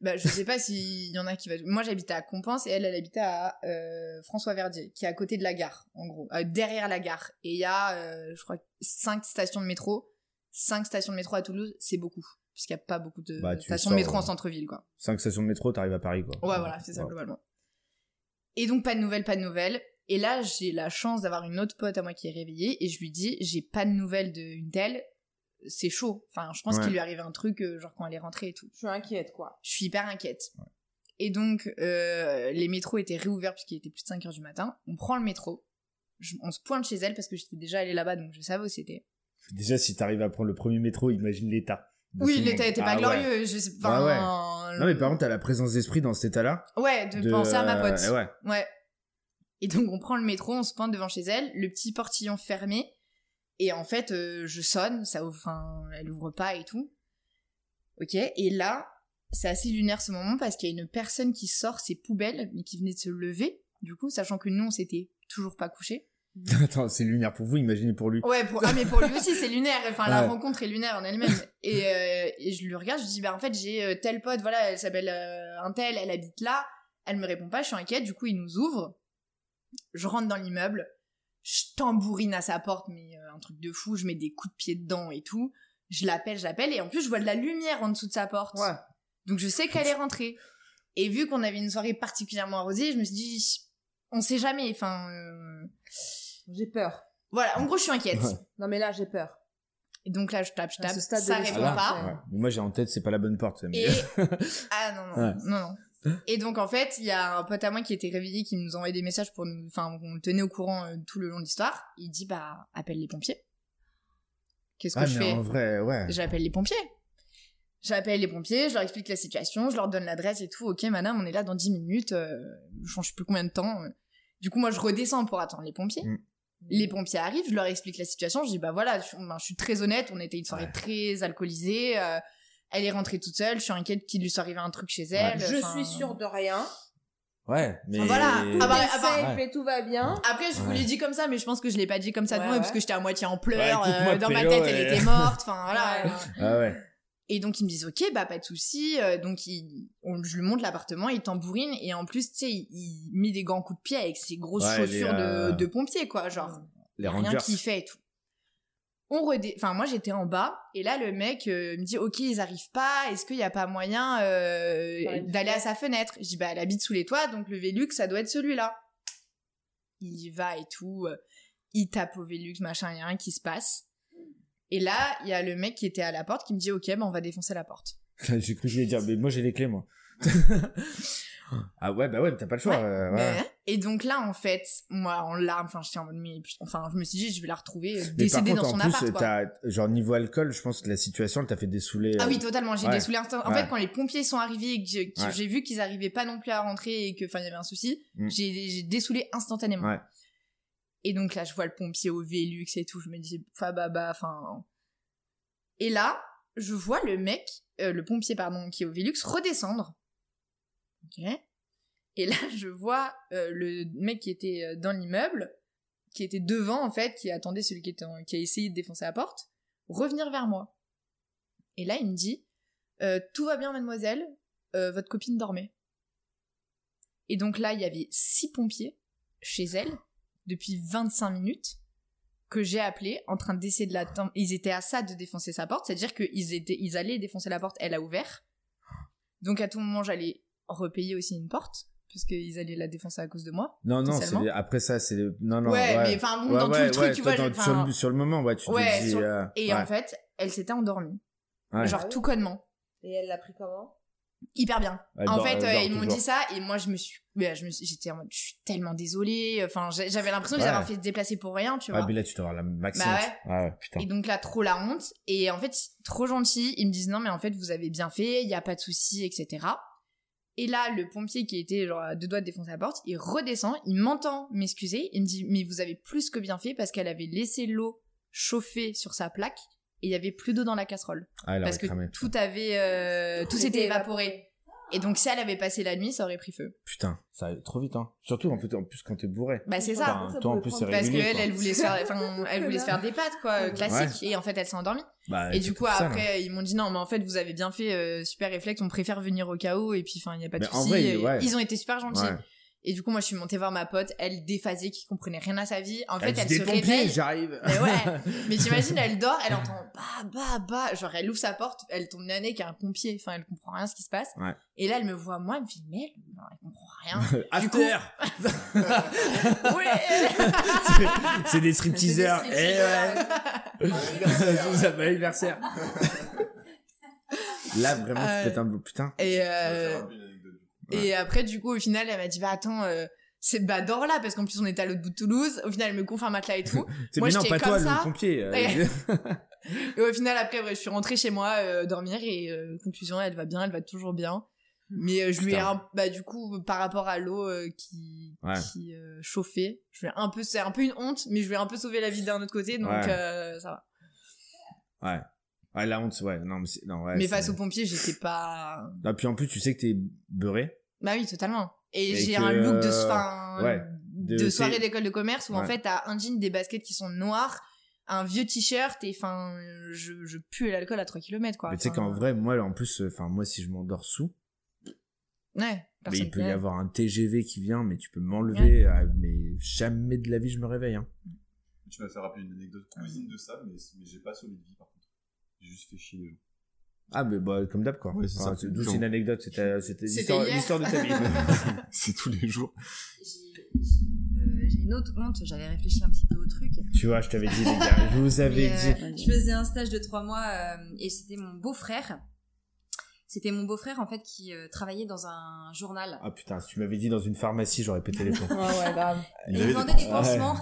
S8: bah, je sais pas s'il y en a qui va. Moi j'habitais à Compense et elle elle habitait à euh, François Verdier, qui est à côté de la gare, en gros, euh, derrière la gare. Et il y a, euh, je crois, cinq stations de métro. Cinq stations de métro à Toulouse, c'est beaucoup, parce qu'il y a pas beaucoup de
S5: Bah, tu
S8: stations de
S5: sors,
S8: métro en
S5: euh,
S8: centre-ville, quoi.
S5: Cinq stations de métro, t'arrives à Paris, quoi.
S8: Ouais, voilà, c'est ça,
S5: Ouais.
S8: globalement. Et donc, pas de nouvelles, pas de nouvelles. Et là, j'ai la chance d'avoir une autre pote à moi qui est réveillée et je lui dis, j'ai pas de nouvelles d'une telle, c'est chaud. Enfin, je pense
S5: Ouais.
S8: qu'il lui arrivait un truc, euh, genre quand elle est rentrée et tout.
S4: Je suis inquiète, quoi.
S8: Je suis hyper inquiète. Et donc, euh, les métros étaient réouverts puisqu'il était plus de 5 heures du matin. On prend le métro. Je- on se pointe chez elle parce que j'étais déjà allée là-bas, donc je savais où c'était.
S5: Déjà, si t'arrives à prendre le premier métro, imagine l'état. de tout
S8: Oui,
S5: le
S8: l'état
S5: monde.
S8: était pas
S5: Ah, ouais.
S8: glorieux. Je sais,
S5: Ah ouais.
S8: enfin,
S5: Non, mais par contre, t'as la présence d'esprit dans cet état-là.
S8: Ouais, de, penser à ma
S5: euh,
S8: pote.
S5: Ouais.
S8: Ouais. Et donc on prend le métro, on se pointe devant chez elle, le petit portillon fermé. Et en fait, euh, je sonne, ça ouvre, enfin, elle ouvre pas et tout. Ok. Et là, c'est assez lunaire ce moment parce qu'il y a une personne qui sort ses poubelles, mais qui venait de se lever, du coup, sachant que nous, on s'était toujours pas couchés.
S5: Attends, c'est lunaire pour vous, imaginez pour lui.
S8: Ouais, pour, ah, mais pour lui aussi, c'est lunaire. Enfin, la
S5: Ouais.
S8: rencontre est lunaire en elle-même. Et, euh, et je lui regarde, je dis, bah, en fait, j'ai euh, tel pote, voilà, elle s'appelle euh, un tel, elle habite là. Elle me répond pas, je suis inquiète. Du coup, il nous ouvre. Je rentre dans l'immeuble. Je tambourine à sa porte, mais euh, un truc de fou. Je mets des coups de pied dedans et tout. Je l'appelle, je l'appelle. Et en plus, je vois de la lumière en dessous de sa porte. Donc, je sais qu'elle est rentrée. Et vu qu'on avait une soirée particulièrement arrosée, je me suis dit, on sait jamais. Enfin, euh,
S4: J'ai peur.
S8: voilà. En gros, je suis inquiète.
S5: Ouais.
S4: Non, mais là, j'ai peur.
S8: Et donc là, je tape, je
S4: À ce
S8: tape,
S4: stade de
S8: ça
S4: l'histoire,
S8: répond
S4: ouais.
S8: pas.
S4: Ah.
S5: Ouais. Moi, j'ai en tête, c'est pas la bonne porte. mais-
S8: Et ah non non,
S5: Ouais.
S8: non non. Et donc en fait, il y a un pote à moi qui était réveillé, qui nous envoyait des messages pour nous, enfin, on le tenait au courant euh, tout le long de l'histoire. Il dit bah appelle les pompiers. Qu'est-ce que
S5: Ah,
S8: je
S5: mais
S8: fais
S5: en vrai, ouais.
S8: J'appelle les pompiers. J'appelle les pompiers, je leur explique la situation, je leur donne l'adresse et tout. Ok, madame, on est là dans 10 minutes. euh, je sais plus combien de temps. euh. Du coup, moi, je redescends pour attendre les pompiers.
S5: Mm.
S8: Les pompiers arrivent, je leur explique la situation. Je dis, bah voilà, je, ben, je suis très honnête. On était une soirée
S5: Ouais.
S8: très alcoolisée. euh, elle est rentrée toute seule. Je suis inquiète qu'il lui soit arrivé un truc chez elle.
S10: Je
S8: enfin,
S10: suis sûre de rien.
S5: Ouais, mais.
S8: Voilà. Ah bah,
S10: T'es
S8: ah bah,
S10: safe
S5: ouais.
S10: et tout va bien.
S8: Après, je vous
S5: Ouais.
S8: l'ai dit comme ça, mais je pense que je l'ai pas dit comme ça de
S10: Ouais,
S8: moi,
S10: ouais.
S8: parce que j'étais à moitié en pleurs.
S5: Ouais, écoute-moi,
S8: euh, dans ma
S5: Pélo,
S8: tête,
S5: et-
S8: elle était morte. Enfin, voilà.
S10: Ouais.
S5: Ah ouais.
S8: Et donc ils me disent ok bah pas de souci. Euh, donc il, on, je lui montre l'appartement, il tambourine et en plus tu sais il, il met des grands coups de pied avec ses grosses
S5: Ouais, les,
S8: chaussures
S5: euh,
S8: de, de pompier quoi, genre
S5: Les
S8: rien
S5: Rangers.
S8: qui fait et tout. On redé... Enfin moi j'étais en bas et là le mec euh, me dit ok ils arrivent pas, est-ce qu'il n'y a pas moyen euh,
S10: Par une
S8: d'aller à sa fenêtre Je dis bah elle habite sous les toits donc le Velux ça doit être celui-là. Il y va et tout, euh, il tape au Velux machin, il y a rien qui se passe. Et là, il y a le mec qui était à la porte qui me dit OK, bah, on va défoncer la porte.
S5: j'ai cru que j'allais dire, mais moi, j'ai les clés, moi. ah ouais, bah ouais, mais t'as pas le choix.
S8: Ouais,
S5: euh, ouais.
S8: Mais- Et donc là, en fait, moi, en larmes, enfin, j'étais en mode, mais putain, enfin, je me suis dit, je vais la retrouver euh,
S5: Mais par
S8: décédée
S5: contre,
S8: dans
S5: en
S8: son
S5: plus,
S8: appart, quoi.
S5: t'as- genre, niveau alcool, je pense que la situation, elle t'a fait dessouler.
S8: Ah
S5: euh,
S8: oui, totalement, j'ai
S5: Ouais.
S8: dessoulé instant. En
S5: Ouais.
S8: fait, quand les pompiers sont arrivés et que j'ai- que
S5: Ouais.
S8: j'ai vu qu'ils arrivaient pas non plus à rentrer et que, enfin, il y avait un souci,
S5: Mm.
S8: j'ai j'ai dessoulé instantanément.
S5: Ouais.
S8: Et donc là, je vois le pompier au Vélux et tout, je me dis, fa baba, enfin. Et là, je vois le mec, euh, le pompier, pardon, qui est au Vélux, redescendre. Ok. Et là, je vois euh, le mec qui était euh, dans l'immeuble, qui était devant, en fait, qui attendait celui qui, était en- qui a essayé de défoncer la porte, revenir vers moi. Et là, il me dit euh, Tout va bien, mademoiselle, euh, votre copine dormait. Et donc là, il y avait six pompiers chez elle depuis 25 minutes que j'ai appelé en train d'essayer de la tem- Ils étaient à ça de défoncer sa porte, c'est-à-dire qu'ils étaient... ils allaient défoncer la porte, elle a ouvert. Donc à tout moment, j'allais repayer aussi une porte, puisqu'ils allaient la défoncer à cause de moi.
S5: Non, non, c'est
S8: Potentiellement.
S5: les- après ça, c'est les- non, non.
S8: ouais, mais enfin, bon,
S5: Ouais,
S8: dans tout
S5: ouais,
S8: le truc,
S5: ouais,
S8: tu
S5: toi,
S8: vois,
S5: dans-
S8: j'ai-
S5: sur,
S8: enfin,
S5: le, sur le moment, ouais, tu
S8: Ouais,
S5: te dis.
S8: sur-
S5: euh,
S8: Et
S5: ouais.
S8: en fait, elle s'était endormie.
S5: Ouais.
S8: Genre tout connement.
S10: Et elle l'a pris comment
S8: Hyper bien.
S5: Elle
S8: en
S5: dort-
S8: fait,
S5: elle
S8: euh,
S5: dort
S8: ils m'ont
S5: ben, toujours.
S8: dit ça et moi je me suis, ben, je me suis- j'étais en mode, je suis tellement désolée. Enfin, j'a- j'avais l'impression que
S5: Ouais.
S8: j'avais fait se déplacer pour rien, tu vois.
S5: Ah, mais là, tu dois avoir la maxime.
S8: Bah
S5: ouais, putain.
S8: Et donc là, trop la honte. Et en fait, trop gentil, ils me disent non, mais en fait, vous avez bien fait, il n'y a pas de souci, etc. Et là, le pompier qui était genre à deux doigts de défoncer la porte, il redescend, il m'entend m'excuser, il me dit mais vous avez plus que bien fait parce qu'elle avait laissé l'eau chauffer sur sa plaque et il y avait plus d'eau dans la casserole
S5: Ah, elle
S8: parce
S5: aurait
S8: que
S5: cramé.
S8: tout avait euh, tout s'était évaporé. Et donc si elle avait passé la nuit, ça aurait pris feu.
S5: Putain, ça va trop vite, hein. Surtout, en plus, en plus quand t'es bourré.
S8: Bah c'est ça.
S5: Enfin,
S10: ça
S5: toi, en
S10: peut
S5: plus, c'est
S10: prendre-
S8: Parce que
S5: régulier.
S8: elle,
S5: quoi.
S8: elle voulait se faire, enfin, elle voulait se faire des pâtes quoi, euh,
S10: Ouais.
S8: classique. Et en fait, elle s'est endormie.
S5: Bah,
S8: et
S5: c'est
S8: du coup
S5: tout ça, là.
S8: après, ils m'ont dit non, mais en fait, vous avez bien fait, euh, super réflexe. On préfère venir au chaos. Et puis enfin, il n'y a pas de
S5: Mais en
S8: souci.
S5: vrai,
S8: Et
S5: ouais.
S8: Ils ont été super gentils.
S5: Ouais.
S8: Et du coup, moi, je suis montée voir ma pote, elle déphasée, qui comprenait rien à sa vie. En fait,
S5: dit,
S8: elle,
S5: des
S8: se
S5: pompiers,
S8: réveille.
S5: j'arrive.
S8: Mais ouais. Mais t'imagines, elle dort, elle entend bah bah bah, genre elle ouvre sa porte, elle tombe nez avec un pompier, enfin elle comprend rien à ce qui se passe.
S5: Ouais.
S8: Et là elle me voit moi, elle me fait mais elle, non, elle comprend rien.
S5: After
S8: ouais.
S5: C'est- C'est des
S8: Bah,
S5: stripteaseurs. Eh ouais. Ça s'appelle anniversaire. Là, vraiment,
S8: Euh,
S5: tu pètes un bleu. Putain.
S8: Et euh, et après du coup au final elle m'a dit bah attends euh, c'est bah dors là parce qu'en plus on était à l'autre bout de Toulouse. Au final elle me confie un matelas et tout.
S5: C'est
S8: moi,
S5: mais non,
S8: j'étais
S5: pas toi,
S8: comme ça.
S5: le pompier. euh,
S8: Ouais. Et au final, après, ouais, je suis rentrée chez moi euh, dormir et euh, conclusion, elle va bien, elle va toujours bien. Mais euh, je lui ai,
S5: Putain.
S8: un- bah, du coup, par rapport à l'eau euh, qui,
S5: Ouais.
S8: qui euh, chauffait, je lui ai un peu, c'est un peu une honte, mais je lui ai un peu sauvé la vie d'un autre côté, donc
S5: Ouais.
S8: euh, ça va.
S5: Ouais. Ouais, la honte, ouais. Non, mais, c'est- non, ouais,
S8: mais
S5: c'est-
S8: face aux pompiers, j'étais pas.
S5: Ah, puis en plus, tu sais que t'es beurré.
S8: Bah oui, totalement. Et
S5: Et
S8: j'ai
S5: que,
S8: un look de,
S5: euh,
S8: enfin,
S5: ouais,
S8: de,
S5: de-
S8: soirée
S5: t'es-
S8: d'école de commerce où en
S5: Ouais.
S8: fait t'as un jean, des baskets qui sont noires, un vieux t-shirt et enfin, je, je pue l'alcool à 3 km quoi.
S5: mais tu sais
S8: Enfin,
S5: qu'en vrai, moi, en plus, euh, enfin, moi, si je m'endors sous,
S8: Ouais,
S5: mais
S8: personne
S5: il peut
S8: connaît.
S5: y avoir un TGV qui vient, mais tu peux m'enlever, euh, mais jamais de la vie, je me réveille, hein.
S7: Tu m'as fait rappeler une anecdote cousine de ça, mais, mais j'ai pas sauvé de vie par contre. J'ai juste fait chier les gens.
S5: Ah, mais bah, comme d'hab, quoi.
S7: Ouais, c'est
S5: Enfin,
S7: ça.
S5: D'où c'est une anecdote, c'était c'était l'histoire
S8: hier.
S5: l'histoire de ta vie.
S7: C'est tous les jours.
S6: J'ai- j'ai- euh, j'ai une autre honte, j'avais réfléchi un petit peu au truc.
S5: Tu vois, je t'avais dit, les gars, je vous avais
S6: Mais, euh,
S5: dit.
S6: je faisais un stage de trois mois euh, et c'était mon beau-frère. C'était mon beau-frère en fait qui euh, travaillait dans un journal.
S5: Ah putain, si tu m'avais dit dans une pharmacie, j'aurais pété les plombs.
S10: Ouais, ouais, grave.
S6: Et
S7: avait
S6: il
S7: des
S6: vendait des
S5: pansements.
S6: pansements.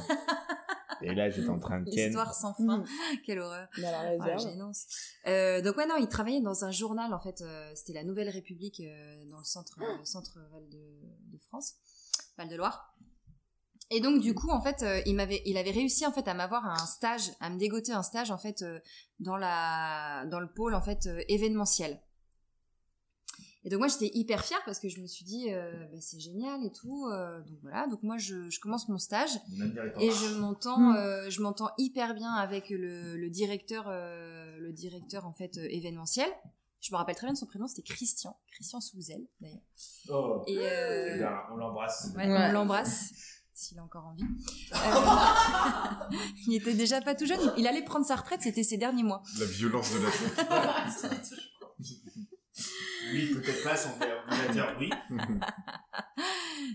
S5: Et là, j'étais en train de ken.
S6: Histoire sans
S10: Mmh.
S6: fin.
S4: Mm.
S6: Quelle horreur.
S10: Dans la
S4: Ah,
S6: Voilà,
S10: réserve.
S6: j'énonce. Euh, donc ouais non, il travaillait dans un journal en fait. euh, C'était la Nouvelle République euh, dans le centre euh, centre Val de, de France, Val de Loire. Et donc du coup en fait, euh, il m'avait il avait réussi en fait à m'avoir un stage, à me dégoter un stage en fait euh, dans la dans le pôle en fait euh, événementiel. Et donc moi j'étais hyper fière parce que je me suis dit euh, bah, c'est génial et tout. euh, donc voilà, donc moi je, je commence mon stage et je m'entends, euh, je m'entends hyper bien avec le, le directeur, euh, le directeur en fait euh, événementiel. Je me rappelle très bien de son prénom, c'était Christian, Christian Souzel d'ailleurs.
S5: Oh,
S6: Et euh,
S5: les gars, on l'embrasse.
S6: ouais,
S10: Ouais.
S6: on l'embrasse s'il a encore envie. Euh, il était déjà pas tout jeune, il allait prendre sa retraite, c'était ses derniers mois.
S7: La violence de la
S5: Oui, peut-être pas, son ordinateur, oui.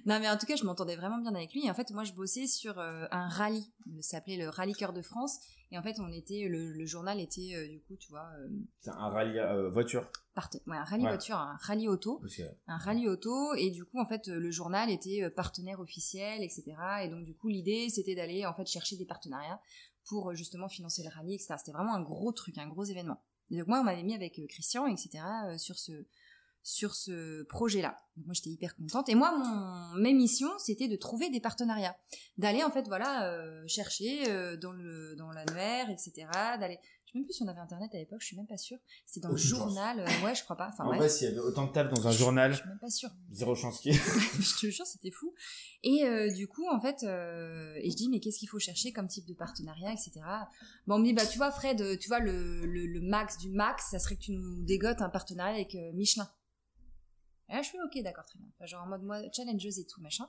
S6: Non, mais en tout cas, je m'entendais vraiment bien avec lui. Et en fait, moi, je bossais sur euh, un rallye. Ça s'appelait le Rallye Cœur de France. Et en fait, on était, le, le journal était, euh, du coup, tu vois, euh,
S5: C'est un rallye euh, voiture.
S6: parten- ouais, un rallye
S5: Ouais.
S6: voiture, un rallye auto.
S5: Parce que-
S6: un rallye auto et du coup en fait euh, le journal était euh, partenaire officiel etc et donc du coup l'idée c'était d'aller en fait chercher des partenariats pour euh, justement financer le rallye etc c'était vraiment un gros truc un gros événement et donc moi on m'avait mis avec euh, Christian etc euh, sur ce sur ce projet là donc moi j'étais hyper contente et moi mon mes missions c'était de trouver des partenariats d'aller en fait voilà euh, chercher euh, dans le dans l'annuaire etc d'aller je sais même plus si on avait internet à l'époque je suis même pas sûre c'est dans le
S5: Aucune chance.
S6: journal euh, ouais je crois pas enfin
S5: En
S6: ouais
S5: vrai, s'il y avait autant de taf dans un
S6: je
S5: journal,
S6: suis même pas sûre
S5: zéro chance qu'il y ait.
S6: je te jure, c'était fou. Et euh, du coup, en fait, euh, et je dis, mais qu'est-ce qu'il faut chercher comme type de partenariat, etc. Bon, on me dit, bah, tu vois, Fred, euh, tu vois, le, le, le max du max, ça serait que tu nous dégotes un partenariat avec euh, Michelin. Et là, je fais, ok, d'accord, très bien. Enfin, genre en mode, moi, challengeuse et tout, machin.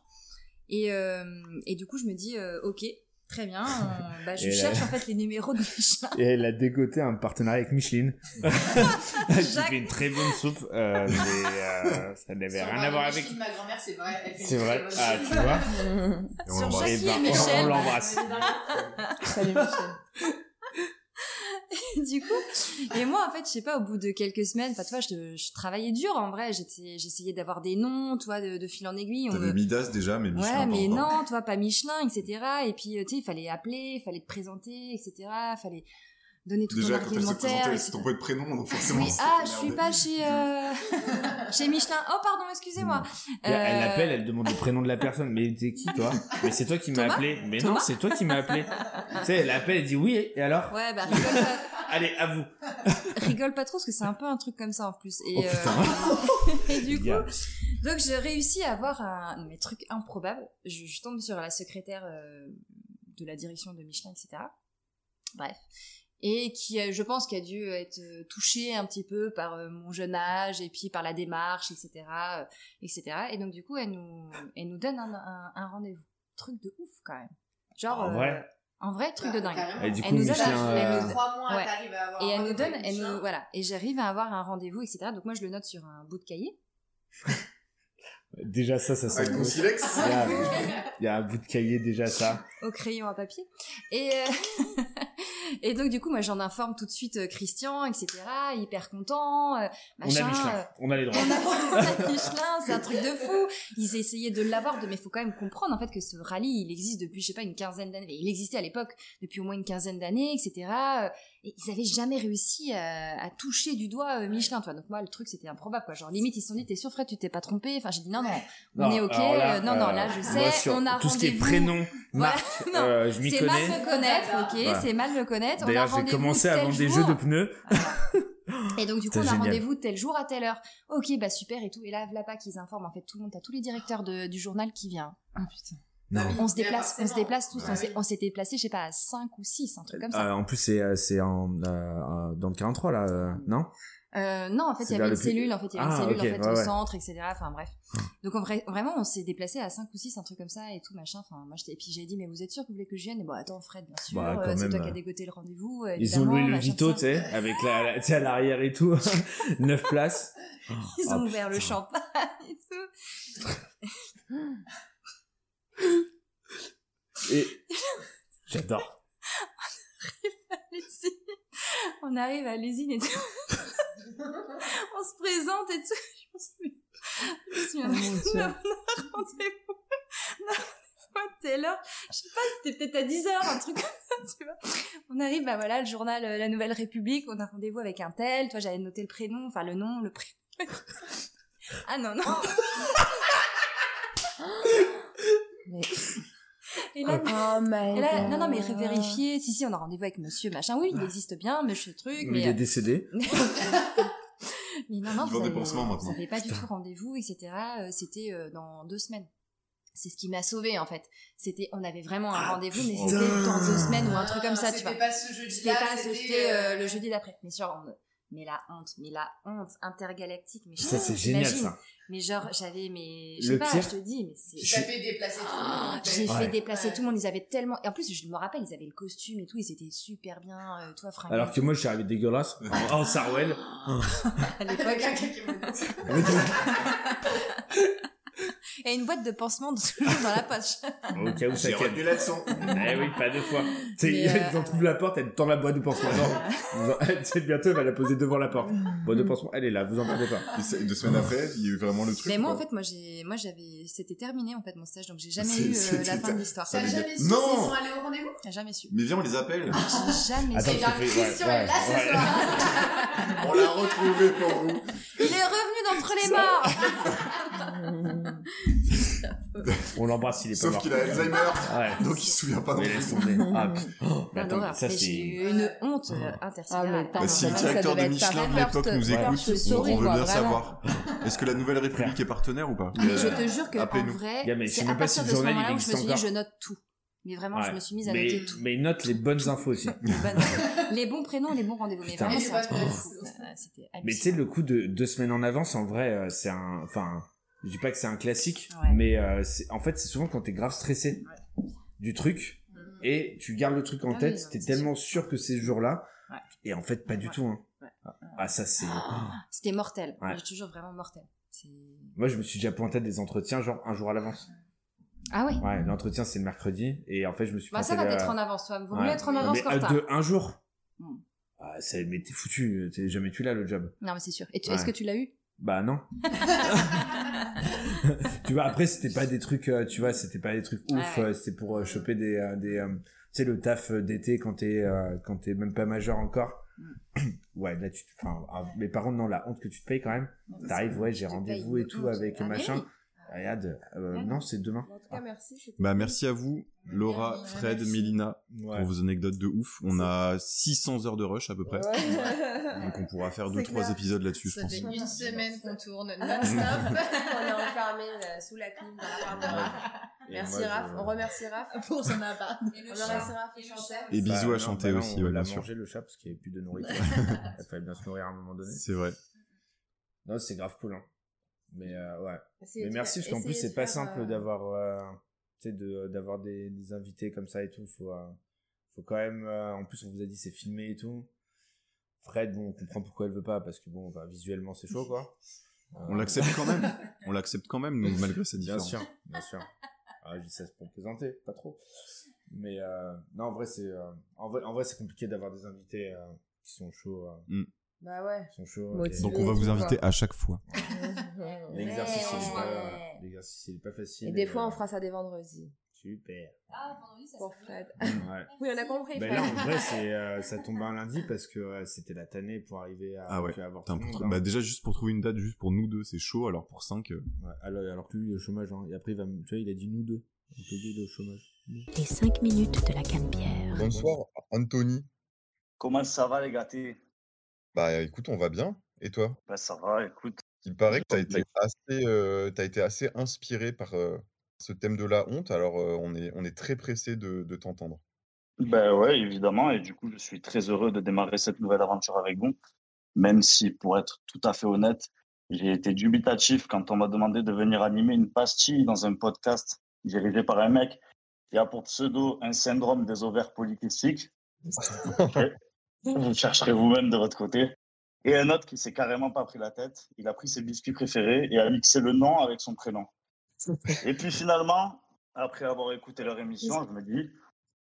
S6: Et, euh, et du coup, je me dis, euh, ok, très bien. on- bah, je
S5: Et là-
S6: cherche, en fait, les numéros de Michelin.
S5: Et elle a dégoté un partenariat avec Micheline. J'ai
S6: Jacques.
S5: fait une très bonne soupe, euh, mais euh, ça n'avait rien à voir avec.
S11: Ma grand-mère, c'est vrai. elle fait une
S5: C'est
S11: très
S5: vrai.
S11: bonne
S5: Ah,
S11: chose.
S5: tu vois.
S6: euh,
S7: Et on
S6: Sur
S7: l'embrasse.
S5: Eh
S6: Jackie et
S5: ben, on-
S6: Michel. Euh,
S5: on l'embrasse.
S10: Salut Michel.
S6: du coup, et moi, en fait, je sais pas, au bout de quelques semaines, enfin, tu vois, je, je travaillais dur, en vrai, j'étais- j'essayais d'avoir des noms, tu vois, de, de fil en aiguille. on me-
S7: T'avais Midas déjà, mais Michelin.
S6: ouais,
S7: pas
S6: mais
S7: encore.
S6: non, tu vois, pas Michelin, etc. Et puis, euh, tu sais, il fallait appeler, il fallait te présenter, etc. Il fallait donner tout
S7: Déjà,
S6: ton
S7: quand elle se
S6: argumentaire.
S7: présentait,
S6: etc.
S7: c'était ton poids de prénom, donc forcément.
S6: Oui,
S7: ça
S6: ah, je
S7: merde.
S6: suis pas chez, euh, chez Michelin. Oh, pardon, excusez-moi.
S5: Elle elle
S6: Euh,
S5: l'appelle, elle demande le prénom de la personne. Mais t'es qui toi Mais c'est toi qui m'as
S6: Thomas
S5: appelé. Mais non, c'est toi qui m'as appelé. tu sais, elle appelle, elle dit oui. Et alors
S6: Ouais, bah, rigole pas.
S5: Allez, à vous.
S6: rigole pas trop parce que c'est un peu un truc comme ça en plus. Et,
S5: Oh,
S6: euh, et du coup,
S5: Yeah.
S6: donc j'ai réussi à avoir un mais, truc improbable. Je, je tombe sur la secrétaire euh, de la direction de Michelin, etc. Bref. Et qui, euh, je pense, qui a dû être euh, touchée un petit peu par euh, mon jeune âge et puis par la démarche, etc., euh, etc. Et donc du coup, elle nous, elle nous donne un, un- un rendez-vous. Truc de ouf quand même. Genre
S5: En
S6: euh,
S5: vrai
S6: en vrai, truc de dingue.
S11: Ah, Carrément.
S5: Et du
S6: Elle
S5: coup,
S6: nous a-
S5: Michelin.
S6: elle
S5: euh,
S6: nous a-
S11: Trois mois,
S6: Ah, Ouais.
S11: t'arrives à avoir
S6: et
S11: un
S6: elle nous
S11: rendez-vous
S6: donne,
S11: avec
S6: elle
S11: Michelin.
S6: nous, voilà. Et j'arrive à avoir un rendez-vous, etc. Donc moi, je le note sur un bout de cahier.
S5: Déjà ça, ça sent.
S7: Avec mon
S5: bon.
S7: silex
S5: Il y a- Il y a un bout de cahier déjà ça.
S6: au crayon à papier. Et, euh, et donc, du coup, moi, j'en informe tout de suite euh, Christian, etc. Hyper content, euh, machin.
S5: on a Michelin,
S6: euh,
S5: on a les droits.
S6: on a- on a Michelin, c'est un truc de fou. Ils essayaient de l'avoir, de, mais faut quand même comprendre en fait que ce rallye, il existe depuis je sais pas une quinzaine d'années. Il existait à l'époque depuis au moins une quinzaine d'années, etc. Euh, Et ils avaient jamais réussi à, à toucher du doigt euh, Michelin, toi. Donc moi, le truc c'était improbable, quoi. Genre limite ils se sont dit, t'es sûr Fred, tu t'es pas trompé. Enfin j'ai dit non non, on est ok.
S5: alors là,
S6: euh, non non
S5: euh,
S6: là je
S5: moi,
S6: sais,
S5: sur
S6: on a
S5: tout ce qui est
S6: rendez-vous.
S5: prénom,
S6: Voilà,
S5: marque,
S6: non.
S5: euh, je m'y
S6: C'est mal
S5: connais.
S6: le connaître, ok,
S5: Voilà.
S6: c'est mal le connaître. On a
S5: D'ailleurs, j'ai
S6: rendez-vous
S5: commencé à
S6: tel
S5: vendre des
S6: jour.
S5: jeux de pneus.
S6: Voilà. Et donc du coup,
S5: C'est
S6: on a
S5: génial.
S6: rendez-vous tel jour à telle heure. Ok, bah super et tout. Et là, voilà pas qu'ils informent en fait tout le monde. T'as tous les directeurs de- du journal qui vient.
S5: Non.
S6: On se
S11: Mais
S6: déplace, on se
S11: forcément.
S6: déplace tous.
S11: Ouais.
S6: On s'est- On s'était déplacé, je sais pas, à 5 ou 6, un truc comme ça.
S5: Euh, en plus, c'est euh, c'est en euh, euh, dans le 43 là, euh,
S6: Mm.
S5: non
S6: Euh, non, en fait,
S5: C'est
S6: il y
S5: vers
S6: avait une
S5: le plus-
S6: cellule, en fait, il y avait
S5: Ah,
S6: une cellule
S5: ok,
S6: en fait,
S5: ouais,
S6: au
S5: ouais. Ah.
S6: centre, etc. Enfin bref. Donc en vrai, vraiment, on s'est déplacé à 5 ou 6, un truc comme ça et tout machin. Enfin, moi, j'étais, et puis j'ai dit, mais vous êtes sûr que vous voulez que je vienne Et bon, attends, Fred, bien sûr,
S5: Bah, quand
S6: euh, c'est
S5: même,
S6: toi qui
S5: euh,
S6: as dégoté le rendez-vous. euh,
S5: Ils ont loué
S6: évidemment,
S5: le
S6: machin,
S5: Vito,
S6: tout
S5: tu
S6: ça.
S5: sais, avec la, la- tu sais, à l'arrière et tout, 9 places.
S6: Ils
S5: Ah,
S6: ont ouvert le
S5: putain.
S6: champagne et tout.
S5: Et... J'adore.
S6: l'usine. On arrive à l'usine et tout. on se présente et tout. Je pense que je me souviens
S10: Oh mon Dieu.
S6: on a un rendez-vous. On a un rendez-vous à telle heure. Je sais pas, c'était peut-être à 10 heures, un truc comme ça, tu vois. On arrive, bah voilà, le journal euh, La Nouvelle République, on a rendez-vous avec un tel. Toi, j'avais noté le prénom, enfin le nom, le prénom. ah non, non.
S4: Mais
S6: Et là,
S10: Oh my
S6: et là, non, non, mais
S10: God.
S6: vérifier, si, si, on a rendez-vous avec monsieur, machin, oui, il existe bien, mais ce truc,
S5: Mais il
S6: mais, euh,
S5: est décédé.
S6: Mais non, non,
S7: Ils vendent
S6: ça
S7: des pansements,
S6: ne-
S7: maintenant.
S6: ça fait pas du tout rendez-vous, etc. Euh, C'était euh, dans deux semaines. C'est ce qui m'a sauvé en fait. C'était, on avait vraiment un rendez-vous, mais
S5: putain.
S6: c'était dans deux semaines ou un truc comme ça, tu vois.
S11: C'était pas ce
S6: C'était
S11: jeudi-là.
S6: pas, c'était euh, le jeudi d'après. Mais genre, on me- mais la honte, mais la honte intergalactique, mais
S5: Ça, c'est
S6: Oh,
S5: génial,
S6: t'imagines.
S5: ça.
S6: Mais genre, j'avais, mais je
S5: Le
S6: sais pas,
S5: pire-
S6: je te dis, mais c'est.
S11: Ça fait déplacer tout le monde.
S6: Ah,
S11: en fait.
S6: J'ai
S5: Ouais.
S6: fait déplacer
S11: Ouais.
S6: tout le monde, ils avaient tellement. Et en plus, je me rappelle, ils avaient le costume et tout, ils étaient super bien, euh, toi, Franck.
S5: Alors que moi, je suis arrivé dégueulasse. En en Sarwell.
S6: à
S11: Avec
S6: l'époque.
S11: un kimono.
S5: Avec le-
S6: Et une boîte de pansement toujours dans la poche.
S5: Au cas où ça
S7: J'ai retenu
S5: calme.
S7: la leçon.
S5: Eh oui, pas deux fois. Tu sais,
S6: Mais, euh,
S5: ils en trouvent la porte, elle tend la boîte de pansement. Non, Ils ont- tu sais, bientôt, elle va la poser devant la porte.
S6: Mm.
S5: Boîte de pansement, elle est là, vous en prenez pas.
S7: Et c'est- deux semaines après, il y a eu vraiment le truc.
S6: Mais moi, en
S7: quoi.
S6: fait, moi, j'ai, moi, j'avais, c'était terminé en fait mon stage, donc j'ai jamais
S7: C'est-
S6: eu euh,
S7: c'était
S6: la fin
S7: ter-
S6: de l'histoire.
S11: T'as
S7: les gars.
S11: jamais su s'ils
S7: Non.
S11: sont allés au rendez-vous
S6: J'ai jamais su.
S7: Mais viens, on les appelle.
S6: J'ai jamais
S5: Attends,
S6: su.
S11: Eh bien,
S5: je te fais-
S11: Christian
S5: ouais,
S11: est là
S5: ouais.
S11: ce soir.
S7: On l'a retrouvé pour vous.
S6: Il est revenu d'entre les morts.
S5: On l'embrasse, il est pas
S7: Sauf
S5: mort.
S7: qu'il a Alzheimer,
S5: Ouais.
S7: donc il se souvient pas non
S5: Mais
S7: plus.
S5: laisse tomber. Ah, putain. Mais
S6: Enfin,
S5: attends,
S6: l'horreur.
S5: ça,
S6: Mais j'ai
S5: c'est...
S6: eu une honte euh,
S10: Ah,
S6: intersidérale.
S10: mais
S7: Bah, si le
S10: Ça devait
S7: directeur de
S10: être
S7: Michelin de
S10: ta
S7: l'époque nous
S10: first-
S7: écoute,
S10: first
S7: on, on
S10: story,
S7: veut
S10: quoi,
S7: bien
S10: vraiment.
S7: savoir. Est-ce que la Nouvelle République est partenaire ou pas Euh,
S6: Mais je te jure que en
S7: Appelez-nous.
S6: vrai,
S5: Gars, mais je sais
S6: c'est à
S5: même pas si
S6: partir
S5: le
S6: de ce
S5: journal, il
S6: moment-là où je me
S5: existe
S6: suis dit,
S5: encore.
S6: je note tout. Mais vraiment, je
S5: Ouais.
S6: me suis mise à
S5: mais,
S6: noter tout.
S5: mais note les bonnes infos aussi.
S6: Les bonnes- les bons prénoms, les bons rendez-vous. Mais
S5: Putain.
S6: vraiment,
S11: Et
S6: c'est
S11: les
S6: un truc de
S11: bonnes
S6: fou.
S11: adresses.
S6: Ouais, C'était
S5: Mais tu sais, le coup de deux semaines en avance, en vrai, euh, c'est un. Enfin, je dis pas que c'est un classique,
S6: Ouais.
S5: mais euh, c'est- en fait, c'est souvent quand t'es grave stressé du truc et tu gardes le truc en
S6: Ah
S5: tête,
S6: oui, non,
S5: t'es
S6: c'est
S5: tellement sûr que c'est ce jour-là,
S6: Ouais.
S5: et en fait, pas du
S6: Ouais.
S5: tout. Hein.
S6: Ouais.
S5: Ah, ça, c'est.
S6: C'était mortel.
S5: Ouais.
S6: J'ai toujours vraiment mortel. C'est-
S5: Moi, je me suis déjà pointé à des entretiens, genre un jour à l'avance.
S6: Ah ouais.
S5: Ouais, l'entretien, c'est le mercredi, et en fait, je me suis
S6: Bah ça va
S5: pointé là-
S6: t'être en avance, toi. Vaut
S5: Ouais.
S6: mieux être en avance
S5: mais,
S6: qu'en
S5: euh,
S6: retard.
S5: de un jour.
S6: Hmm.
S5: Ah, ça, mais t'es foutu, t'es jamais tu là le job.
S6: Non, mais c'est sûr. Et tu-
S5: Ouais.
S6: est-ce que tu l'as eu
S5: Bah non. tu vois, après, c'était pas des trucs, euh, tu vois, c'était pas des trucs ouf.
S6: Ouais.
S5: euh, c'était pour euh, choper des, euh, des euh, tu sais, le taf euh, d'été quand t'es, euh, quand t'es même pas majeur encore.
S6: Hmm.
S5: ouais, là, tu, te- enfin, ah, mais par contre, non, la honte que tu te payes quand même. T'arrives, ouais, j'ai
S6: Tu te
S5: rendez-vous
S6: payes
S5: et
S6: une
S5: tout
S6: honte.
S5: avec
S6: Ah, mais
S5: machin.
S6: oui.
S5: Regarde, euh, non, c'est demain.
S10: En tout cas, merci. c'était-
S7: Bah, merci à vous, Laura, Fred, Mélina,
S5: Ouais.
S7: pour vos anecdotes de ouf. On a 600 heures de rush à peu près.
S10: Ouais.
S7: Donc on pourra faire
S10: C'est
S7: 2-3
S10: clair.
S7: épisodes là-dessus, je
S11: Ça
S7: pense.
S11: fait une semaine qu'on tourne
S10: On est
S11: non-stop.
S10: enfermés euh, sous la clim dans l'appart de Raph.
S5: Et moi,
S10: Merci
S5: je-
S10: Raph. On remercie Raph.
S11: Pour son appart.
S10: On remercie Raph et Chantal.
S7: Et
S5: Bah,
S7: bisous
S5: non,
S7: à chanter
S5: bah non,
S7: aussi,
S5: on
S7: ouais,
S5: l'a
S7: bien sûr.
S5: mangé le chat parce qu'il n'y avait plus de nourriture. Il fallait bien se nourrir à un moment donné.
S7: C'est vrai.
S5: Non, c'est grave cool. Hein. Mais euh, ouais.
S10: Essayez
S5: Mais
S10: de
S5: merci,
S10: faire-
S5: parce qu'en plus,
S10: essayez
S5: c'est
S10: de
S5: pas
S10: faire,
S5: simple
S10: euh,
S5: d'avoir euh, tu sais, de- d'avoir des, des invités comme ça et tout. Faut, euh, faut quand même. euh, en plus, on vous a dit c'est filmé et tout. Fred, bon, on comprend pourquoi elle veut pas, parce que bon, bah, visuellement, c'est chaud, quoi. Euh,
S7: On l'accepte quand même. On l'accepte quand même, nous, malgré cette
S5: Bien
S7: différence.
S5: sûr, bien sûr. Ah, je dis ça c'est pour plaisanter, pas trop. Mais euh, non, en vrai, c'est euh, en vrai, en vrai, c'est compliqué d'avoir des invités euh, qui sont chauds. euh,
S10: Bah ouais.
S5: qui sont chauds
S10: Motivés.
S7: Donc on va vous inviter à chaque fois.
S5: et L'exercice, il est pas-
S6: Ouais.
S5: l'exercice, il est pas facile.
S10: Et des
S5: mais,
S10: fois,
S5: euh,
S10: on fera ça des vendredis.
S5: Super.
S10: Ah, Pour Fred.
S5: Ouais.
S10: Oui, on a compris.
S5: Bah
S10: Fred.
S5: là, en vrai, c'est, euh, ça tombe un lundi parce que euh, c'était la tannée pour arriver à
S7: Ah ouais,
S5: que avoir
S7: Putain,
S5: tout le
S7: pour
S5: monde,
S7: trou-
S5: hein.
S7: bah, déjà, juste pour trouver une date, juste pour nous deux, c'est chaud. Alors pour euh, 5,
S5: hein. Ouais, alors, alors que lui, il est au chômage. hein. Et après, il va, me- tu vois, il a dit nous deux. Donc lui, il est au chômage.
S12: Les 5 minutes de la canebière.
S2: Bonsoir, Anthony.
S13: Comment ça va les gâtés
S2: Bah écoute, on va bien. Et toi
S13: Ben ça va, écoute.
S2: Il paraît que tu as
S7: Bah,
S2: été assez, euh, t'as été assez inspiré par euh, ce thème de la honte. Alors euh, on, est, on est très pressé de, de t'entendre.
S13: Ben ouais, évidemment, et du coup je suis très heureux de démarrer cette nouvelle aventure avec vous, même si pour être tout à fait honnête, j'ai été dubitatif quand on m'a demandé de venir animer une pastille dans un podcast dirigé par un mec qui a pour pseudo un syndrome des ovaires polykystiques. Ok. Vous chercherez vous-même de votre côté. Et un autre qui s'est carrément pas pris la tête, il a pris ses biscuits préférés et a mixé le nom avec son prénom. Et puis finalement, après avoir écouté leur émission, je me dis,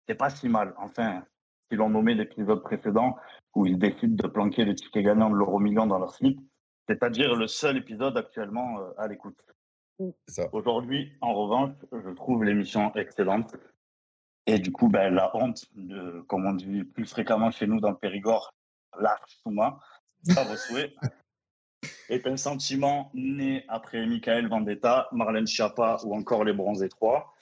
S13: c'est pas si mal. Enfin, si l'on nommait l'épisode précédent où ils décident de planquer les tickets gagnants de l'euro million dans leur slip, c'est-à-dire le seul épisode actuellement euh, à l'écoute. Aujourd'hui, en revanche, je trouve l'émission excellente. Et du coup, ben, la honte, de, comme on dit plus fréquemment chez nous dans le Périgord, l'arche sous main, à vos souhaits, est un sentiment né après Michael Vendetta, Marlène Schiappa ou encore les Bronzés 3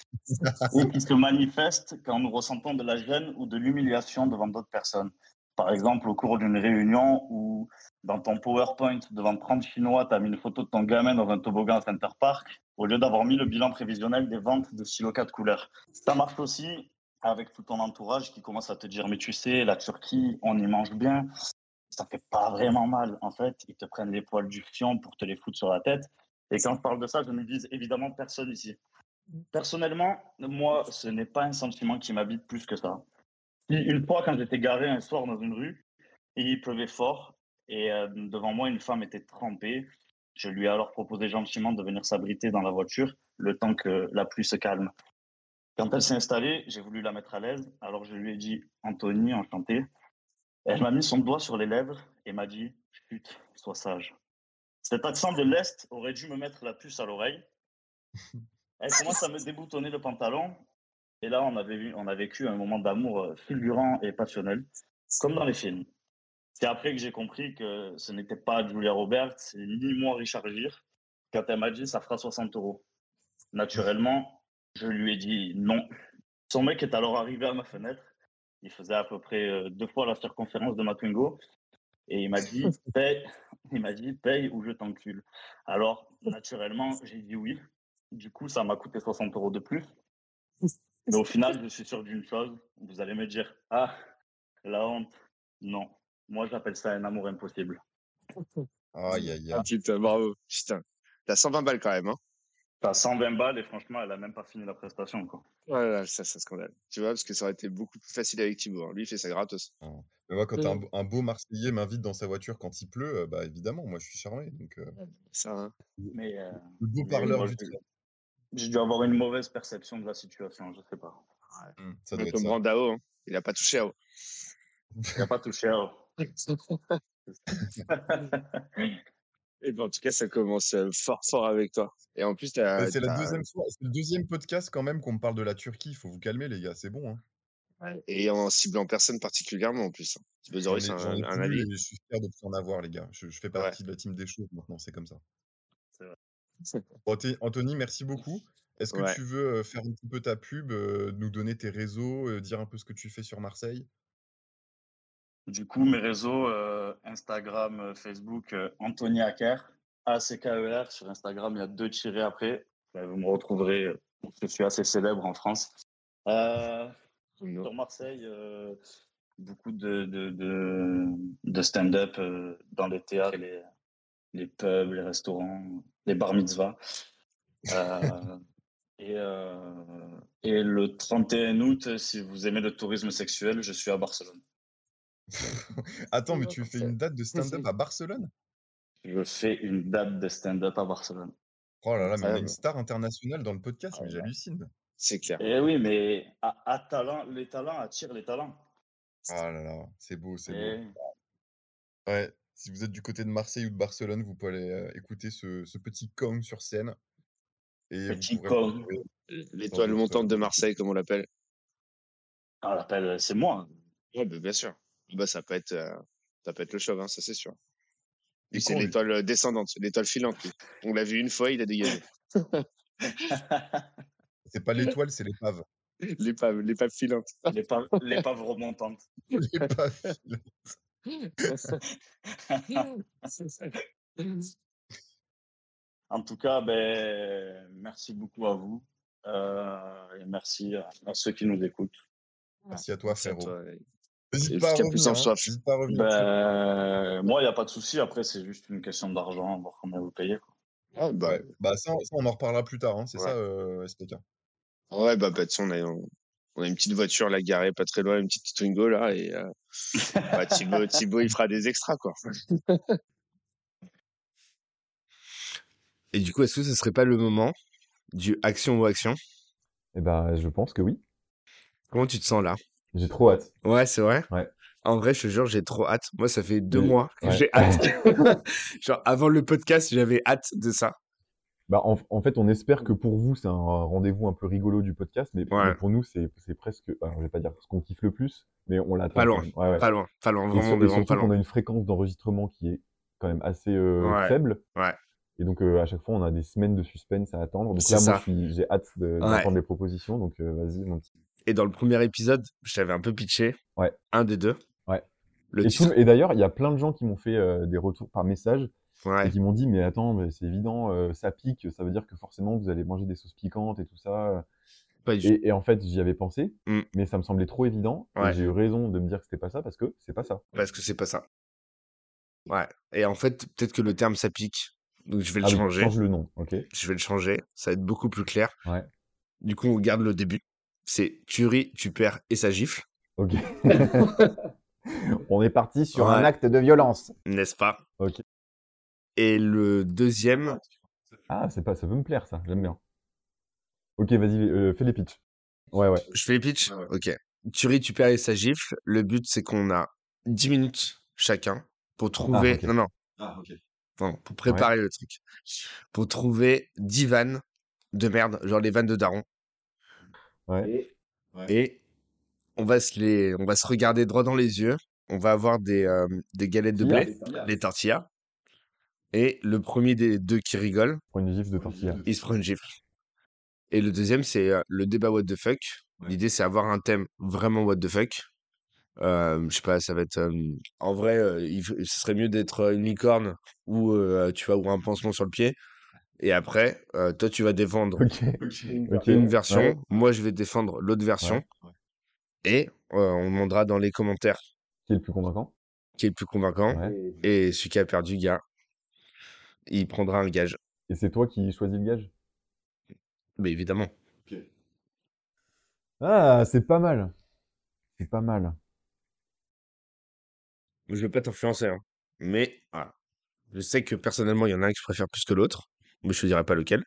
S13: ou qui se manifeste quand nous ressentons de la gêne ou de l'humiliation devant d'autres personnes. Par exemple, au cours d'une réunion où, dans ton PowerPoint, devant 30 Chinois, tu as mis une photo de ton gamin dans un toboggan à Center Park, au lieu d'avoir mis le bilan prévisionnel des ventes de silos de couleurs. Ça marche aussi avec tout ton entourage qui commence à te dire Mais tu sais, la Turquie, on y mange bien, ça fait pas vraiment mal. En fait, ils te prennent les poils du fion pour te les foutre sur la tête. Et quand je parle de ça, je ne vise évidemment personne ici. Personnellement, moi, ce n'est pas un sentiment qui m'habite plus que ça. Si Une fois, quand j'étais garé un soir dans une rue, et il pleuvait fort, et euh, devant moi, une femme était trempée. Je lui ai alors proposé gentiment de venir s'abriter dans la voiture le temps que la pluie se calme. Quand elle s'est installée, j'ai voulu la mettre à l'aise, alors je lui ai dit Anthony, enchanté. Elle m'a mis son doigt sur les lèvres et m'a dit Chut, sois sage. Cet accent de l'Est aurait dû me mettre la puce à l'oreille. Elle commence à me déboutonner le pantalon. Et là, on, avait vu, on a vécu un moment d'amour euh, fulgurant et passionnel, comme dans les films. C'est après que j'ai compris que ce n'était pas Julia Roberts ni moi Richard Gere quand elle m'a dit ça fera 60 euros. Naturellement, je lui ai dit non. Son mec est alors arrivé à ma fenêtre. Il faisait à peu près euh, deux fois la circonférence de ma Twingo. Et il m'a dit paye, il m'a dit paye ou je t'encule. Alors, naturellement, j'ai dit oui. Du coup, ça m'a coûté 60 euros de plus. Mais au final, je suis sûr d'une chose. Vous allez me dire, ah, la honte. Non. Moi, j'appelle ça un amour impossible.
S5: Aïe, aïe,
S7: Ah,
S5: aïe. Putain, bravo. Putain. T'as 120 balles quand même, hein
S13: T'as 120 balles et franchement, elle a même pas fini la prestation, quoi.
S5: Voilà, ça, c'est un scandale. Tu vois, parce que ça aurait été beaucoup plus facile avec Thibaut. hein. Lui, il fait ça gratos.
S2: Mais moi, quand un, un beau Marseillais m'invite dans sa voiture quand il pleut, euh, bah évidemment, moi je suis charmé. Donc, euh,
S5: Ça, hein.
S13: Mais, euh,
S2: le beau
S13: mais
S2: parleur
S13: moi,
S2: du
S13: j'ai- J'ai dû avoir une mauvaise perception de la situation, je sais pas.
S2: Hum, ça doit
S5: Même
S2: être
S5: ton
S2: ça.
S5: Brandao, hein. il a pas touché à haut.
S13: Il a pas touché à haut.
S5: Et ben, en tout cas, ça commence euh, fort, fort avec toi. Et en plus, t'as.
S2: Bah, c'est la
S5: t'as-
S2: deuxième fois- c'est le deuxième podcast quand même qu'on me parle de la Turquie. Il faut vous calmer, les gars, c'est bon. hein.
S5: Et en ciblant personne particulièrement, en plus. hein. Tu peux
S2: J'en
S5: dire,
S2: ai-
S5: c'est
S2: Ah, j'en ai
S5: un, un
S2: plus
S5: avis.
S2: et Je suis fier de plus en avoir, les gars. Je, je fais partie de la team des choses maintenant, c'est comme ça. Bon, t'es- Anthony, merci beaucoup. Est-ce que
S5: Ouais.
S2: tu veux euh, faire un petit peu ta pub, euh, nous donner tes réseaux, euh, dire un peu ce que tu fais sur Marseille
S13: Du coup, mes réseaux, euh, Instagram, euh, Facebook, euh, Anthony Acker, A-C-K-E-R, E sur Instagram, il y a deux tirés après. Là, vous me retrouverez, euh, je suis assez célèbre en France. Euh, sur Marseille, euh, beaucoup de, de, de, de stand-up euh, dans les théâtres, les, les pubs, les restaurants, les bar mitzvahs. Euh, et, euh, et le 31 août, si vous aimez le tourisme sexuel, je suis à Barcelone.
S2: Attends, mais tu fais une date de stand-up à Barcelone
S13: Je fais une date de stand-up à Barcelone.
S2: Oh là là, mais on a
S13: Ouais,
S2: une
S13: bah.
S2: star internationale dans le podcast, mais j'hallucine.
S5: C'est clair.
S13: Eh oui, mais à, à talent, les talents attirent les talents.
S2: Oh là là, c'est beau, c'est
S13: Eh.
S2: beau. Ouais, si vous êtes du côté de Marseille ou de Barcelone, vous pouvez aller euh, écouter ce, ce petit con sur scène. Et vous
S13: Petit
S2: pourrez
S13: con.
S2: retrouver
S5: L'étoile montante de Marseille, comme on l'appelle.
S13: Ah, l'appel, c'est moi.
S5: Ouais, bah, bien sûr. Bah, ça peut être, euh, ça peut être le chauve, hein, ça c'est sûr. Lui, c'est
S13: con, lui.
S5: l'étoile euh, descendante, l'étoile filante. lui. On l'a vu une fois, il a dégagé.
S2: C'est pas l'étoile, c'est l'épave.
S5: L'épave, l'épave filante.
S13: L'épave, l'épave remontante.
S2: L'épave
S13: En tout cas, ben, merci beaucoup à vous. Euh, et merci à, à ceux qui nous écoutent.
S2: Merci à toi, frérot.
S13: Et
S2: N'hésite pas à
S13: jusqu'à
S2: revenir.
S13: plus en
S2: hein,
S13: soif.
S2: N'hésite pas à revenir.
S5: Bah
S13: Ben, moi, il n'y a pas de souci. Après, c'est juste une question d'argent, voir combien vous payez. quoi.
S5: bah,
S2: bah ça, ça, on en reparlera plus tard, hein, c'est
S5: Ouais.
S2: ça, euh, SPK.
S5: Ouais, bah, bah, tu sais, on a, on, on a une petite voiture là garée pas très loin, une petite Twingo là, et euh, bah, Thibaut, Thibaut, il fera des extras quoi.
S1: Et du coup, est-ce que ce serait pas le moment du action ou action
S2: Eh ben, je pense que oui.
S1: Comment tu te sens là
S2: J'ai trop hâte.
S1: Ouais, c'est vrai.
S2: Ouais.
S1: En vrai, je te jure, j'ai trop hâte. Moi, ça fait deux
S2: Mais-
S1: mois que
S2: ouais.
S1: j'ai hâte. Genre, avant le podcast, j'avais hâte de ça.
S2: Bah, en, en fait, on espère
S1: Mmh.
S2: que pour vous, c'est un rendez-vous un peu rigolo du podcast, mais mais pour nous, c'est c'est presque, alors je vais pas dire ce qu'on kiffe le plus, mais on l'attend.
S1: Pas loin,
S2: quand même. Ouais, ouais.
S1: pas loin, pas loin,
S2: Et
S1: vraiment,
S2: sur-
S1: mais
S2: et
S1: vraiment
S2: surtout
S1: pas loin.
S2: qu'on a une fréquence d'enregistrement qui est quand même assez euh,
S1: Ouais,
S2: faible.
S1: Ouais.
S2: Et donc, euh, à chaque fois, on a des semaines de suspense à attendre. Donc
S1: C'est
S2: là, moi,
S1: ça.
S2: je suis- j'ai hâte de- d'entendre les propositions. Donc, euh, vas-y, mon petit.
S1: Et dans le premier épisode, je t'avais un peu pitché.
S2: Ouais.
S1: Un des deux.
S2: Ouais.
S1: Le
S2: et
S1: titre.
S2: tout- et d'ailleurs, il y a plein de gens qui m'ont fait euh, des retours par message
S1: Ouais.
S2: et qui m'ont dit Mais attends, mais c'est évident, euh, ça pique, ça veut dire que forcément vous allez manger des sauces piquantes et tout ça.
S1: Pas du
S2: et, et en fait, j'y avais pensé,
S1: Mm.
S2: mais ça me semblait trop évident.
S1: Ouais.
S2: Et j'ai eu raison de me dire que c'était pas ça parce que c'est pas ça.
S1: Parce que c'est pas ça. Ouais. Et en fait, peut-être que le terme ça pique. Donc je vais le
S2: Ah oui,
S1: changer.
S2: change le nom, ok.
S1: Je vais le changer. Ça va être beaucoup plus clair.
S2: Ouais.
S1: Du coup, on garde le début. C'est tu ris, tu perds et ça gifle.
S2: Ok. On est parti sur un
S1: Ouais.
S2: acte de violence.
S1: N'est-ce pas
S2: Ok.
S1: Et le deuxième.
S2: Ah, c'est pas, ça peut me plaire ça, j'aime bien. Ok, vas-y, euh, fais les pitchs. Ouais, ouais.
S1: Je fais les pitchs Ok. Tu ris, tu perds et ça gifle. Le but, c'est qu'on a 10 minutes chacun pour trouver.
S2: ok.
S1: Non, non.
S3: Ah, ok.
S1: Non, pour préparer le truc. Pour trouver 10 vannes de merde, genre les vannes de Daron.
S2: Ouais.
S1: Et on va se les, on va se regarder droit dans les yeux. On va avoir des, euh, des galettes de blé,
S2: Tortillas.
S1: des tortillas. Et le premier des deux qui rigole,
S2: Prends une gifle de tortilla.
S1: il se prend une gifle. Et le deuxième, c'est euh, le débat what the fuck. L'idée, c'est avoir un thème vraiment what the fuck. Euh, je sais pas, ça va être. euh, en vrai, euh, il f- ce serait mieux d'être euh, une licorne ou euh, tu vas ou un pansement sur le pied. Et après, euh, toi, tu vas défendre
S2: ok,
S1: une version.
S2: ouais.
S1: Moi, je vais défendre l'autre version. Et euh, on demandera dans les commentaires
S2: Qui est le plus convaincant
S1: qui est le plus convaincant. Et celui qui a perdu, gars, il prendra un gage.
S2: Et c'est toi qui choisis le gage
S1: Mais évidemment.
S2: Ah, c'est pas mal. C'est pas mal.
S1: Je veux pas t'influencer, hein. mais voilà. Je sais que personnellement, il y en a un que je préfère plus que l'autre, mais je te dirai pas lequel.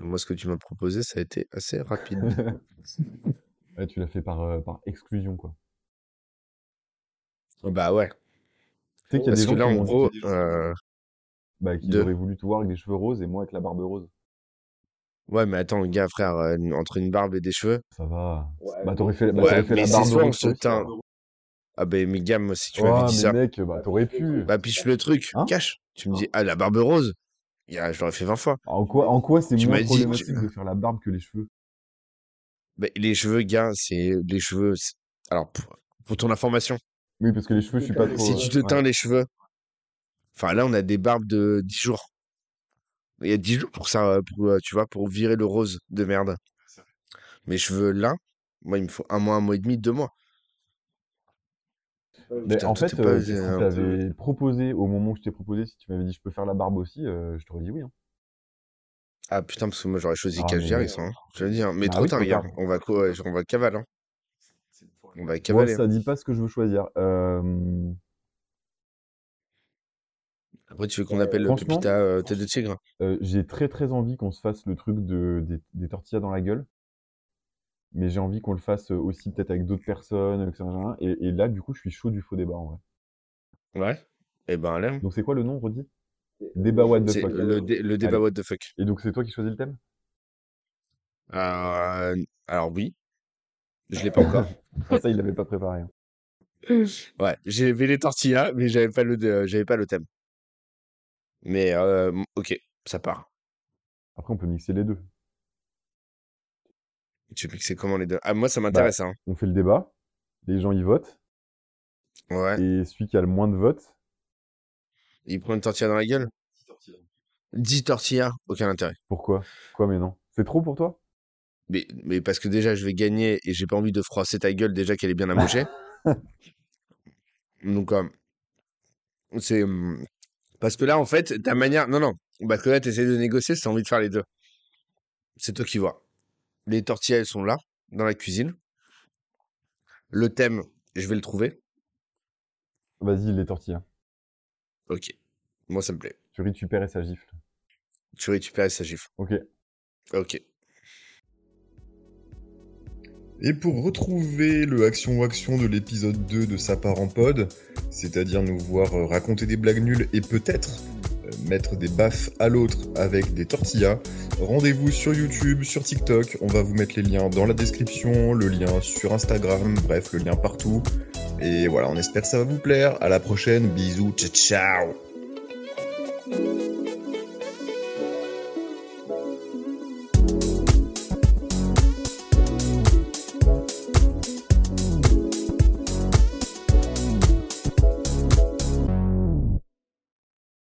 S1: Moi, ce que tu m'as proposé, ça a été assez rapide.
S2: Ouais, tu l'as fait par, euh, par exclusion, quoi.
S1: Oh, bah ouais.
S2: Tu sais qu'il y a
S1: Parce
S2: des gens
S1: que là,
S2: qui
S1: en
S2: m'ont dit-
S1: gros, euh,
S2: Bah, qui
S1: de-
S2: auraient voulu te voir avec des cheveux roses et moi avec la barbe rose.
S1: ouais, mais attends, gars, frère, euh, entre une barbe et des cheveux.
S2: Ça va. Bah, t'aurais fait, bah,
S1: Ouais,
S2: t'aurais fait
S1: mais
S2: la
S1: c'est
S2: barbe
S1: soit on
S2: rose.
S1: se teint. Ah, bah, mais gamme, si tu
S2: hein. Ouais,
S1: m'avais dit
S2: mais
S1: ça.
S2: mec, Hein? bah, t'aurais pu.
S1: Bah, piche le truc, cache. Tu me dis, ah, la barbe rose. Gars, je l'aurais fait 20 fois.
S2: En quoi, en quoi c'est
S1: Tu
S2: moins
S1: m'as dit, tu-
S2: problématique de faire la barbe que les cheveux
S1: Bah, les cheveux, gars, c'est les cheveux. c'est- Alors, pour, pour ton information,
S2: Oui, parce que les cheveux, je suis pas trop.
S1: Euh, si
S2: euh,
S1: tu te
S2: ouais.
S1: teins les cheveux, enfin là, on a des barbes de 10 jours. Il y a 10 jours pour ça, euh, pour, euh, tu vois, pour virer le rose de merde. Mes cheveux là, moi, il me faut un mois, un mois et demi, deux mois.
S2: Mais
S1: Putain,
S2: en
S1: toi,
S2: fait,
S1: t'es pas-
S2: euh, si
S1: euh,
S2: tu avais proposé, au moment où je t'ai proposé, si tu m'avais dit je peux faire la barbe aussi, euh, je t'aurais dit oui. hein.
S1: Ah putain, parce que moi, j'aurais choisi
S2: Ah,
S1: Cash
S2: mais-
S1: direct, hein. Je veux dire, mais
S2: Bah
S1: trop
S2: oui,
S1: tard,
S2: trop
S1: gars.
S2: tard.
S1: On va, co- euh, on va cavale, hein. On va
S2: Moi,
S1: cavaler.
S2: ça dit pas ce que je veux choisir. Euh,
S1: Après, tu veux qu'on appelle le
S2: franchement,
S1: Pépita euh, tête de tigre?
S2: euh, j'ai très très envie qu'on se fasse le truc de, des, des tortillas dans la gueule, mais j'ai envie qu'on le fasse aussi peut-être avec d'autres personnes, etc. Et, et là, du coup, je suis chaud du faux débat en vrai.
S1: Ouais. Et ben, allez. hein.
S2: Donc, c'est quoi le nom, redis Débat what the
S1: Euh, C'est
S2: fuck. euh,
S1: le, dé- le débat
S2: Allez.
S1: what the fuck.
S2: Et donc, c'est toi qui choisis le thème
S1: Euh, alors oui, je l'ai pas encore.
S2: Ah, Ça, il l'avait pas préparé. hein.
S1: Ouais, j'avais les tortillas, mais j'avais pas le, euh, j'avais pas le thème. Mais euh, m- ok, ça part.
S2: Après, on peut mixer les deux.
S1: Tu mixes comment les deux? Ah, moi ça
S2: Bah,
S1: m'intéresse, hein.
S2: on fait le débat, les gens y votent,
S1: Ouais.
S2: et celui qui a le moins de votes,
S1: Il prend une tortilla dans la gueule? 10 tortillas, aucun intérêt.
S2: pourquoi Quoi, mais non C'est trop pour toi
S1: Mais, mais parce que déjà je vais gagner et j'ai pas envie de froisser ta gueule déjà qu'elle est bien amochée. Donc euh, c'est hum, parce que là en fait ta manière, non non, parce que là t'essayes de négocier, si t'as envie de faire les deux. C'est toi qui vois. Les tortillas elles sont là dans la cuisine. Le thème, je vais le trouver.
S2: Vas-y, les tortillas.
S1: Ok. Moi, ça me plaît.
S2: Tu récupères et ça gifle.
S1: Tu récupères et ça gifle.
S2: Ok.
S1: Ok.
S2: Et pour retrouver le Action Action de l'épisode 2 de Sa part en pod, c'est-à-dire nous voir euh, raconter des blagues nulles et peut-être euh, mettre des baffes à l'autre avec des tortillas, rendez-vous sur YouTube, sur TikTok, on va vous mettre les liens dans la description, le lien sur Instagram, bref, le lien partout. Et voilà, on espère que ça va vous plaire. À la prochaine, bisous, ciao ciao